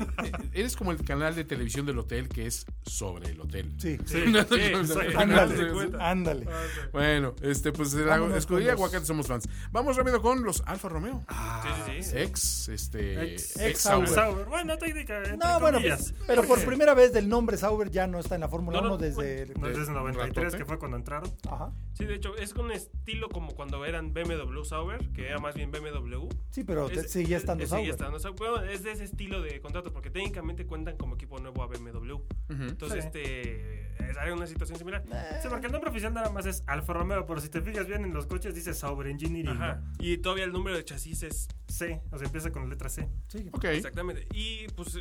Speaker 2: eres como el canal de televisión del hotel que es sobre el hotel.
Speaker 1: Sí.
Speaker 4: Sí,
Speaker 2: No,
Speaker 4: sí,
Speaker 2: no,
Speaker 4: sí,
Speaker 2: no,
Speaker 4: sí.
Speaker 2: sí, sí. Ah,
Speaker 1: Ándale.
Speaker 4: cuenta.
Speaker 1: Ándale.
Speaker 2: Bueno, este, pues de
Speaker 1: Vámonos
Speaker 2: la escudería
Speaker 1: con los-
Speaker 2: aguacate somos fans. Vamos rápido con los Alfa Romeo. Ah,
Speaker 4: sí, sí, sí.
Speaker 2: Ex, este.
Speaker 3: Ex-
Speaker 1: Sauber.
Speaker 2: Sauber.
Speaker 3: Sauber. Bueno, técnica. entre
Speaker 1: No, bueno,
Speaker 3: comillas.
Speaker 1: pues, pero por
Speaker 3: Porque
Speaker 1: primera vez del nombre Sauber ya no está en la Fórmula
Speaker 4: No, no,
Speaker 1: 1 desde... el-
Speaker 3: no, Desde el 93,
Speaker 2: ratote.
Speaker 3: que fue cuando entraron.
Speaker 1: Ajá.
Speaker 4: Sí, de hecho, es un estilo como cuando eran BMW Sauber, que era más bien BMW.
Speaker 1: Sí, pero te-
Speaker 4: Es-
Speaker 1: seguía
Speaker 4: es-
Speaker 1: estando
Speaker 2: eh,
Speaker 4: es-
Speaker 1: Sauber.
Speaker 4: seguía estando Sauber, pero es de ese estilo de contrato, porque técnicamente cuentan como equipo nuevo a BMW. Entonces,
Speaker 3: Sí.
Speaker 4: este. es- Era una situación similar.
Speaker 3: Sí, porque el nombre oficial nada más es Alfa Romeo, pero si te fijas bien en los coches dice Sauber Engineering.
Speaker 4: Ajá.
Speaker 3: ¿no?
Speaker 4: Y todavía el número de chasis es
Speaker 3: C, o sea, empieza con la letra C.
Speaker 1: Sí.
Speaker 2: Ok.
Speaker 4: Exactamente. Y pues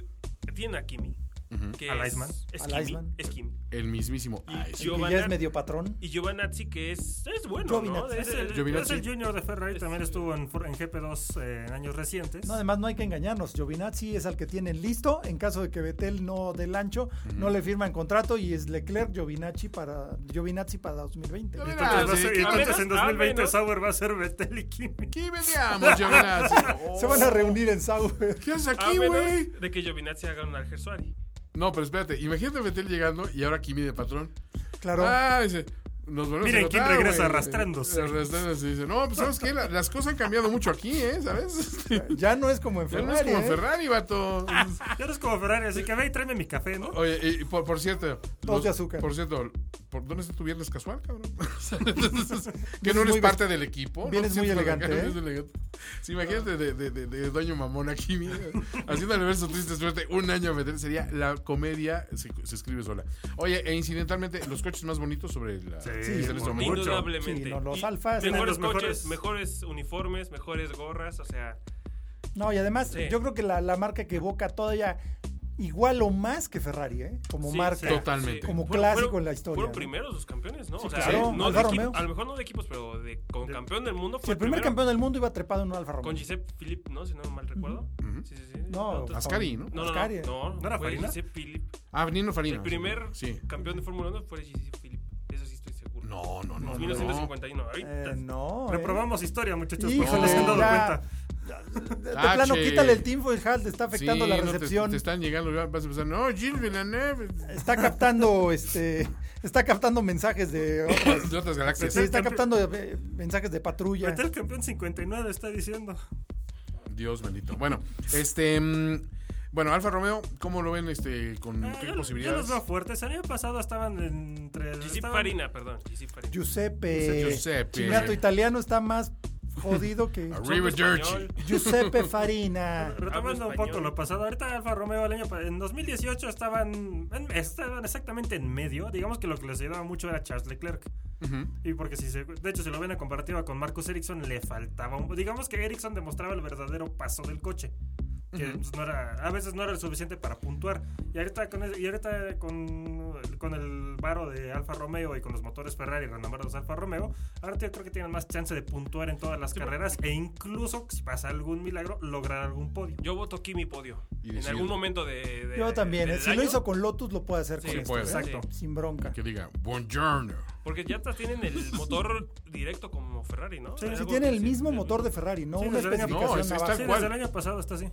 Speaker 4: tienen a Kimi. que
Speaker 3: Al
Speaker 4: es-
Speaker 3: Iceman.
Speaker 4: Es
Speaker 1: Al
Speaker 4: Kimi.
Speaker 1: Iceman.
Speaker 4: Es Kimi.
Speaker 2: El mismísimo
Speaker 4: Y
Speaker 2: Ice.
Speaker 1: Que
Speaker 4: Giovanna-
Speaker 1: ya es medio patrón.
Speaker 4: Y Giovanazzi, que es, es bueno, ¿no?
Speaker 1: Giovinazzi.
Speaker 4: Es el-
Speaker 3: Es
Speaker 2: Giovinazzi.
Speaker 3: el junior de Ferrari, también estuvo en, Ford- en GP2 eh, en años recientes.
Speaker 1: No, además no hay que engañarnos. Giovinazzi es al que tienen listo. En caso de que Betel no del ancho, no le firman contrato y es Leclerc Giovinazzi para, Giovinazzi para 2020.
Speaker 2: Yo-
Speaker 3: Entonces, va a ser-
Speaker 2: Ah, sí,
Speaker 3: y entonces
Speaker 4: claro.
Speaker 3: en 2020
Speaker 4: Ah, bueno.
Speaker 3: Sauber va a ser Vettel y Kimi.
Speaker 2: Aquí veníamos, Giovinazzi. Oh.
Speaker 1: Se van a reunir en Sauber.
Speaker 2: ¿Qué haces
Speaker 4: A
Speaker 2: aquí,
Speaker 4: menos
Speaker 2: güey?
Speaker 4: Ah, de que Giovinazzi haga un Alger Suari.
Speaker 2: No, pero espérate. Imagínate Betel llegando y ahora Kimi de patrón.
Speaker 1: Claro.
Speaker 2: Ah, dice. Nos volvemos
Speaker 3: Miren
Speaker 2: a
Speaker 3: quién
Speaker 2: notar,
Speaker 3: regresa
Speaker 2: güey.
Speaker 3: arrastrándose.
Speaker 2: Arrastrándose. Dice, no, pues sabes qué, La- las cosas han cambiado mucho aquí, ¿eh? ¿Sabes?
Speaker 1: Ya no es como en
Speaker 2: Ya
Speaker 1: Ferrari.
Speaker 2: no es como
Speaker 1: ¿eh?
Speaker 2: Ferrari, vato.
Speaker 3: Ya no es como Ferrari, así que ve y tráeme mi café, ¿no?
Speaker 2: Oye, y por, por cierto.
Speaker 1: Dos de azúcar.
Speaker 2: Por cierto, ¿por ¿dónnde está tu viernes casual, cabrón? O sea, entonces, que no
Speaker 1: Vienes
Speaker 2: eres
Speaker 1: muy
Speaker 2: parte del equipo. ¿no?
Speaker 1: vienes
Speaker 2: Sí,
Speaker 1: muy
Speaker 2: para
Speaker 1: elegante,
Speaker 2: acá,
Speaker 1: ¿eh?
Speaker 2: vienes elegante. Sí, imagínate de, de, de, de Doño Mamón aquí, mira, haciéndole ver su triste suerte un año a meter. Sería la comedia, se, se escribe sola. Oye, e incidentalmente, los coches más bonitos sobre la.
Speaker 3: Sí,
Speaker 2: que están en este momento.
Speaker 4: Indudablemente.
Speaker 1: Sí, no, los
Speaker 4: Y
Speaker 1: alfas tienen
Speaker 4: Mejores
Speaker 3: los mejores.
Speaker 4: coches, mejores uniformes, mejores gorras. O sea,
Speaker 1: No, y además,
Speaker 4: Sí.
Speaker 1: yo creo que la, la marca que evoca todavía igual o más que Ferrari, ¿eh? Como
Speaker 4: sí,
Speaker 1: marca.
Speaker 4: sí,
Speaker 2: Totalmente.
Speaker 4: sí.
Speaker 1: Como
Speaker 4: Fueron-
Speaker 1: clásico
Speaker 4: fueron-
Speaker 1: en la historia,
Speaker 4: Fueron
Speaker 1: ¿no?
Speaker 4: primeros los campeones, ¿no?
Speaker 1: Sí,
Speaker 4: o sea,
Speaker 1: claro,
Speaker 4: no de
Speaker 1: Alfa
Speaker 4: equipo-
Speaker 1: Romeo.
Speaker 4: a lo mejor no de equipos, pero de, con campeón del mundo
Speaker 1: Si
Speaker 4: fue
Speaker 1: el primer
Speaker 4: primero.
Speaker 1: campeón del mundo iba trepado en un Alfa Romeo.
Speaker 4: Con Giuseppe Philip, ¿no? Si no mal recuerdo. Sí, sí, sí.
Speaker 1: No,
Speaker 4: entonces-
Speaker 2: Ascari, ¿no?
Speaker 4: No, no,
Speaker 1: Ascari.
Speaker 4: no, no,
Speaker 3: ¿No era
Speaker 4: fue
Speaker 3: Farina?
Speaker 4: Giuseppe Philip.
Speaker 2: Ah, Nino Farina.
Speaker 4: El primer
Speaker 2: Sí.
Speaker 4: campeón de Fórmula 1 fue Giuseppe Philip. Eso sí estoy seguro.
Speaker 2: No, no, no. no.
Speaker 4: 1951. Ahorita.
Speaker 1: Eh, no. ¿eh?
Speaker 3: Reprobamos historia, muchachos,
Speaker 1: Híjole,
Speaker 3: porque no se han dado
Speaker 1: ya.
Speaker 3: cuenta.
Speaker 1: De, de
Speaker 2: Tache.
Speaker 1: plano, quítale el Team Hall, te está afectando
Speaker 2: Ah, Sí,
Speaker 1: la
Speaker 2: no, te-
Speaker 1: recepción. Eh,
Speaker 2: te, están llegando, vas a empezar. No, Gilles Villeneuve.
Speaker 1: Está captando, este, está captando mensajes de otras-
Speaker 2: De otras
Speaker 1: Sí,
Speaker 2: galaxias.
Speaker 1: está captando eh, mensajes de patrulla.
Speaker 3: Vettel campeón 59 está diciendo.
Speaker 2: Dios bendito. Bueno, este. mm, Bueno, Alfa Romeo, ¿cómo lo ven este, con
Speaker 3: Ah,
Speaker 2: qué
Speaker 3: yo, yo
Speaker 2: posibilidades?
Speaker 3: los veo fuertes. El año pasado estaban entre.
Speaker 4: Giuseppe
Speaker 3: estaban-
Speaker 4: Farina, perdón. Giuseppe Farina.
Speaker 1: Giuseppe.
Speaker 2: Giuseppe.
Speaker 1: Chinato italiano está más jodido que
Speaker 2: Arriba
Speaker 4: Español.
Speaker 2: Giorgi.
Speaker 1: Giuseppe Farina.
Speaker 3: Retomando
Speaker 4: Hablo
Speaker 3: un poco
Speaker 4: español.
Speaker 3: lo pasado, ahorita Alfa Romeo el año pa- en 2018 estaban, en- estaban exactamente en medio, digamos que lo que les ayudaba mucho era Charles Leclerc. Y porque si se, de hecho si lo ven a comparativa con Marcus Ericsson le faltaba un, digamos que Ericsson demostraba el verdadero paso del coche. Que pues, no era, a veces no era el suficiente para puntuar. Y ahorita con, el- y ahorita con, con el varo de Alfa Romeo y con los motores Ferrari renombrados Alfa Romeo, ahora yo creo que tienen más chance de puntuar en todas las carreras e incluso, si pasa algún milagro, lograr algún podio.
Speaker 4: Yo voto Kimi Podio.
Speaker 2: Y
Speaker 4: En
Speaker 2: decido.
Speaker 4: algún momento de. de-
Speaker 1: Yo también.
Speaker 4: del
Speaker 1: eh, Si lo
Speaker 4: año.
Speaker 1: hizo con Lotus, lo puede hacer
Speaker 4: Sí,
Speaker 1: con
Speaker 4: sí,
Speaker 1: esto. ¿eh?
Speaker 2: puede.
Speaker 3: Exacto.
Speaker 4: sí.
Speaker 1: Sin bronca.
Speaker 2: Que diga, buongiorno.
Speaker 4: Porque ya hasta tienen el motor directo como Ferrari, ¿no?
Speaker 3: Sí,
Speaker 4: Algo
Speaker 1: Si tiene el
Speaker 4: que-
Speaker 1: mismo motor de Ferrari, no
Speaker 3: Sí,
Speaker 1: una
Speaker 3: desde el año-
Speaker 1: especificación
Speaker 2: No, es-
Speaker 1: abajo.
Speaker 2: está-
Speaker 3: Sí,
Speaker 2: ¿Cuál?
Speaker 3: desde el año pasado está así.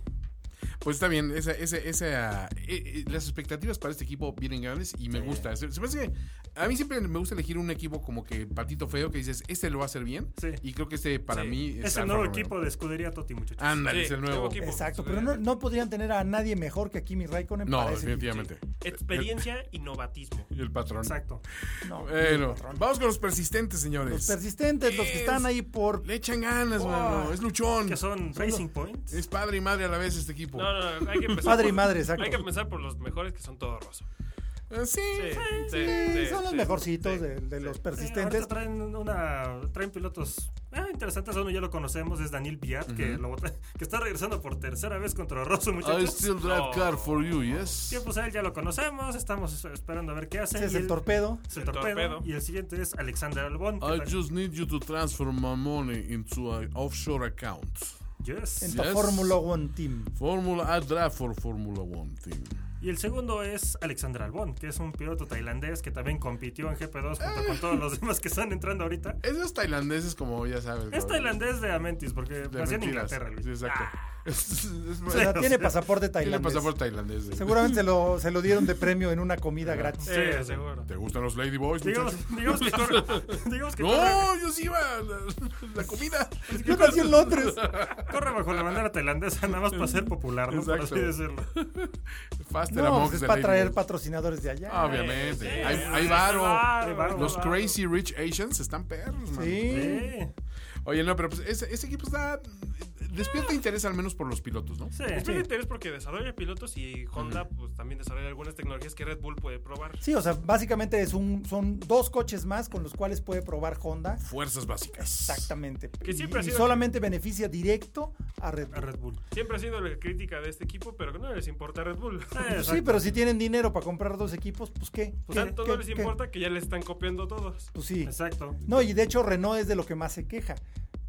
Speaker 2: Pues está bien, esa, esa, esa, eh, eh, las expectativas para este equipo vienen grandes y me gusta. Se, se me hace que- a mí siempre me gusta elegir un equipo como que patito feo que dices, este lo va a hacer bien.
Speaker 3: Sí.
Speaker 2: Y creo que este para
Speaker 4: Sí.
Speaker 2: mí
Speaker 3: Es el
Speaker 2: Alfa
Speaker 3: nuevo
Speaker 2: Romeo.
Speaker 3: equipo de escudería Totti, muchachos.
Speaker 2: Ándale,
Speaker 4: Sí,
Speaker 2: es el nuevo.
Speaker 4: nuevo equipo.
Speaker 1: Exacto, pero no, no podrían tener a nadie mejor que a Kimi Raikkonen.
Speaker 2: No,
Speaker 1: para ese equipo.
Speaker 2: definitivamente.
Speaker 4: Experiencia y novatismo.
Speaker 2: Y el patrón.
Speaker 3: Exacto.
Speaker 1: No,
Speaker 2: Bueno, vamos con los persistentes, señores.
Speaker 1: los persistentes, los que están ahí por.
Speaker 2: Le echan ganas,
Speaker 3: Oh,
Speaker 2: mano. Es luchón.
Speaker 3: Que son Racing Points. Eh,
Speaker 2: Es padre y madre a la vez este equipo.
Speaker 4: No, no, no, hay que empezar.
Speaker 1: Padre y
Speaker 4: por-
Speaker 1: madre, exacto.
Speaker 4: Hay que empezar por los mejores que son todo roso.
Speaker 2: Eh, sí.
Speaker 4: Sí, sí,
Speaker 1: Sí,
Speaker 4: sí,
Speaker 1: son los
Speaker 4: sí,
Speaker 1: mejorcitos
Speaker 4: sí.
Speaker 1: de, de los
Speaker 3: Eh,
Speaker 1: persistentes.
Speaker 3: ahorita traen una traen pilotos eh, interesantes, uno ya lo conocemos, es Daniel Biat que lo bota- que está regresando por tercera vez contra Rosso,
Speaker 2: I
Speaker 3: muchachos.
Speaker 2: still drive car for you, yes.
Speaker 3: Sí, pues a él ya lo conocemos, estamos esperando a ver qué hace.
Speaker 1: Ese es
Speaker 3: y
Speaker 1: el
Speaker 3: el-
Speaker 1: torpedo.
Speaker 3: es el
Speaker 4: El
Speaker 3: torpedo,
Speaker 4: torpedo.
Speaker 3: y el siguiente es Alexander Albon. que
Speaker 2: I
Speaker 3: tal-
Speaker 2: just need you to transfer my money into an offshore account.
Speaker 3: Yes.
Speaker 1: En tu
Speaker 2: Yes.
Speaker 1: Fórmula One Team.
Speaker 2: Formula I drive for Formula One team.
Speaker 3: Y el segundo es Alexander Albon, que es un piloto tailandés que también compitió en GP2 junto con todos los demás que están entrando ahorita.
Speaker 2: Esos tailandeses, como ya sabes.
Speaker 3: Es
Speaker 2: cabrón.
Speaker 3: tailandés de Amentis, porque
Speaker 2: De
Speaker 3: nació en
Speaker 2: mentiras.
Speaker 3: Inglaterra, Luis. Ah.
Speaker 2: Sí, exacto. Es- es-
Speaker 1: O sea,
Speaker 3: Sí,
Speaker 1: tiene
Speaker 3: o sea,
Speaker 1: pasaporte
Speaker 2: Tiene
Speaker 1: tailandés.
Speaker 2: pasaporte tailandés. eh.
Speaker 1: Seguramente se lo, se lo dieron de premio en una comida gratis.
Speaker 4: Sí, Eh,
Speaker 3: Sí,
Speaker 4: seguro.
Speaker 2: ¿Te gustan los Ladyboys, muchachos?
Speaker 3: Digamos, digamos que corre, digamos que corre,
Speaker 2: No, yo sí iba a la, la comida.
Speaker 1: Yo nací en Londres.
Speaker 3: corre bajo la bandera tailandesa nada más para ser popular, ¿no? Por así
Speaker 2: Exacto.
Speaker 3: decirlo.
Speaker 2: Faster
Speaker 1: No,
Speaker 2: amongst
Speaker 1: pues es
Speaker 2: the
Speaker 1: para traer
Speaker 2: Ladyboys.
Speaker 1: patrocinadores de allá.
Speaker 2: Ah, Obviamente.
Speaker 4: Sí,
Speaker 2: hay,
Speaker 4: sí,
Speaker 2: hay
Speaker 4: sí,
Speaker 2: varo.
Speaker 4: varo,
Speaker 3: Hay varo,
Speaker 2: Los
Speaker 3: varo.
Speaker 2: Crazy Rich Asians están perros, man.
Speaker 1: sí.
Speaker 3: Eh,
Speaker 2: Oye, no, pero pues ese, ese equipo está. Despierta interés al menos por los pilotos, ¿no?
Speaker 3: sí.
Speaker 4: Es de interés porque desarrolla pilotos y Honda pues también desarrolla algunas tecnologías que Red Bull puede probar.
Speaker 1: Sí, o sea, básicamente es un, son dos coches más con los cuales puede probar Honda.
Speaker 2: Fuerzas básicas.
Speaker 1: Exactamente.
Speaker 4: Que
Speaker 1: Y-
Speaker 4: siempre ha
Speaker 1: y
Speaker 4: sido-
Speaker 1: solamente beneficia directo a Red
Speaker 3: A
Speaker 1: Bull.
Speaker 3: Red Bull.
Speaker 4: Siempre ha sido la crítica de este equipo, pero no les importa Red Bull.
Speaker 3: Eh,
Speaker 1: Pues sí,
Speaker 3: exacto.
Speaker 1: pero si tienen dinero para comprar dos equipos, pues qué. ¿Qué-
Speaker 4: O sea, todo
Speaker 1: qué-
Speaker 4: les
Speaker 1: qué?
Speaker 4: importa que ya le están copiando todos.
Speaker 1: Pues sí.
Speaker 3: Exacto.
Speaker 1: No, y de hecho Renault es de lo que más se queja.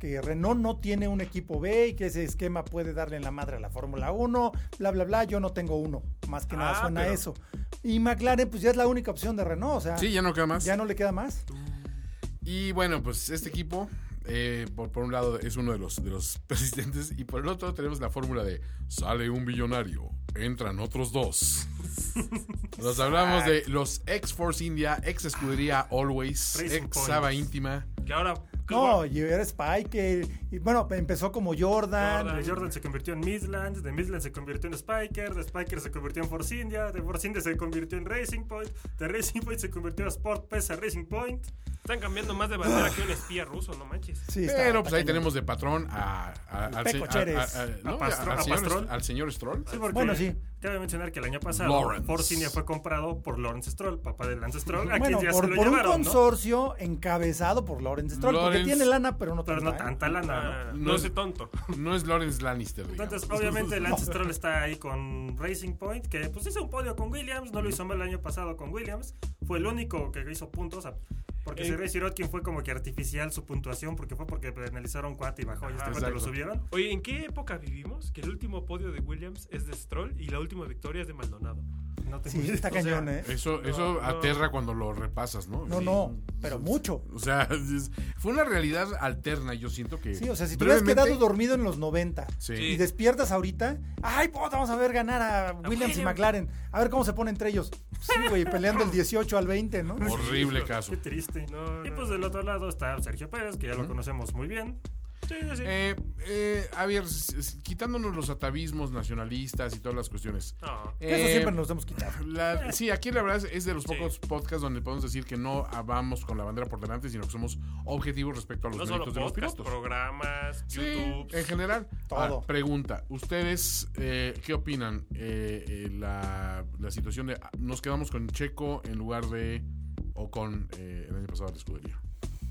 Speaker 1: Que Renault no tiene un equipo B y que ese esquema puede darle en la madre a la Fórmula 1, bla, bla, bla. Yo no tengo uno. Más que nada
Speaker 4: Ah,
Speaker 1: suena a
Speaker 4: pero-
Speaker 1: eso. Y McLaren, pues ya es la única opción de Renault. O sea,
Speaker 2: Sí, ya no queda más.
Speaker 1: ya no le queda más.
Speaker 2: Y bueno, pues este equipo, eh, por, por un lado, es uno de los, de los persistentes. Y por el otro, tenemos la fórmula de sale un billonario, entran otros dos. Nos hablamos de los ex Force India, ex Escudería Always,
Speaker 3: Racing
Speaker 2: ex
Speaker 3: Points.
Speaker 2: Saba Íntima.
Speaker 4: Que ahora.
Speaker 1: No, y era Spike. Y bueno, empezó como Jordan.
Speaker 3: De Jordan se convirtió en Midland, de Midland se convirtió en Spiker, de Spiker se convirtió en Force India, de Force India se convirtió en Racing Point, de Racing Point se convirtió a Sport PS a Racing Point.
Speaker 4: Están cambiando más de bandera que un espía ruso, no manches.
Speaker 1: Sí, está-
Speaker 2: Pero
Speaker 1: está
Speaker 2: pues ahí
Speaker 1: cañón.
Speaker 2: tenemos de patrón a, a- al,
Speaker 1: Peco
Speaker 2: se- a-
Speaker 1: Chérez.
Speaker 2: a- a- no,
Speaker 3: A Pastro-
Speaker 2: al
Speaker 3: a
Speaker 2: señor,
Speaker 3: Pastrol.
Speaker 2: al señor Stroll.
Speaker 3: Sí, porque
Speaker 1: Bueno, sí.
Speaker 3: Cabe mencionar que el año pasado
Speaker 2: Lawrence.
Speaker 3: Force India fue comprado por Lawrence Stroll, papá de Lance Stroll, a
Speaker 1: Bueno,
Speaker 3: quien ya
Speaker 1: por,
Speaker 3: se lo
Speaker 1: por un
Speaker 3: llevaron, ¿no?
Speaker 1: consorcio encabezado por Lawrence Stroll,
Speaker 2: Lawrence-
Speaker 1: porque tiene lana, pero no
Speaker 3: Pero
Speaker 1: tanta,
Speaker 3: no
Speaker 1: ¿eh?
Speaker 3: tanta lana,
Speaker 4: Ah,
Speaker 3: ¿no?
Speaker 4: no
Speaker 2: No.
Speaker 4: sé tonto.
Speaker 2: No es Lawrence Lannister. digamos.
Speaker 3: Entonces, obviamente, Lance Stroll está ahí con Racing Point, que pues hizo un podio con Williams, no lo hizo mal el año pasado con Williams, fue el único que hizo puntos, a- porque
Speaker 4: Eh.
Speaker 3: si Ray Sirotkin fue como que artificial su puntuación, porque fue porque penalizaron cuate y bajó, y este
Speaker 4: Ajá.
Speaker 3: cuate lo
Speaker 2: Exacto.
Speaker 3: subieron.
Speaker 4: Oye, ¿en qué época vivimos? Que el último podio de Williams es de Stroll y la última victoria es de Maldonado.
Speaker 3: No tengo
Speaker 1: Sí,
Speaker 3: idea.
Speaker 1: está
Speaker 4: O sea,
Speaker 1: cañón, ¿eh?
Speaker 2: Eso, eso
Speaker 4: no.
Speaker 2: aterra cuando lo repasas, ¿no?
Speaker 1: No,
Speaker 2: Sí.
Speaker 1: no, pero mucho.
Speaker 2: O sea, es- fue una realidad alterna, yo siento que.
Speaker 1: Sí, o sea, si te hubieras
Speaker 2: brevemente-
Speaker 1: quedado dormido en los 90
Speaker 2: Sí.
Speaker 1: y despiertas ahorita, ay, puta, vamos a ver ganar a Williams y
Speaker 4: Williams.
Speaker 1: McLaren. A ver cómo se pone entre ellos. Sí, güey, peleando el 18 al 20, ¿no?
Speaker 2: Horrible caso.
Speaker 3: Qué triste.
Speaker 4: No,
Speaker 3: y
Speaker 4: no,
Speaker 3: pues del otro lado está Sergio Pérez, que ya lo conocemos muy bien.
Speaker 4: Sí, sí.
Speaker 2: Eh, eh, a ver, s- s- quitándonos los atavismos nacionalistas y todas las cuestiones.
Speaker 4: No.
Speaker 1: Que Eso
Speaker 2: Eh,
Speaker 1: siempre nos hemos quitado.
Speaker 2: la- sí, aquí la verdad es- es de los
Speaker 4: Sí.
Speaker 2: pocos podcasts donde podemos decir que no ah, vamos con la bandera por delante, sino que somos objetivos respecto a los
Speaker 4: No solo
Speaker 2: méritos de los
Speaker 4: podcast,
Speaker 2: pilotos.
Speaker 4: programas,
Speaker 2: Sí,
Speaker 4: YouTube.
Speaker 2: en general.
Speaker 1: Todo.
Speaker 2: Ah, pregunta, ¿ustedes eh, qué opinan? Eh, eh, la, la situación de ah, nos quedamos con Checo en lugar de o con eh, el año pasado la escudería.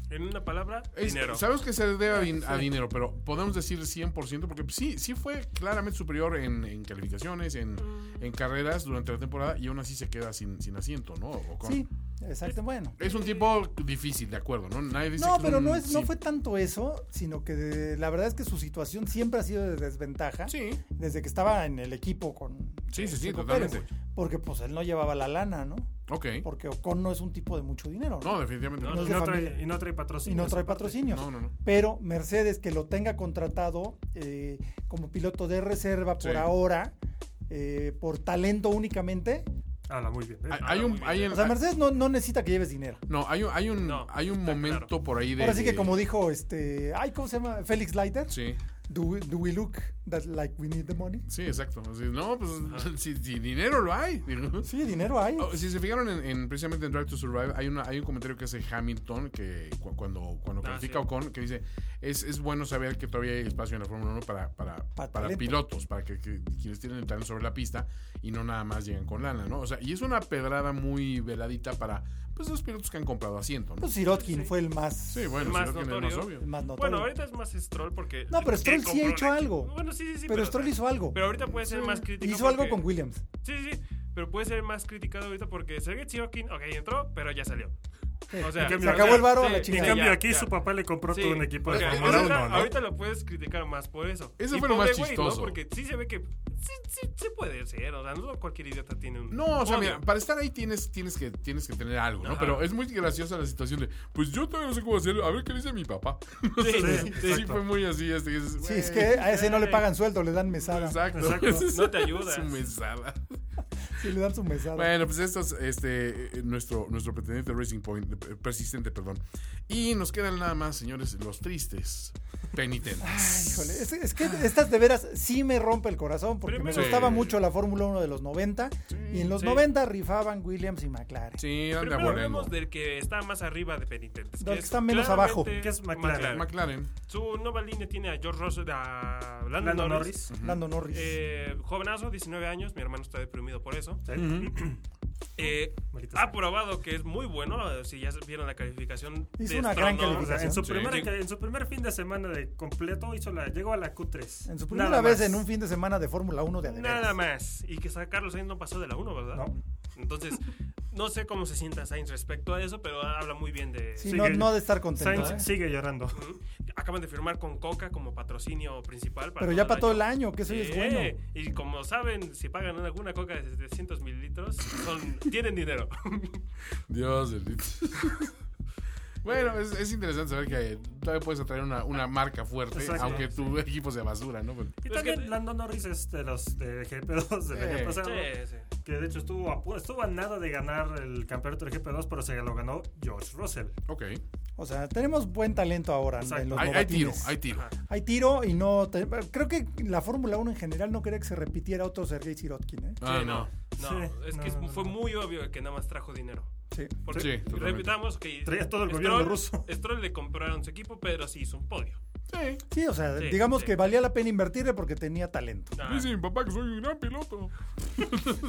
Speaker 4: En una palabra,
Speaker 2: Es-
Speaker 4: dinero.
Speaker 2: Sabemos que se
Speaker 1: Ah,
Speaker 2: debe a, din- a dinero, pero podemos decir 100% porque sí, sí fue claramente superior en, en calificaciones, en, en carreras durante la temporada y aún así se queda sin, sin asiento, ¿no? O con-
Speaker 1: Sí, exacto, bueno.
Speaker 2: Es un tipo difícil, de acuerdo, ¿no? Nadie dice
Speaker 1: No,
Speaker 2: que
Speaker 1: pero
Speaker 2: un-
Speaker 1: no, es, no
Speaker 2: sí.
Speaker 1: fue tanto eso, sino que de- la verdad es que su situación siempre ha sido de desventaja.
Speaker 2: Sí,
Speaker 1: Desde que estaba en el equipo con. eh,
Speaker 2: sí, sí, sí,
Speaker 1: Checo
Speaker 2: totalmente.
Speaker 1: Pérez, porque pues él no llevaba la lana, ¿no?
Speaker 2: Ok.
Speaker 1: Porque Ocon no es un tipo de mucho dinero.
Speaker 2: No, definitivamente no.
Speaker 1: pues, No,
Speaker 3: Y
Speaker 1: es de
Speaker 3: no, trae,
Speaker 1: familia.
Speaker 3: y no trae
Speaker 1: y
Speaker 3: patrocinio.
Speaker 1: no trae patrocinios.
Speaker 2: No, no, no.
Speaker 1: Pero Mercedes, que lo tenga contratado eh, como piloto de reserva por
Speaker 2: Sí.
Speaker 1: ahora, eh, por talento únicamente.
Speaker 3: Habla muy bien. ¿eh?
Speaker 4: Ah,
Speaker 2: Hay, hay un, hay en-
Speaker 1: O sea, Mercedes no, no necesita que lleves dinero.
Speaker 2: no, hay un, hay un,
Speaker 4: No,
Speaker 2: hay un
Speaker 4: está
Speaker 2: momento
Speaker 4: claro.
Speaker 2: por ahí de.
Speaker 1: Ahora sí que
Speaker 2: de-
Speaker 1: como dijo este, ay, ¿cómo se llama? Félix Leiter.
Speaker 2: Sí,
Speaker 1: Do we, do we look that like we need the money?
Speaker 2: sí, exacto. Así, no, pues si, si dinero lo hay. digo.
Speaker 1: Sí, dinero hay.
Speaker 2: Oh, si se fijaron en, en- precisamente en Drive to Survive, hay, una, hay un comentario que hace Hamilton que cu- cuando, cuando
Speaker 4: Ah,
Speaker 2: critica a
Speaker 4: sí.
Speaker 2: Ocon, que dice, es, es bueno saber que todavía hay espacio en la Fórmula 1 para, para, para
Speaker 1: talento.
Speaker 2: pilotos, para que, que quienes tienen el talento sobre la pista y no nada más llegan con lana, ¿no? O sea, y es una pedrada muy veladita para pues, los pilotos que han comprado asiento, ¿no?
Speaker 1: Pues Sirotkin
Speaker 4: Sí.
Speaker 1: fue el más,
Speaker 2: Sí, bueno,
Speaker 4: Más
Speaker 2: si no tiene, no es
Speaker 4: notorio.
Speaker 1: el
Speaker 2: obvio.
Speaker 1: más notorio.
Speaker 4: Bueno, ahorita es más Stroll porque.
Speaker 1: No, pero
Speaker 4: que
Speaker 1: Stroll sí ha
Speaker 4: compró un
Speaker 1: hecho
Speaker 4: equipo.
Speaker 1: algo.
Speaker 4: Bueno, sí, sí, sí.
Speaker 1: pero Stroll hizo algo.
Speaker 4: Pero ahorita puede ser más crítico.
Speaker 1: hizo algo
Speaker 4: porque-
Speaker 1: con Williams.
Speaker 4: Sí, sí, sí. Pero puede ser más criticado ahorita porque Sergei Tsirokin, ok, entró, pero ya salió. O sea,
Speaker 3: Se
Speaker 4: o sea,
Speaker 3: acabó
Speaker 1: el varo a la
Speaker 4: sí,
Speaker 3: En
Speaker 1: chingada.
Speaker 4: sí,
Speaker 3: cambio,
Speaker 4: ya,
Speaker 3: aquí
Speaker 4: ya.
Speaker 3: su papá le compró
Speaker 4: Sí,
Speaker 3: todo un equipo de
Speaker 4: porque
Speaker 3: Fórmula
Speaker 4: ahorita-
Speaker 3: 1, ¿no?
Speaker 4: Ahorita lo puedes criticar más por eso.
Speaker 2: Eso
Speaker 4: Y
Speaker 2: fue lo más
Speaker 4: pobre güey,
Speaker 2: chistoso.
Speaker 4: ¿no? Porque sí se ve que sí, sí, se puede ser. O sea, no cualquier idiota tiene un.
Speaker 2: No, o sea,
Speaker 4: podio.
Speaker 2: mira, para estar ahí tienes, tienes, que, tienes que tener algo, ¿no?
Speaker 4: Ajá.
Speaker 2: Pero es muy graciosa la situación de, pues yo todavía no sé cómo hacerlo, a ver qué dice mi papá. O sea,
Speaker 4: sí,
Speaker 2: sí,
Speaker 3: exacto.
Speaker 2: fue muy así. Este, es,
Speaker 1: Sí, es
Speaker 2: "Güey".
Speaker 1: que a ese no le pagan sueldo, le dan mesada.
Speaker 2: Exacto.
Speaker 3: Exacto.
Speaker 4: No te ayuda.
Speaker 2: Su mesada.
Speaker 1: Sí, le dan su mesada.
Speaker 2: Bueno, pues esto es este, eh, nuestro, nuestro pretendiente Racing Point, eh, persistente, perdón. Y nos quedan nada más, señores, los tristes penitentes.
Speaker 1: Híjole, es, es que estas de veras sí me rompe el corazón porque
Speaker 4: Primero-
Speaker 1: me gustaba
Speaker 2: Sí.
Speaker 1: mucho la Fórmula 1 de los 90 y en los
Speaker 4: sí.
Speaker 1: 90 rifaban Williams y McLaren.
Speaker 2: Sí, anda
Speaker 4: Primero
Speaker 2: volando.
Speaker 4: hablemos del que está más arriba de penitentes.
Speaker 1: Del que
Speaker 4: es
Speaker 1: está menos
Speaker 4: claramente
Speaker 1: abajo.
Speaker 3: Que es McLaren.
Speaker 2: McLaren.
Speaker 4: Su nueva línea tiene a George Russell, a Lando,
Speaker 3: Lando
Speaker 4: Norris.
Speaker 3: Norris.
Speaker 1: Lando Norris.
Speaker 4: Eh, jovenazo, 19 años. Mi hermano está deprimido por eso.
Speaker 3: Sí.
Speaker 4: Eh,
Speaker 3: Maldita
Speaker 4: ha
Speaker 3: sea.
Speaker 4: probado que es muy bueno. Si ya vieron la calificación,
Speaker 1: Hizo
Speaker 4: de
Speaker 1: una gran
Speaker 4: Stroll, ¿no?
Speaker 3: O sea, en, su
Speaker 2: Sí.
Speaker 3: primera ca- en su primer fin de semana de completo hizo la, llegó a la Q3.
Speaker 1: en su primera
Speaker 3: Nada
Speaker 1: vez
Speaker 3: más.
Speaker 1: en un fin de semana de Fórmula 1 de a de
Speaker 4: Nada
Speaker 1: veras.
Speaker 4: más. Y que sa- Carlos Sainz no pasó de la 1, ¿verdad?
Speaker 3: No.
Speaker 4: Entonces, no sé cómo se sienta Sainz respecto a eso, pero habla muy bien de...
Speaker 1: Sí,
Speaker 3: Sí,
Speaker 1: no,
Speaker 3: que-
Speaker 1: no ha de estar contento.
Speaker 3: Sainz
Speaker 1: ¿eh?
Speaker 3: sigue llorando.
Speaker 4: Acaban de firmar con Coca como patrocinio principal. Para
Speaker 1: Pero ya para todo el año, que eso ya es
Speaker 4: Sí,
Speaker 1: bueno.
Speaker 4: Y como saben, si pagan alguna coca de 700 mililitros, son, tienen dinero.
Speaker 2: Dios bendito. Bueno, es, es interesante saber que eh, todavía puedes atraer una, una marca fuerte,
Speaker 3: Exacto.
Speaker 2: aunque tu equipo sea basura, ¿no? Pero-
Speaker 3: Y
Speaker 4: Pues
Speaker 3: también
Speaker 4: que-
Speaker 3: Lando Norris es de los de GP2 del
Speaker 2: Sí.
Speaker 3: año pasado.
Speaker 4: sí, sí.
Speaker 3: Que de hecho estuvo a, pu- estuvo a nada de ganar el campeonato del GP2, pero se lo ganó George Russell.
Speaker 2: Ok.
Speaker 1: O sea, tenemos buen talento ahora
Speaker 3: Exacto.
Speaker 1: en los
Speaker 2: Hay, hay tiro,
Speaker 1: novatines.
Speaker 2: hay tiro.
Speaker 4: Ajá.
Speaker 1: Hay tiro y no. te- creo que la Fórmula 1 en general no quería que se repitiera otro Sergei Sirotkin, ¿eh?
Speaker 2: Ah,
Speaker 4: Sí,
Speaker 2: no.
Speaker 4: No,
Speaker 3: Sí,
Speaker 4: es que
Speaker 3: no, no,
Speaker 4: fue
Speaker 3: no.
Speaker 4: muy obvio que nada más trajo dinero.
Speaker 1: Sí.
Speaker 4: Porque
Speaker 2: Sí, totalmente.
Speaker 4: repitamos que
Speaker 3: Traía todo el
Speaker 4: Stroll-
Speaker 3: gobierno ruso.
Speaker 4: Stroll le compraron su equipo, pero sí hizo un podio.
Speaker 2: Sí.
Speaker 1: Sí, o sea,
Speaker 4: Sí,
Speaker 1: digamos
Speaker 4: sí.
Speaker 1: que valía la pena invertirle porque tenía talento.
Speaker 4: Ah.
Speaker 2: Dice mi papá que soy un gran piloto.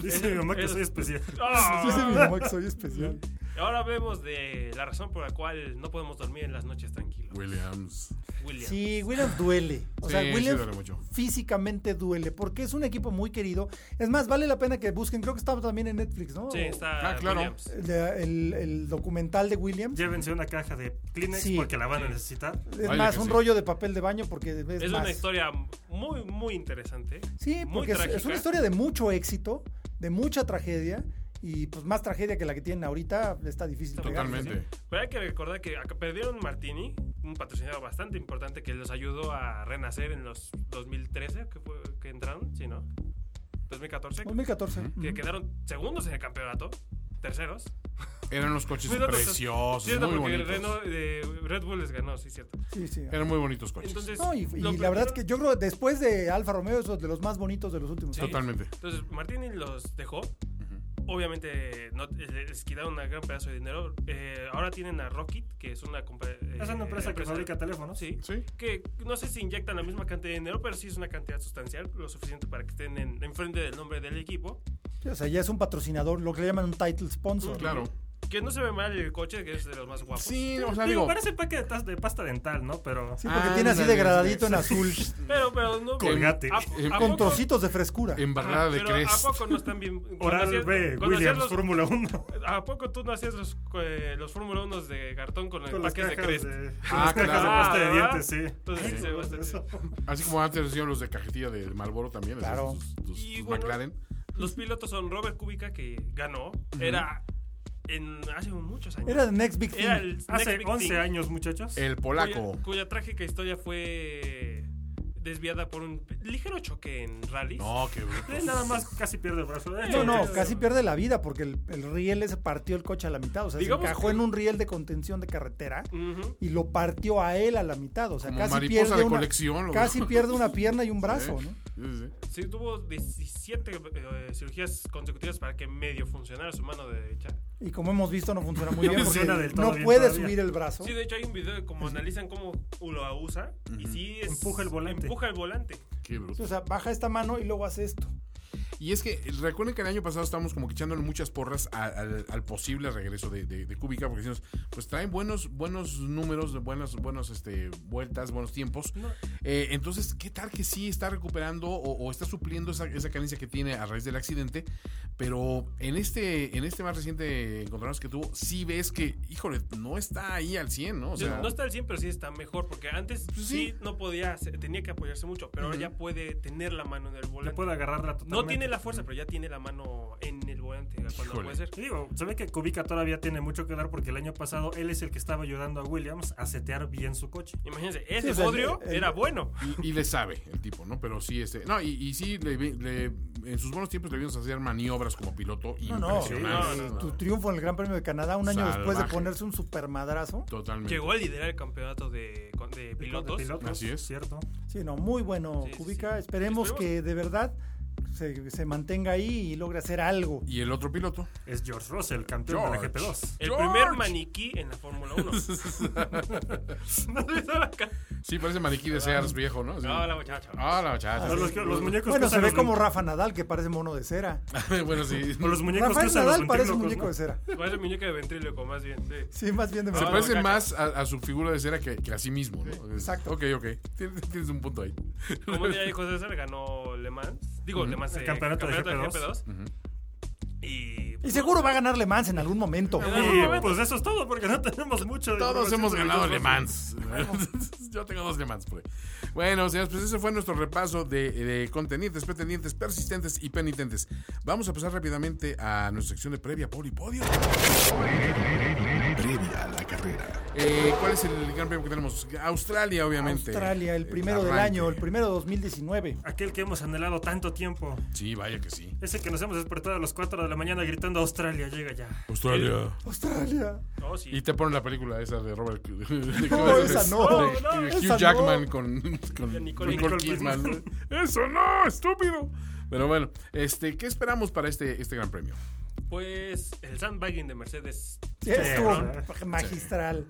Speaker 3: Dice mi mamá que
Speaker 4: es-
Speaker 3: soy especial.
Speaker 4: Ah.
Speaker 1: Sí, sí, mi mamá que soy especial.
Speaker 4: Ahora vemos de la razón por la cual no podemos dormir en las noches tranquilos.
Speaker 2: Williams.
Speaker 4: William.
Speaker 1: Sí, Williams duele. O sea,
Speaker 2: Sí, sí
Speaker 1: Williams
Speaker 2: duele mucho.
Speaker 1: físicamente duele porque es un equipo muy querido. Es más, vale la pena que busquen. Creo que estaba también en Netflix, ¿no?
Speaker 4: Sí, está
Speaker 2: Ah, claro.
Speaker 4: Williams.
Speaker 1: De- el, el documental de Williams.
Speaker 3: Llévense una caja de Kleenex
Speaker 1: Sí.
Speaker 3: porque la van a necesitar.
Speaker 1: Es
Speaker 2: Vaya
Speaker 1: más,
Speaker 2: que
Speaker 1: un
Speaker 2: sí.
Speaker 1: rollo de papel de baño porque es,
Speaker 4: Es
Speaker 1: más.
Speaker 4: una historia muy, muy interesante.
Speaker 1: Sí,
Speaker 4: muy
Speaker 1: porque es, es
Speaker 4: trágica.
Speaker 1: una historia de mucho éxito, de mucha tragedia y pues más tragedia que la que tienen ahorita está difícil. pegarle.
Speaker 2: Totalmente.
Speaker 4: Pero hay que recordar que acá perdieron Martini, un patrocinador bastante importante que los ayudó a renacer en los 2013 que, fue, que entraron, ¿sí, no? 2014.
Speaker 1: 2014.
Speaker 4: Que quedaron segundos en el campeonato, terceros.
Speaker 2: Eran unos coches
Speaker 4: Muy datos-
Speaker 2: preciosos,
Speaker 4: Cierto,
Speaker 2: muy
Speaker 4: porque
Speaker 2: bonitos.
Speaker 4: Renault, eh, Red Bull les ganó, sí, cierto.
Speaker 1: Sí, sí.
Speaker 2: Eran muy bonitos
Speaker 3: Pues,
Speaker 2: coches.
Speaker 4: Entonces,
Speaker 1: No, y, y
Speaker 4: lo
Speaker 1: la verdad es
Speaker 4: perdieron-
Speaker 1: que yo creo que después de Alfa Romeo es de los más bonitos de los últimos.
Speaker 4: Sí.
Speaker 1: años.
Speaker 2: Totalmente.
Speaker 4: Entonces, Martini los dejó. Obviamente no, eh, les quitaron un gran pedazo de dinero. Eh, ahora tienen a Rocket, que es una, compa- eh,
Speaker 3: Es una empresa que fabrica teléfonos.
Speaker 4: Sí.
Speaker 2: Sí.
Speaker 4: Que no sé si inyectan la misma cantidad de dinero, pero sí es una cantidad sustancial, lo suficiente para que estén en, enfrente del nombre del equipo.
Speaker 1: Sí, O sea, ya es un patrocinador, lo que le llaman un title sponsor.
Speaker 2: Claro.
Speaker 4: Que no se ve mal el coche, que es de los más guapos.
Speaker 2: Sí,
Speaker 3: Digo,
Speaker 2: o sea, digo.
Speaker 3: parece paquete de, tas- de pasta dental, ¿no? Pero
Speaker 1: Pues, Sí, porque
Speaker 2: Ah,
Speaker 1: tiene así
Speaker 2: ándale,
Speaker 1: degradadito en
Speaker 2: sí.
Speaker 1: azul,
Speaker 4: Pero, pero no.
Speaker 3: Colgate.
Speaker 4: ¿A-
Speaker 2: Em,
Speaker 4: a
Speaker 1: con
Speaker 4: poco- Em,
Speaker 1: trocitos de frescura.
Speaker 2: Embarrada
Speaker 4: Ajá,
Speaker 2: de
Speaker 4: pero
Speaker 2: Cres.
Speaker 4: ¿A poco no están bien? cuando
Speaker 3: Oral
Speaker 4: hacías-
Speaker 3: B,
Speaker 4: cuando hacías
Speaker 3: Williams,
Speaker 4: los-
Speaker 3: Fórmula 1.
Speaker 4: ¿A poco tú no hacías los, eh, los Fórmula 1 de cartón con,
Speaker 3: Con las
Speaker 4: empaques
Speaker 3: cajas
Speaker 4: de
Speaker 3: de,
Speaker 4: Crest?
Speaker 3: con
Speaker 2: Ah,
Speaker 3: las cajas
Speaker 2: claro.
Speaker 3: de pasta de
Speaker 4: Ah,
Speaker 3: dientes, sí.
Speaker 4: Entonces, sí, se ve bastante bien.
Speaker 2: Así como antes hacían los de cajetilla de Marlboro también. hacían
Speaker 1: Claro.
Speaker 2: sus- sus-
Speaker 4: Y
Speaker 2: sus
Speaker 4: bueno,
Speaker 2: McLaren.
Speaker 4: Los pilotos son Robert Kubica, que ganó. Era en, hace muchos años.
Speaker 1: Era The Next Big Thing.
Speaker 4: Era el
Speaker 3: Hace
Speaker 4: Next Big
Speaker 3: 11
Speaker 4: Thing,
Speaker 3: años, muchachos.
Speaker 2: El
Speaker 4: cuya-
Speaker 2: polaco.
Speaker 4: Cuya, trágica historia fue desviada por un ligero choque en rally.
Speaker 2: No, qué bruto.
Speaker 3: Nada más casi pierde el brazo.
Speaker 1: No, no, casi pierde la vida porque el, el riel se partió el coche a la mitad. O sea,
Speaker 4: Digamos
Speaker 1: se encajó
Speaker 4: que-
Speaker 1: en un riel de contención de carretera
Speaker 4: Ujú.
Speaker 1: y lo partió a él a la mitad. O sea,
Speaker 2: Como
Speaker 1: casi
Speaker 2: mariposa
Speaker 1: pierde,
Speaker 2: de
Speaker 1: una,
Speaker 2: colección, lo-
Speaker 1: casi pierde una pierna y un brazo,
Speaker 2: Sí,
Speaker 1: ¿no?
Speaker 2: sí, sí.
Speaker 4: Sí, tuvo 17 eh, cirugías consecutivas para que medio funcionara su mano derecha.
Speaker 1: Y como hemos visto, no funciona muy bien porque
Speaker 3: funciona del todo
Speaker 1: no
Speaker 3: bien
Speaker 1: puede
Speaker 3: todavía.
Speaker 1: subir el brazo.
Speaker 4: Sí, de hecho hay un video de cómo analizan cómo lo usa y sí es-
Speaker 3: Empuja el volante.
Speaker 4: Empuja el volante.
Speaker 2: Qué bruto.
Speaker 1: Sí, o sea, baja esta mano y luego hace esto.
Speaker 2: Y es que recuerden que el año pasado estábamos como que echándole muchas porras a- al, al posible regreso de, de, de Kubica, porque decimos, pues traen buenos, buenos números, de buenas, buenos este, vueltas, buenos tiempos. Eh, entonces, ¿qué tal que sí está recuperando o, o está supliendo esa, esa carencia que tiene a raíz del accidente? Pero en este, en este más reciente encontronazo que tuvo, sí ves que, híjole, no está ahí al 100, ¿no? O sea,
Speaker 4: no está al 100, pero sí está mejor, porque antes
Speaker 2: Pues sí.
Speaker 4: sí. no podía, hacer- tenía que apoyarse mucho, pero ahora ya puede tener la mano en el
Speaker 3: Le
Speaker 4: volante.
Speaker 3: puede agarrarla totalmente.
Speaker 4: No tiene la fuerza, pero ya tiene la mano en el volante cuando
Speaker 2: Híjole.
Speaker 4: puede ser.
Speaker 3: Y digo, se ve que Kubica todavía tiene mucho que dar porque el año pasado él es el que estaba ayudando a Williams a setear bien su coche.
Speaker 4: Imagínense,
Speaker 1: Sí,
Speaker 4: ese
Speaker 1: o sea,
Speaker 4: podrio
Speaker 1: el- el-
Speaker 4: era bueno.
Speaker 2: Y, y le sabe el tipo, ¿no? Pero sí, este. No, y, y sí, le, vi- le- en sus buenos tiempos le vimos hacer maniobras como piloto
Speaker 1: No, no,
Speaker 2: impresionantes.
Speaker 4: no, no, no.
Speaker 1: tu triunfo en el Gran Premio de Canadá un año después de
Speaker 2: Ah. Salvaje.
Speaker 1: ponerse un supermadrazo.
Speaker 2: Totalmente.
Speaker 4: Llegó a liderar el campeonato de, con- de pilotos.
Speaker 2: Así es.
Speaker 3: Cierto.
Speaker 1: Sí, no, muy bueno,
Speaker 4: Sí, sí,
Speaker 1: Kubica.
Speaker 4: sí.
Speaker 1: Esperemos
Speaker 4: Esperemos.
Speaker 1: que de verdad se, se mantenga ahí y logre hacer algo.
Speaker 2: Y el otro piloto.
Speaker 3: Es George Russell, campeón
Speaker 2: George.
Speaker 3: de la GP2.
Speaker 4: El
Speaker 2: George.
Speaker 4: primer maniquí en la Fórmula 1. no le hizo la cara.
Speaker 2: Sí, parece maniquí de Sears viejo, ¿no? Así.
Speaker 4: No, la muchacha.
Speaker 2: Ah, la muchacha.
Speaker 3: No, los, que- los muñecos que
Speaker 1: Bueno, se
Speaker 3: usan
Speaker 1: ve
Speaker 3: los-
Speaker 1: como Rafa Nadal, que parece mono de cera.
Speaker 2: bueno, sí.
Speaker 3: o los muñecos que
Speaker 1: Rafael
Speaker 3: usan
Speaker 1: Nadal
Speaker 3: los
Speaker 1: parece
Speaker 3: ventrílocos,
Speaker 1: muñeco
Speaker 3: ¿no?
Speaker 1: de cera.
Speaker 4: Parece muñeca de ventríloco, más bien. sí.
Speaker 1: Sí, más bien de
Speaker 2: Se
Speaker 4: Ah,
Speaker 1: verdad.
Speaker 2: parece
Speaker 4: la muchacha.
Speaker 2: más a, a su figura de cera que, que a sí mismo, ¿no?
Speaker 1: exacto.
Speaker 2: Ok, ok. Tienes, tienes un punto ahí.
Speaker 4: Como ya dijo César, ganó Le Mans. Digo,
Speaker 2: Ujú.
Speaker 4: Le Mans.
Speaker 3: El
Speaker 4: eh,
Speaker 3: campeonato de
Speaker 4: GP2. Y.
Speaker 1: Y seguro va a ganar Le Mans en algún momento.
Speaker 4: En algún
Speaker 3: Y
Speaker 4: momento.
Speaker 3: pues eso es todo, porque no tenemos mucho. de
Speaker 2: Todos
Speaker 3: información
Speaker 2: hemos
Speaker 3: sobre
Speaker 2: ganado
Speaker 3: George
Speaker 2: Le
Speaker 3: Russell.
Speaker 2: Mans. Yo tengo dos Le Mans por ahí. Bueno, señores, pues ese fue nuestro repaso de, de contenientes, pretendientes, persistentes y penitentes. Vamos a pasar rápidamente a nuestra sección de previa, poli, podio.
Speaker 5: Previa a la carrera.
Speaker 2: Eh, ¿Cuál es el gran premio que tenemos? Australia, obviamente. Eh,
Speaker 1: Australia, el primero del
Speaker 2: arranque.
Speaker 1: año, el primero de 2019.
Speaker 3: Aquel que hemos anhelado tanto tiempo.
Speaker 2: Sí, vaya que sí.
Speaker 3: Ese que nos hemos despertado a las 4 de la mañana gritando Australia, llega ya.
Speaker 2: Australia.
Speaker 1: Australia.
Speaker 4: No, sí.
Speaker 2: Y te ponen la película esa de Robert. de-
Speaker 1: No, esa no.
Speaker 2: de-
Speaker 1: No,
Speaker 2: de
Speaker 1: no,
Speaker 2: Hugh
Speaker 1: esa
Speaker 2: Jackman
Speaker 1: no.
Speaker 2: con, con
Speaker 4: De
Speaker 2: Nicole,
Speaker 4: Nicole-
Speaker 3: Nicole
Speaker 2: Kidman.
Speaker 3: Kidman.
Speaker 2: Eso no, estúpido. Pero bueno, este, ¿qué esperamos para este, este gran premio?
Speaker 4: Pues el sandbagging de Mercedes.
Speaker 1: Sí,
Speaker 3: ¿verdad?
Speaker 1: estuvo magistral.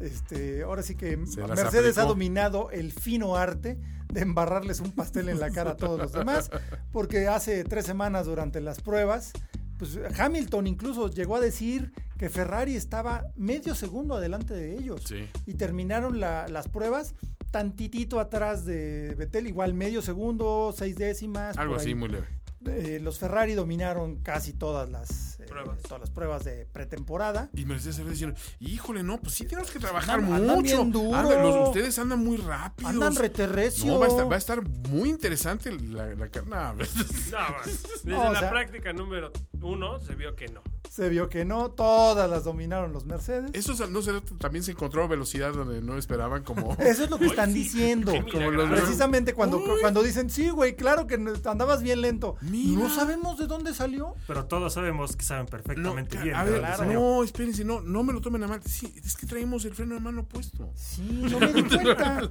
Speaker 1: Este, ahora sí que
Speaker 2: Se las
Speaker 1: Mercedes ha
Speaker 2: aplicó.
Speaker 1: dominado el fino arte de embarrarles un pastel en la cara a todos los demás, porque hace tres semanas durante las pruebas, pues Hamilton incluso llegó a decir que Ferrari estaba medio segundo adelante de ellos
Speaker 2: Sí.
Speaker 1: y terminaron la- las pruebas tantitito atrás de Betel, igual medio segundo, seis décimas.
Speaker 2: Algo
Speaker 1: por
Speaker 2: así
Speaker 1: ahí.
Speaker 2: muy leve.
Speaker 1: Eh, los Ferrari dominaron casi todas las eh,
Speaker 4: Pruebas.
Speaker 1: todas las pruebas de pretemporada.
Speaker 2: Y Mercedes se ve diciendo, híjole, no, pues sí tenemos que trabajar
Speaker 1: Andan-
Speaker 2: mucho.
Speaker 1: andan bien duro.
Speaker 2: Andan- los- ustedes andan muy rápidos.
Speaker 1: Andan reterrecio.
Speaker 2: No, va a, estar, va a estar muy interesante la, la carna.
Speaker 4: Nada más. Desde
Speaker 1: No, o
Speaker 4: la
Speaker 1: sea-
Speaker 4: práctica número uno se vio que no.
Speaker 1: Se vio que no, todas las dominaron los Mercedes.
Speaker 2: Eso se- no se, también se encontró velocidad donde no esperaban como...
Speaker 1: Eso es lo que
Speaker 4: Ay,
Speaker 1: están
Speaker 4: sí,
Speaker 1: diciendo.
Speaker 4: qué milagro.
Speaker 2: Como los-
Speaker 1: Precisamente cuando,
Speaker 2: Uy.
Speaker 1: cuando dicen, sí, güey, claro que no- andabas bien lento.
Speaker 2: Mira.
Speaker 1: No sabemos de dónde salió.
Speaker 3: Pero todos sabemos que saben
Speaker 2: No,
Speaker 3: perfectamente
Speaker 2: ca-
Speaker 3: bien.
Speaker 2: a ver,
Speaker 3: ¿verdad, señor?
Speaker 2: no, espérense, no, no me lo tomen a mal. Sí, es que traemos el freno de mano puesto.
Speaker 1: Sí, no me di cuenta.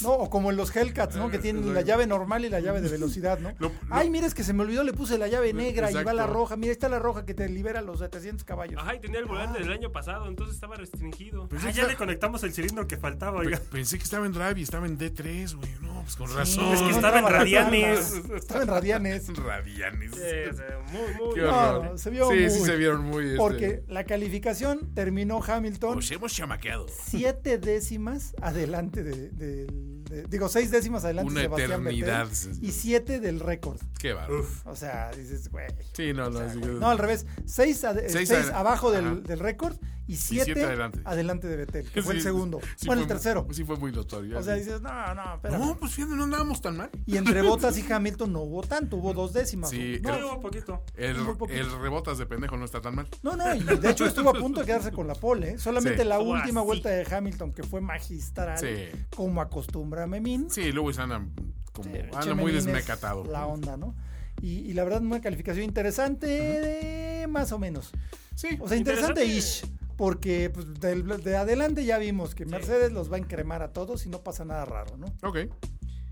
Speaker 1: No, o como en los Hellcats, ¿no? Que tienen la llave normal y la llave de velocidad, ¿no?
Speaker 2: Lo- lo-
Speaker 1: Ay, mira, es que se me olvidó, le puse la llave negra y va la
Speaker 2: Exacto.
Speaker 1: roja. Mira, está la roja que te libera los 700 caballos.
Speaker 4: Ajá, y tenía el volante del año pasado, entonces estaba restringido.
Speaker 3: Ah, ya le conectamos el cilindro que faltaba, oiga.
Speaker 2: Pe- Pensé que estaba en drive y estaba en D3, güey. No, pues con razón.
Speaker 3: es que
Speaker 1: No,
Speaker 3: estaba en
Speaker 1: la-
Speaker 3: radianes.
Speaker 1: Estaba en radianes.
Speaker 2: Este. Radianes.
Speaker 4: Sí, o sea, muy, muy.
Speaker 2: Qué
Speaker 1: No,
Speaker 2: horror.
Speaker 1: no, se vio
Speaker 2: sí,
Speaker 1: muy-
Speaker 2: sí se vieron muy... este,
Speaker 1: Porque la calificación terminó Hamilton
Speaker 2: Nos hemos chamaqueado.
Speaker 1: siete décimas adelante de, de- de- digo seis décimas adelante
Speaker 2: Una
Speaker 1: de Sebastián
Speaker 2: eternidad.
Speaker 1: Vettel y siete del récord.
Speaker 2: Qué bárbaro.
Speaker 3: Uf.
Speaker 1: O sea, dices, güey.
Speaker 2: Sí, no, no. sí,
Speaker 1: No, al revés. Seis, ade- eh,
Speaker 2: Seis
Speaker 1: seis
Speaker 2: ade-
Speaker 1: abajo
Speaker 2: ajá.
Speaker 1: del, del récord y siete,
Speaker 2: siete adelante.
Speaker 1: de Betel, que fue el
Speaker 2: sí,
Speaker 1: segundo.
Speaker 2: sí
Speaker 1: bueno, el
Speaker 2: fue-
Speaker 1: tercero.
Speaker 2: Sí, fue muy notorio.
Speaker 1: O sea, dices, no, no, espérame.
Speaker 2: no, pues fíjate, no andábamos tan mal.
Speaker 1: Y entre Botas y Hamilton no hubo tanto, hubo dos décimas.
Speaker 2: Sí,
Speaker 3: No,
Speaker 2: el-
Speaker 3: un poquito.
Speaker 2: el,
Speaker 1: muy poquito.
Speaker 2: el rebotas de pendejo no está tan mal.
Speaker 1: No, no, y de hecho estuvo a punto de quedarse con la pole. ¿eh? Solamente
Speaker 2: Sí.
Speaker 1: la
Speaker 4: Estuvo
Speaker 1: última
Speaker 4: así.
Speaker 1: vuelta de Hamilton, que fue magistral,
Speaker 2: Sí.
Speaker 1: como acostumbra Memín.
Speaker 2: Sí, Lewis anda como
Speaker 1: Eh,
Speaker 2: anda muy
Speaker 1: Memín es
Speaker 2: desmecatado.
Speaker 1: La onda, ¿no? Y, y la verdad, una calificación interesante, de más o menos.
Speaker 2: Sí.
Speaker 1: O sea, interesante ish. Porque pues, del- de, adelante ya vimos que Mercedes los va a encremar a todos y no pasa nada raro, ¿no?
Speaker 2: Ok.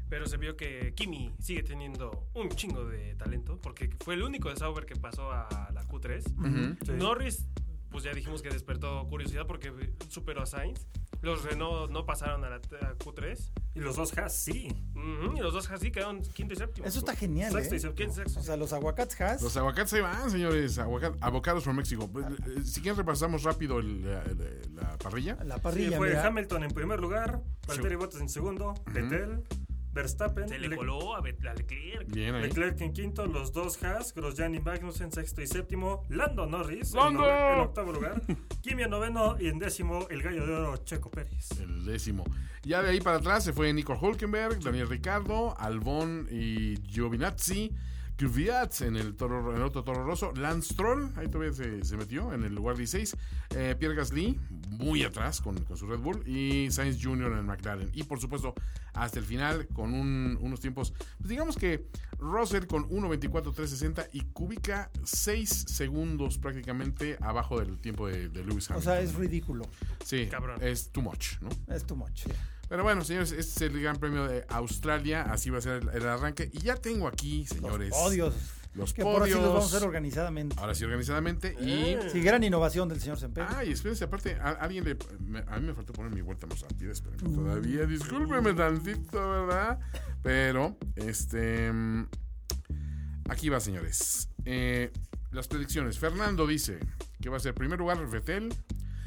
Speaker 4: Pero se vio que Kimi sigue teniendo un chingo de talento, porque fue el único de Sauber que pasó a la Q3.
Speaker 2: Ujú.
Speaker 3: Sí.
Speaker 4: Norris, pues ya dijimos que despertó curiosidad porque superó a Sainz. Los Renault no pasaron a la a Q3.
Speaker 3: Y los dos Haas, sí.
Speaker 4: Ujú, y los dos así quedaron quinto y séptimo.
Speaker 1: Eso está genial,
Speaker 3: Sexto y
Speaker 1: ¿eh?
Speaker 4: ¿Quién
Speaker 3: séptimo.
Speaker 4: es sexto?
Speaker 1: O sea, los aguacates Haas.
Speaker 2: Los aguacates se van, señores. Aguaca- Avocados por México. Pues, eh, Si quieren, repasamos rápido el- la- el- la parrilla.
Speaker 1: La
Speaker 3: Sí,
Speaker 1: parrilla,
Speaker 3: fue
Speaker 1: mira.
Speaker 3: Hamilton en primer lugar, Valtteri Bottas en segundo, Vettel, Verstappen,
Speaker 4: Se le
Speaker 3: Le-
Speaker 4: coló a Bet- a Leclerc.
Speaker 2: Bien ahí.
Speaker 3: Leclerc en quinto, los dos Haas, Grosjean y Magnussen sexto y séptimo, Lando Norris en
Speaker 2: ¡Lando!
Speaker 3: nove- en, octavo lugar, Kimi en noveno y en décimo el gallo de oro Checo Pérez.
Speaker 2: El décimo. Ya de ahí para atrás se fue Nico Hulkenberg, Daniel Ricardo, Albón y Giovinazzi. Kvyat en el, toro, en el otro toro rosso. Lance Troll, ahí todavía se, se metió en el lugar 16. Eh, Pierre Gasly, muy atrás con, con su Red Bull. Y Sainz Jr. en McLaren. Y por supuesto, hasta el final, con un- unos tiempos. pues, digamos que Russell con 1.24.360 y Kubica 6 segundos prácticamente abajo del tiempo de, de Lewis Hamilton.
Speaker 1: O sea, es ridículo.
Speaker 2: sí,
Speaker 4: Cabrón.
Speaker 2: es too much, ¿no?
Speaker 1: Es too much.
Speaker 2: Pero bueno, señores, este es el Gran Premio de Australia. Así va a ser el, el arranque. Y ya tengo aquí, señores.
Speaker 1: Los odios.
Speaker 2: Los
Speaker 1: que por así los
Speaker 2: podios. Ah.
Speaker 1: vamos a hacer organizadamente.
Speaker 2: Ahora sí, organizadamente. Y.
Speaker 1: Sí, Ah. gran innovación del señor Semper.
Speaker 2: Ay, espérense, aparte, a, alguien le. me- a mí me faltó poner mi vuelta más antes, espérenme
Speaker 1: Mm.
Speaker 2: todavía. Discúlpeme tantito, ¿verdad? Pero, este. mm, Aquí va, señores. Eh, las predicciones. Fernando dice que va a ser primer lugar Vettel,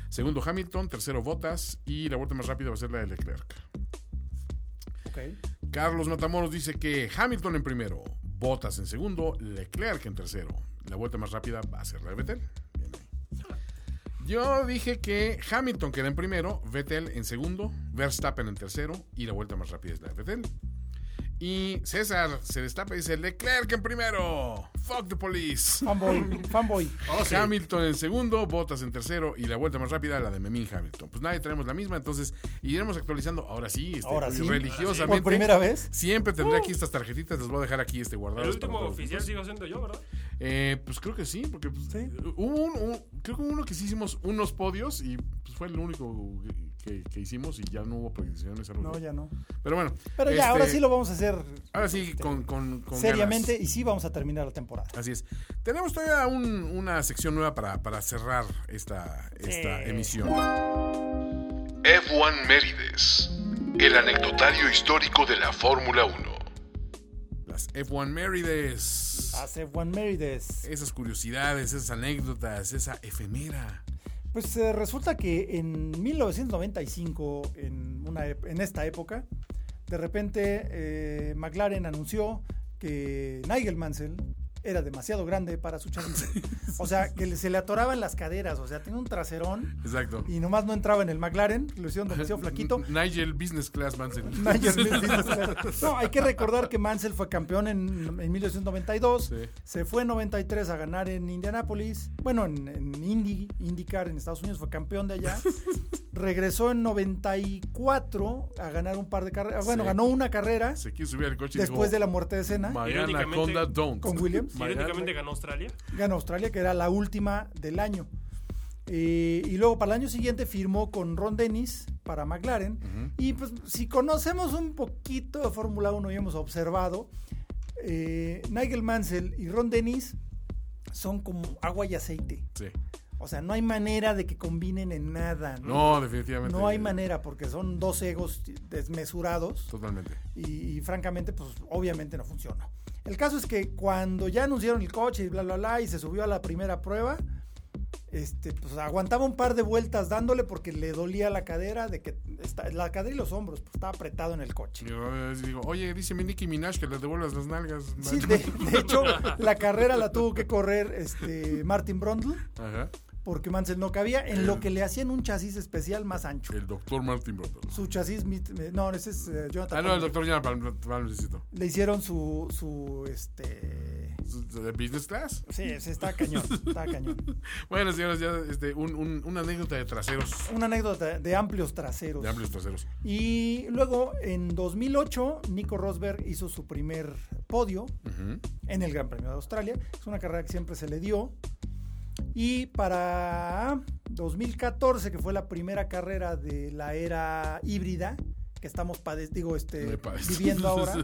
Speaker 2: segundo Hamilton, tercero Bottas y la vuelta más rápida va a ser la de Leclerc.
Speaker 1: Ok.
Speaker 2: Carlos Matamoros dice que Hamilton en primero, Bottas en segundo, Leclerc en tercero. La vuelta más rápida va a ser la de Vettel. Bien ahí. Yo dije que Hamilton queda en primero, Vettel en segundo, Verstappen en tercero y la vuelta más rápida es la de Vettel. Y César se destapa y dice Leclerc en primero. Fuck the police.
Speaker 1: Fanboy, fanboy.
Speaker 2: Hamilton en segundo, Bottas en tercero y la vuelta más rápida la de Memín Hamilton. Pues nadie tenemos la misma, entonces iremos actualizando ahora sí, este,
Speaker 1: Ahora sí.
Speaker 2: religiosamente.
Speaker 1: Por primera vez.
Speaker 2: Siempre tendré
Speaker 1: Uh.
Speaker 2: aquí estas tarjetitas, las voy a dejar aquí este guardado.
Speaker 4: El último oficial sigo siendo yo, ¿verdad?
Speaker 2: Eh, pues creo que sí, porque pues, hubo un- un- creo que hubo uno que sí hicimos unos podios y pues, fue el único que, que hicimos y ya no hubo predicciones. algo
Speaker 1: No,
Speaker 2: así.
Speaker 1: ya no.
Speaker 2: Pero bueno.
Speaker 1: Pero ya,
Speaker 2: este,
Speaker 1: ahora sí lo vamos a hacer
Speaker 2: Ahora sí, con, con- con
Speaker 1: seriamente
Speaker 2: ganas.
Speaker 1: y sí vamos a terminar la temporada.
Speaker 2: Así es. Tenemos todavía un- una sección nueva para, para cerrar esta, esta emisión.
Speaker 6: F1 Mérides, el anecdotario histórico de la Fórmula 1.
Speaker 2: Las F1 Mérides.
Speaker 1: Hace Juan Mérides.
Speaker 2: Esas curiosidades, esas anécdotas, esa efemera.
Speaker 1: Pues eh, resulta que en 1995, en, una, ep- en esta época, de repente eh, McLaren anunció que Nigel Mansell era demasiado grande para su chasis. O sea, que le- se le atoraban las caderas, o sea, tenía un traserón
Speaker 2: Exacto.
Speaker 1: y nomás no entraba en el McLaren, lo hicieron demasiado flaquito.
Speaker 2: N- Nigel Business Class Mansell.
Speaker 1: Nigel Business Class. No, hay que recordar que Mansell fue campeón en, en 1992.
Speaker 2: Sí.
Speaker 1: Se fue en 93 a ganar en Indianápolis. Bueno, en, en Indy, IndyCar en Estados Unidos fue campeón de allá. Regresó en 94 a ganar un par de carreras. Bueno,
Speaker 2: Sí.
Speaker 1: ganó una carrera
Speaker 2: Se quiso subir al coche
Speaker 1: después
Speaker 2: y
Speaker 1: de
Speaker 2: dijo,
Speaker 1: la muerte de Senna.
Speaker 2: Mariana
Speaker 4: Irónicamente,
Speaker 2: Conda Don't.
Speaker 1: con Williams.
Speaker 2: Mariana-
Speaker 4: Irónicamente ganó Australia.
Speaker 1: Gana Australia, que era la última del año. Eh, y luego para el año siguiente firmó con Ron Dennis para McLaren. Y pues si conocemos un poquito de Fórmula 1 y hemos observado, eh, Nigel Mansell y Ron Dennis son como agua y aceite.
Speaker 2: Sí.
Speaker 1: O sea, no hay manera de que combinen en nada. No,
Speaker 2: No, definitivamente.
Speaker 1: No hay manera porque son dos egos desmesurados
Speaker 2: Totalmente.
Speaker 1: y, y francamente, pues obviamente no funciona. El caso es que cuando ya anunciaron el coche y bla, bla, bla, y se subió a la primera prueba, este, pues aguantaba un par de vueltas dándole porque le dolía la cadera, de que está- la cadera y los hombros, pues estaba apretado en el coche.
Speaker 2: Yo eh, digo, oye, dice mi Nicki Minaj que le devuelvas las nalgas.
Speaker 1: Sí, de, de hecho, la carrera la tuvo que correr este, Martin Brundle
Speaker 2: Ajá.
Speaker 1: porque Mansell no cabía en lo que le hacían un chasis especial más ancho.
Speaker 2: El doctor Martin Brothers.
Speaker 1: Su chasis, mit- no, ese es eh, Jonathan.
Speaker 2: Ah, no, el
Speaker 1: Palmer.
Speaker 2: doctor ya Palmecito.
Speaker 1: Le hicieron su, su, este...
Speaker 2: ¿De business class?
Speaker 1: Sí, sí, está cañón, está cañón.
Speaker 2: Bueno, señores, ya este, un, un- una anécdota de traseros.
Speaker 1: Una anécdota de amplios traseros.
Speaker 2: De amplios traseros.
Speaker 1: Y luego, en 2008, Nico Rosberg hizo su primer podio
Speaker 2: Ujú.
Speaker 1: en el Gran Premio de Australia. Es una carrera que siempre se le dio. Y para 2014, que fue la primera carrera de la era híbrida que estamos pade- digo, este,
Speaker 2: Me parece.
Speaker 1: viviendo ahora,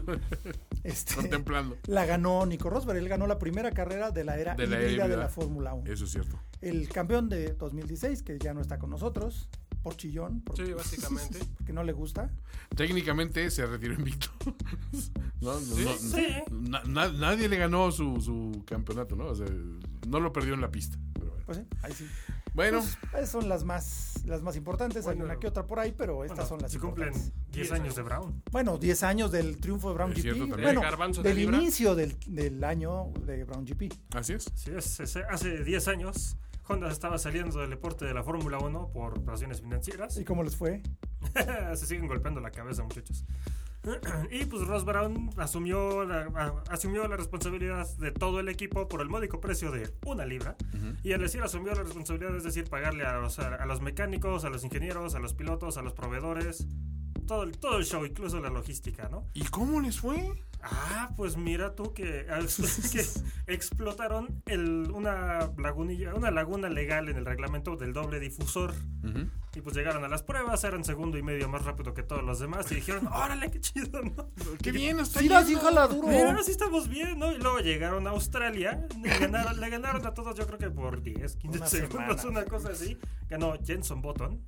Speaker 1: este,
Speaker 2: Contemplando.
Speaker 1: la ganó Nico Rosberg. Él ganó la primera carrera de la era
Speaker 2: De la
Speaker 1: híbrida, de
Speaker 2: híbrida.
Speaker 1: la Fórmula 1.
Speaker 2: Eso es cierto.
Speaker 1: El campeón de 2016, que ya no está con nosotros, por chillón, por- pues,
Speaker 4: Sí, básicamente.
Speaker 1: porque no le gusta.
Speaker 2: Técnicamente se retiró invicto. No, no, no,
Speaker 3: Sí.
Speaker 2: na- na- nadie le ganó su, su campeonato, ¿no? O sea, no lo perdió en la pista. pero bueno.
Speaker 1: Pues sí, ahí sí.
Speaker 2: bueno,
Speaker 1: Pues, esas son las más, las más importantes. Hay
Speaker 4: Bueno,
Speaker 1: una que otra por ahí, pero estas
Speaker 3: Bueno,
Speaker 1: son las
Speaker 3: si cumplen
Speaker 1: importantes.
Speaker 3: 10
Speaker 4: Diez
Speaker 3: años de Brown.
Speaker 1: Bueno, 10 años del triunfo de Brown
Speaker 2: Es cierto
Speaker 1: GP.
Speaker 2: también.
Speaker 1: Bueno,
Speaker 4: El garbanzo de
Speaker 1: del
Speaker 4: libra.
Speaker 1: inicio del, del año de Brown GP.
Speaker 2: así es.
Speaker 3: Sí, es- es- hace 10 años Honda estaba saliendo del deporte de la Fórmula 1 por razones financieras.
Speaker 1: ¿Y cómo les fue?
Speaker 3: Se siguen golpeando la cabeza, muchachos. Y pues Ross Brown asumió la, a- asumió la responsabilidad de todo el equipo por el módico precio de una libra. Y al decir asumió la responsabilidad, es decir, pagarle a los, a, los mecánicos, a los ingenieros, a los pilotos, a los proveedores, todo el, todo el show, incluso la logística, ¿no?
Speaker 2: ¿Y cómo les fue?
Speaker 3: Ah, pues mira tú que, pues que explotaron el, una lagunilla, una laguna legal en el reglamento del doble difusor.
Speaker 2: Ujú.
Speaker 3: Y pues llegaron a las pruebas, eran segundo y medio más rápido que todos los demás y dijeron, órale, qué chido, ¿no?
Speaker 2: Qué bien, hasta
Speaker 1: Sí, la sí, jala duro.
Speaker 3: Pero ahora sí estamos bien, ¿no? Y luego llegaron a Australia, le ganaron, le ganaron a todos yo creo que por 10, 15
Speaker 1: Una
Speaker 3: segundos,
Speaker 1: semana.
Speaker 3: una cosa así. Ganó Jenson Button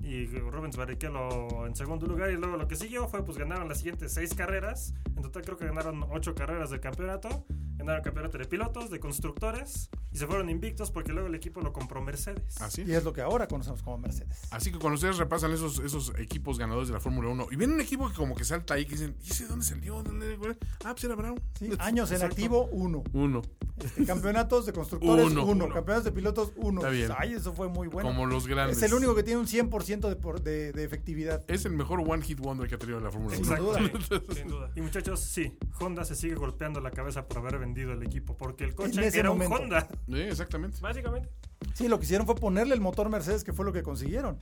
Speaker 3: y Rubens Barrichello en segundo lugar y luego lo que siguió fue pues ganaron las siguientes seis carreras. En total creo que ganaron ocho carreras del campeonato. Ganaron el campeonato de pilotos, de constructores y se fueron invictos porque luego el equipo lo compró Mercedes.
Speaker 2: Así es.
Speaker 1: Y es lo que ahora conocemos como Mercedes.
Speaker 2: Así que cuando ustedes repasan esos, esos equipos ganadores de la Fórmula 1 y ven un equipo que como que salta ahí, que dicen, ¿y ese dónde salió? ¿Dónde? güey? Ah, pues era Brown.
Speaker 1: Sí, años en
Speaker 2: Exacto.
Speaker 1: activo, uno.
Speaker 2: Uno.
Speaker 1: Este, campeonatos de constructores, uno.
Speaker 2: Uno, uno.
Speaker 1: Campeonatos de pilotos, uno.
Speaker 2: Está bien.
Speaker 1: Ay, eso fue muy bueno.
Speaker 2: como los grandes.
Speaker 1: es el único que tiene un 100% de, por- de, de efectividad.
Speaker 2: Es el mejor One Hit Wonder que ha tenido la Fórmula 1.
Speaker 1: Sin duda.
Speaker 4: Sin duda.
Speaker 3: Y muchachos, sí, Honda se sigue golpeando la cabeza por haber vendido el equipo, porque el coche
Speaker 1: En ese
Speaker 3: era
Speaker 1: momento.
Speaker 3: un Honda.
Speaker 2: Eh, exactamente.
Speaker 4: Básicamente.
Speaker 1: Sí, lo que hicieron fue ponerle el motor Mercedes, que fue lo que consiguieron.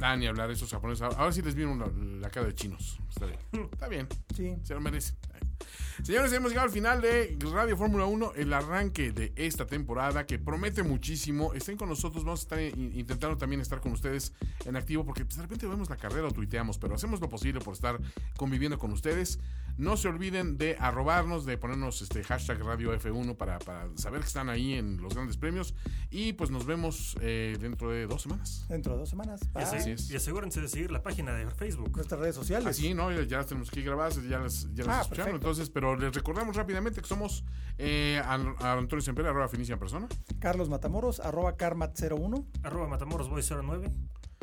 Speaker 2: Ah, ni hablar esos japoneses. Ahora ahora sí les vieron la, la cara de chinos. Está bien. Está bien.
Speaker 1: Sí.
Speaker 2: Se lo merecen. Señores, hemos llegado al final de Radio Fórmula 1, el arranque de esta temporada que promete muchísimo. Estén con nosotros, vamos a estar in- intentando también estar con ustedes en activo porque pues, de repente vemos la carrera o tuiteamos, pero hacemos lo posible por estar conviviendo con ustedes. No se olviden de arrobarnos, de ponernos este hashtag Radio F1 para, para saber que están ahí en los grandes premios. Y pues nos vemos eh, dentro de dos semanas.
Speaker 1: Dentro de dos semanas.
Speaker 3: Y,
Speaker 1: Bye.
Speaker 3: asegu-
Speaker 2: Así es.
Speaker 3: y asegúrense de seguir la página de Facebook.
Speaker 1: Nuestras redes sociales.
Speaker 2: Así, Pues ¿no? Ya las tenemos que grabar, ya las, ya las
Speaker 1: Ah,
Speaker 2: escucharon.
Speaker 1: perfecto.
Speaker 2: Entonces, pero les recordamos rápidamente que somos eh, a, a Antonio Semper, arroba finicia en persona.
Speaker 1: Carlos Matamoros, arroba carmat01.
Speaker 3: Arroba MatamorosBoy09.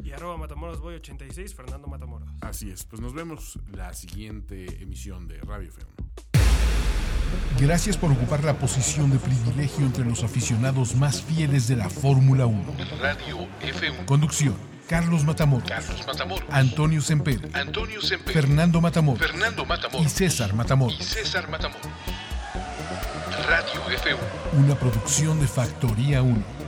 Speaker 4: Y arroba Matamoros Boy 86, Fernando Matamoros.
Speaker 2: Así es. Pues nos vemos la siguiente emisión de Radio F1.
Speaker 5: Gracias por ocupar la posición de privilegio entre los aficionados más fieles de la Fórmula 1.
Speaker 6: Radio F1.
Speaker 5: Conducción: Carlos Matamoros,
Speaker 6: Carlos Matamoros.
Speaker 5: Antonio Semper,
Speaker 6: Antonio Semper.
Speaker 5: Fernando Matamoros
Speaker 6: Fernando
Speaker 5: y
Speaker 6: Matamoros.
Speaker 5: César
Speaker 6: Y
Speaker 5: Matamoros.
Speaker 6: César Matamoros. Radio F1.
Speaker 5: Una producción de Factoría 1.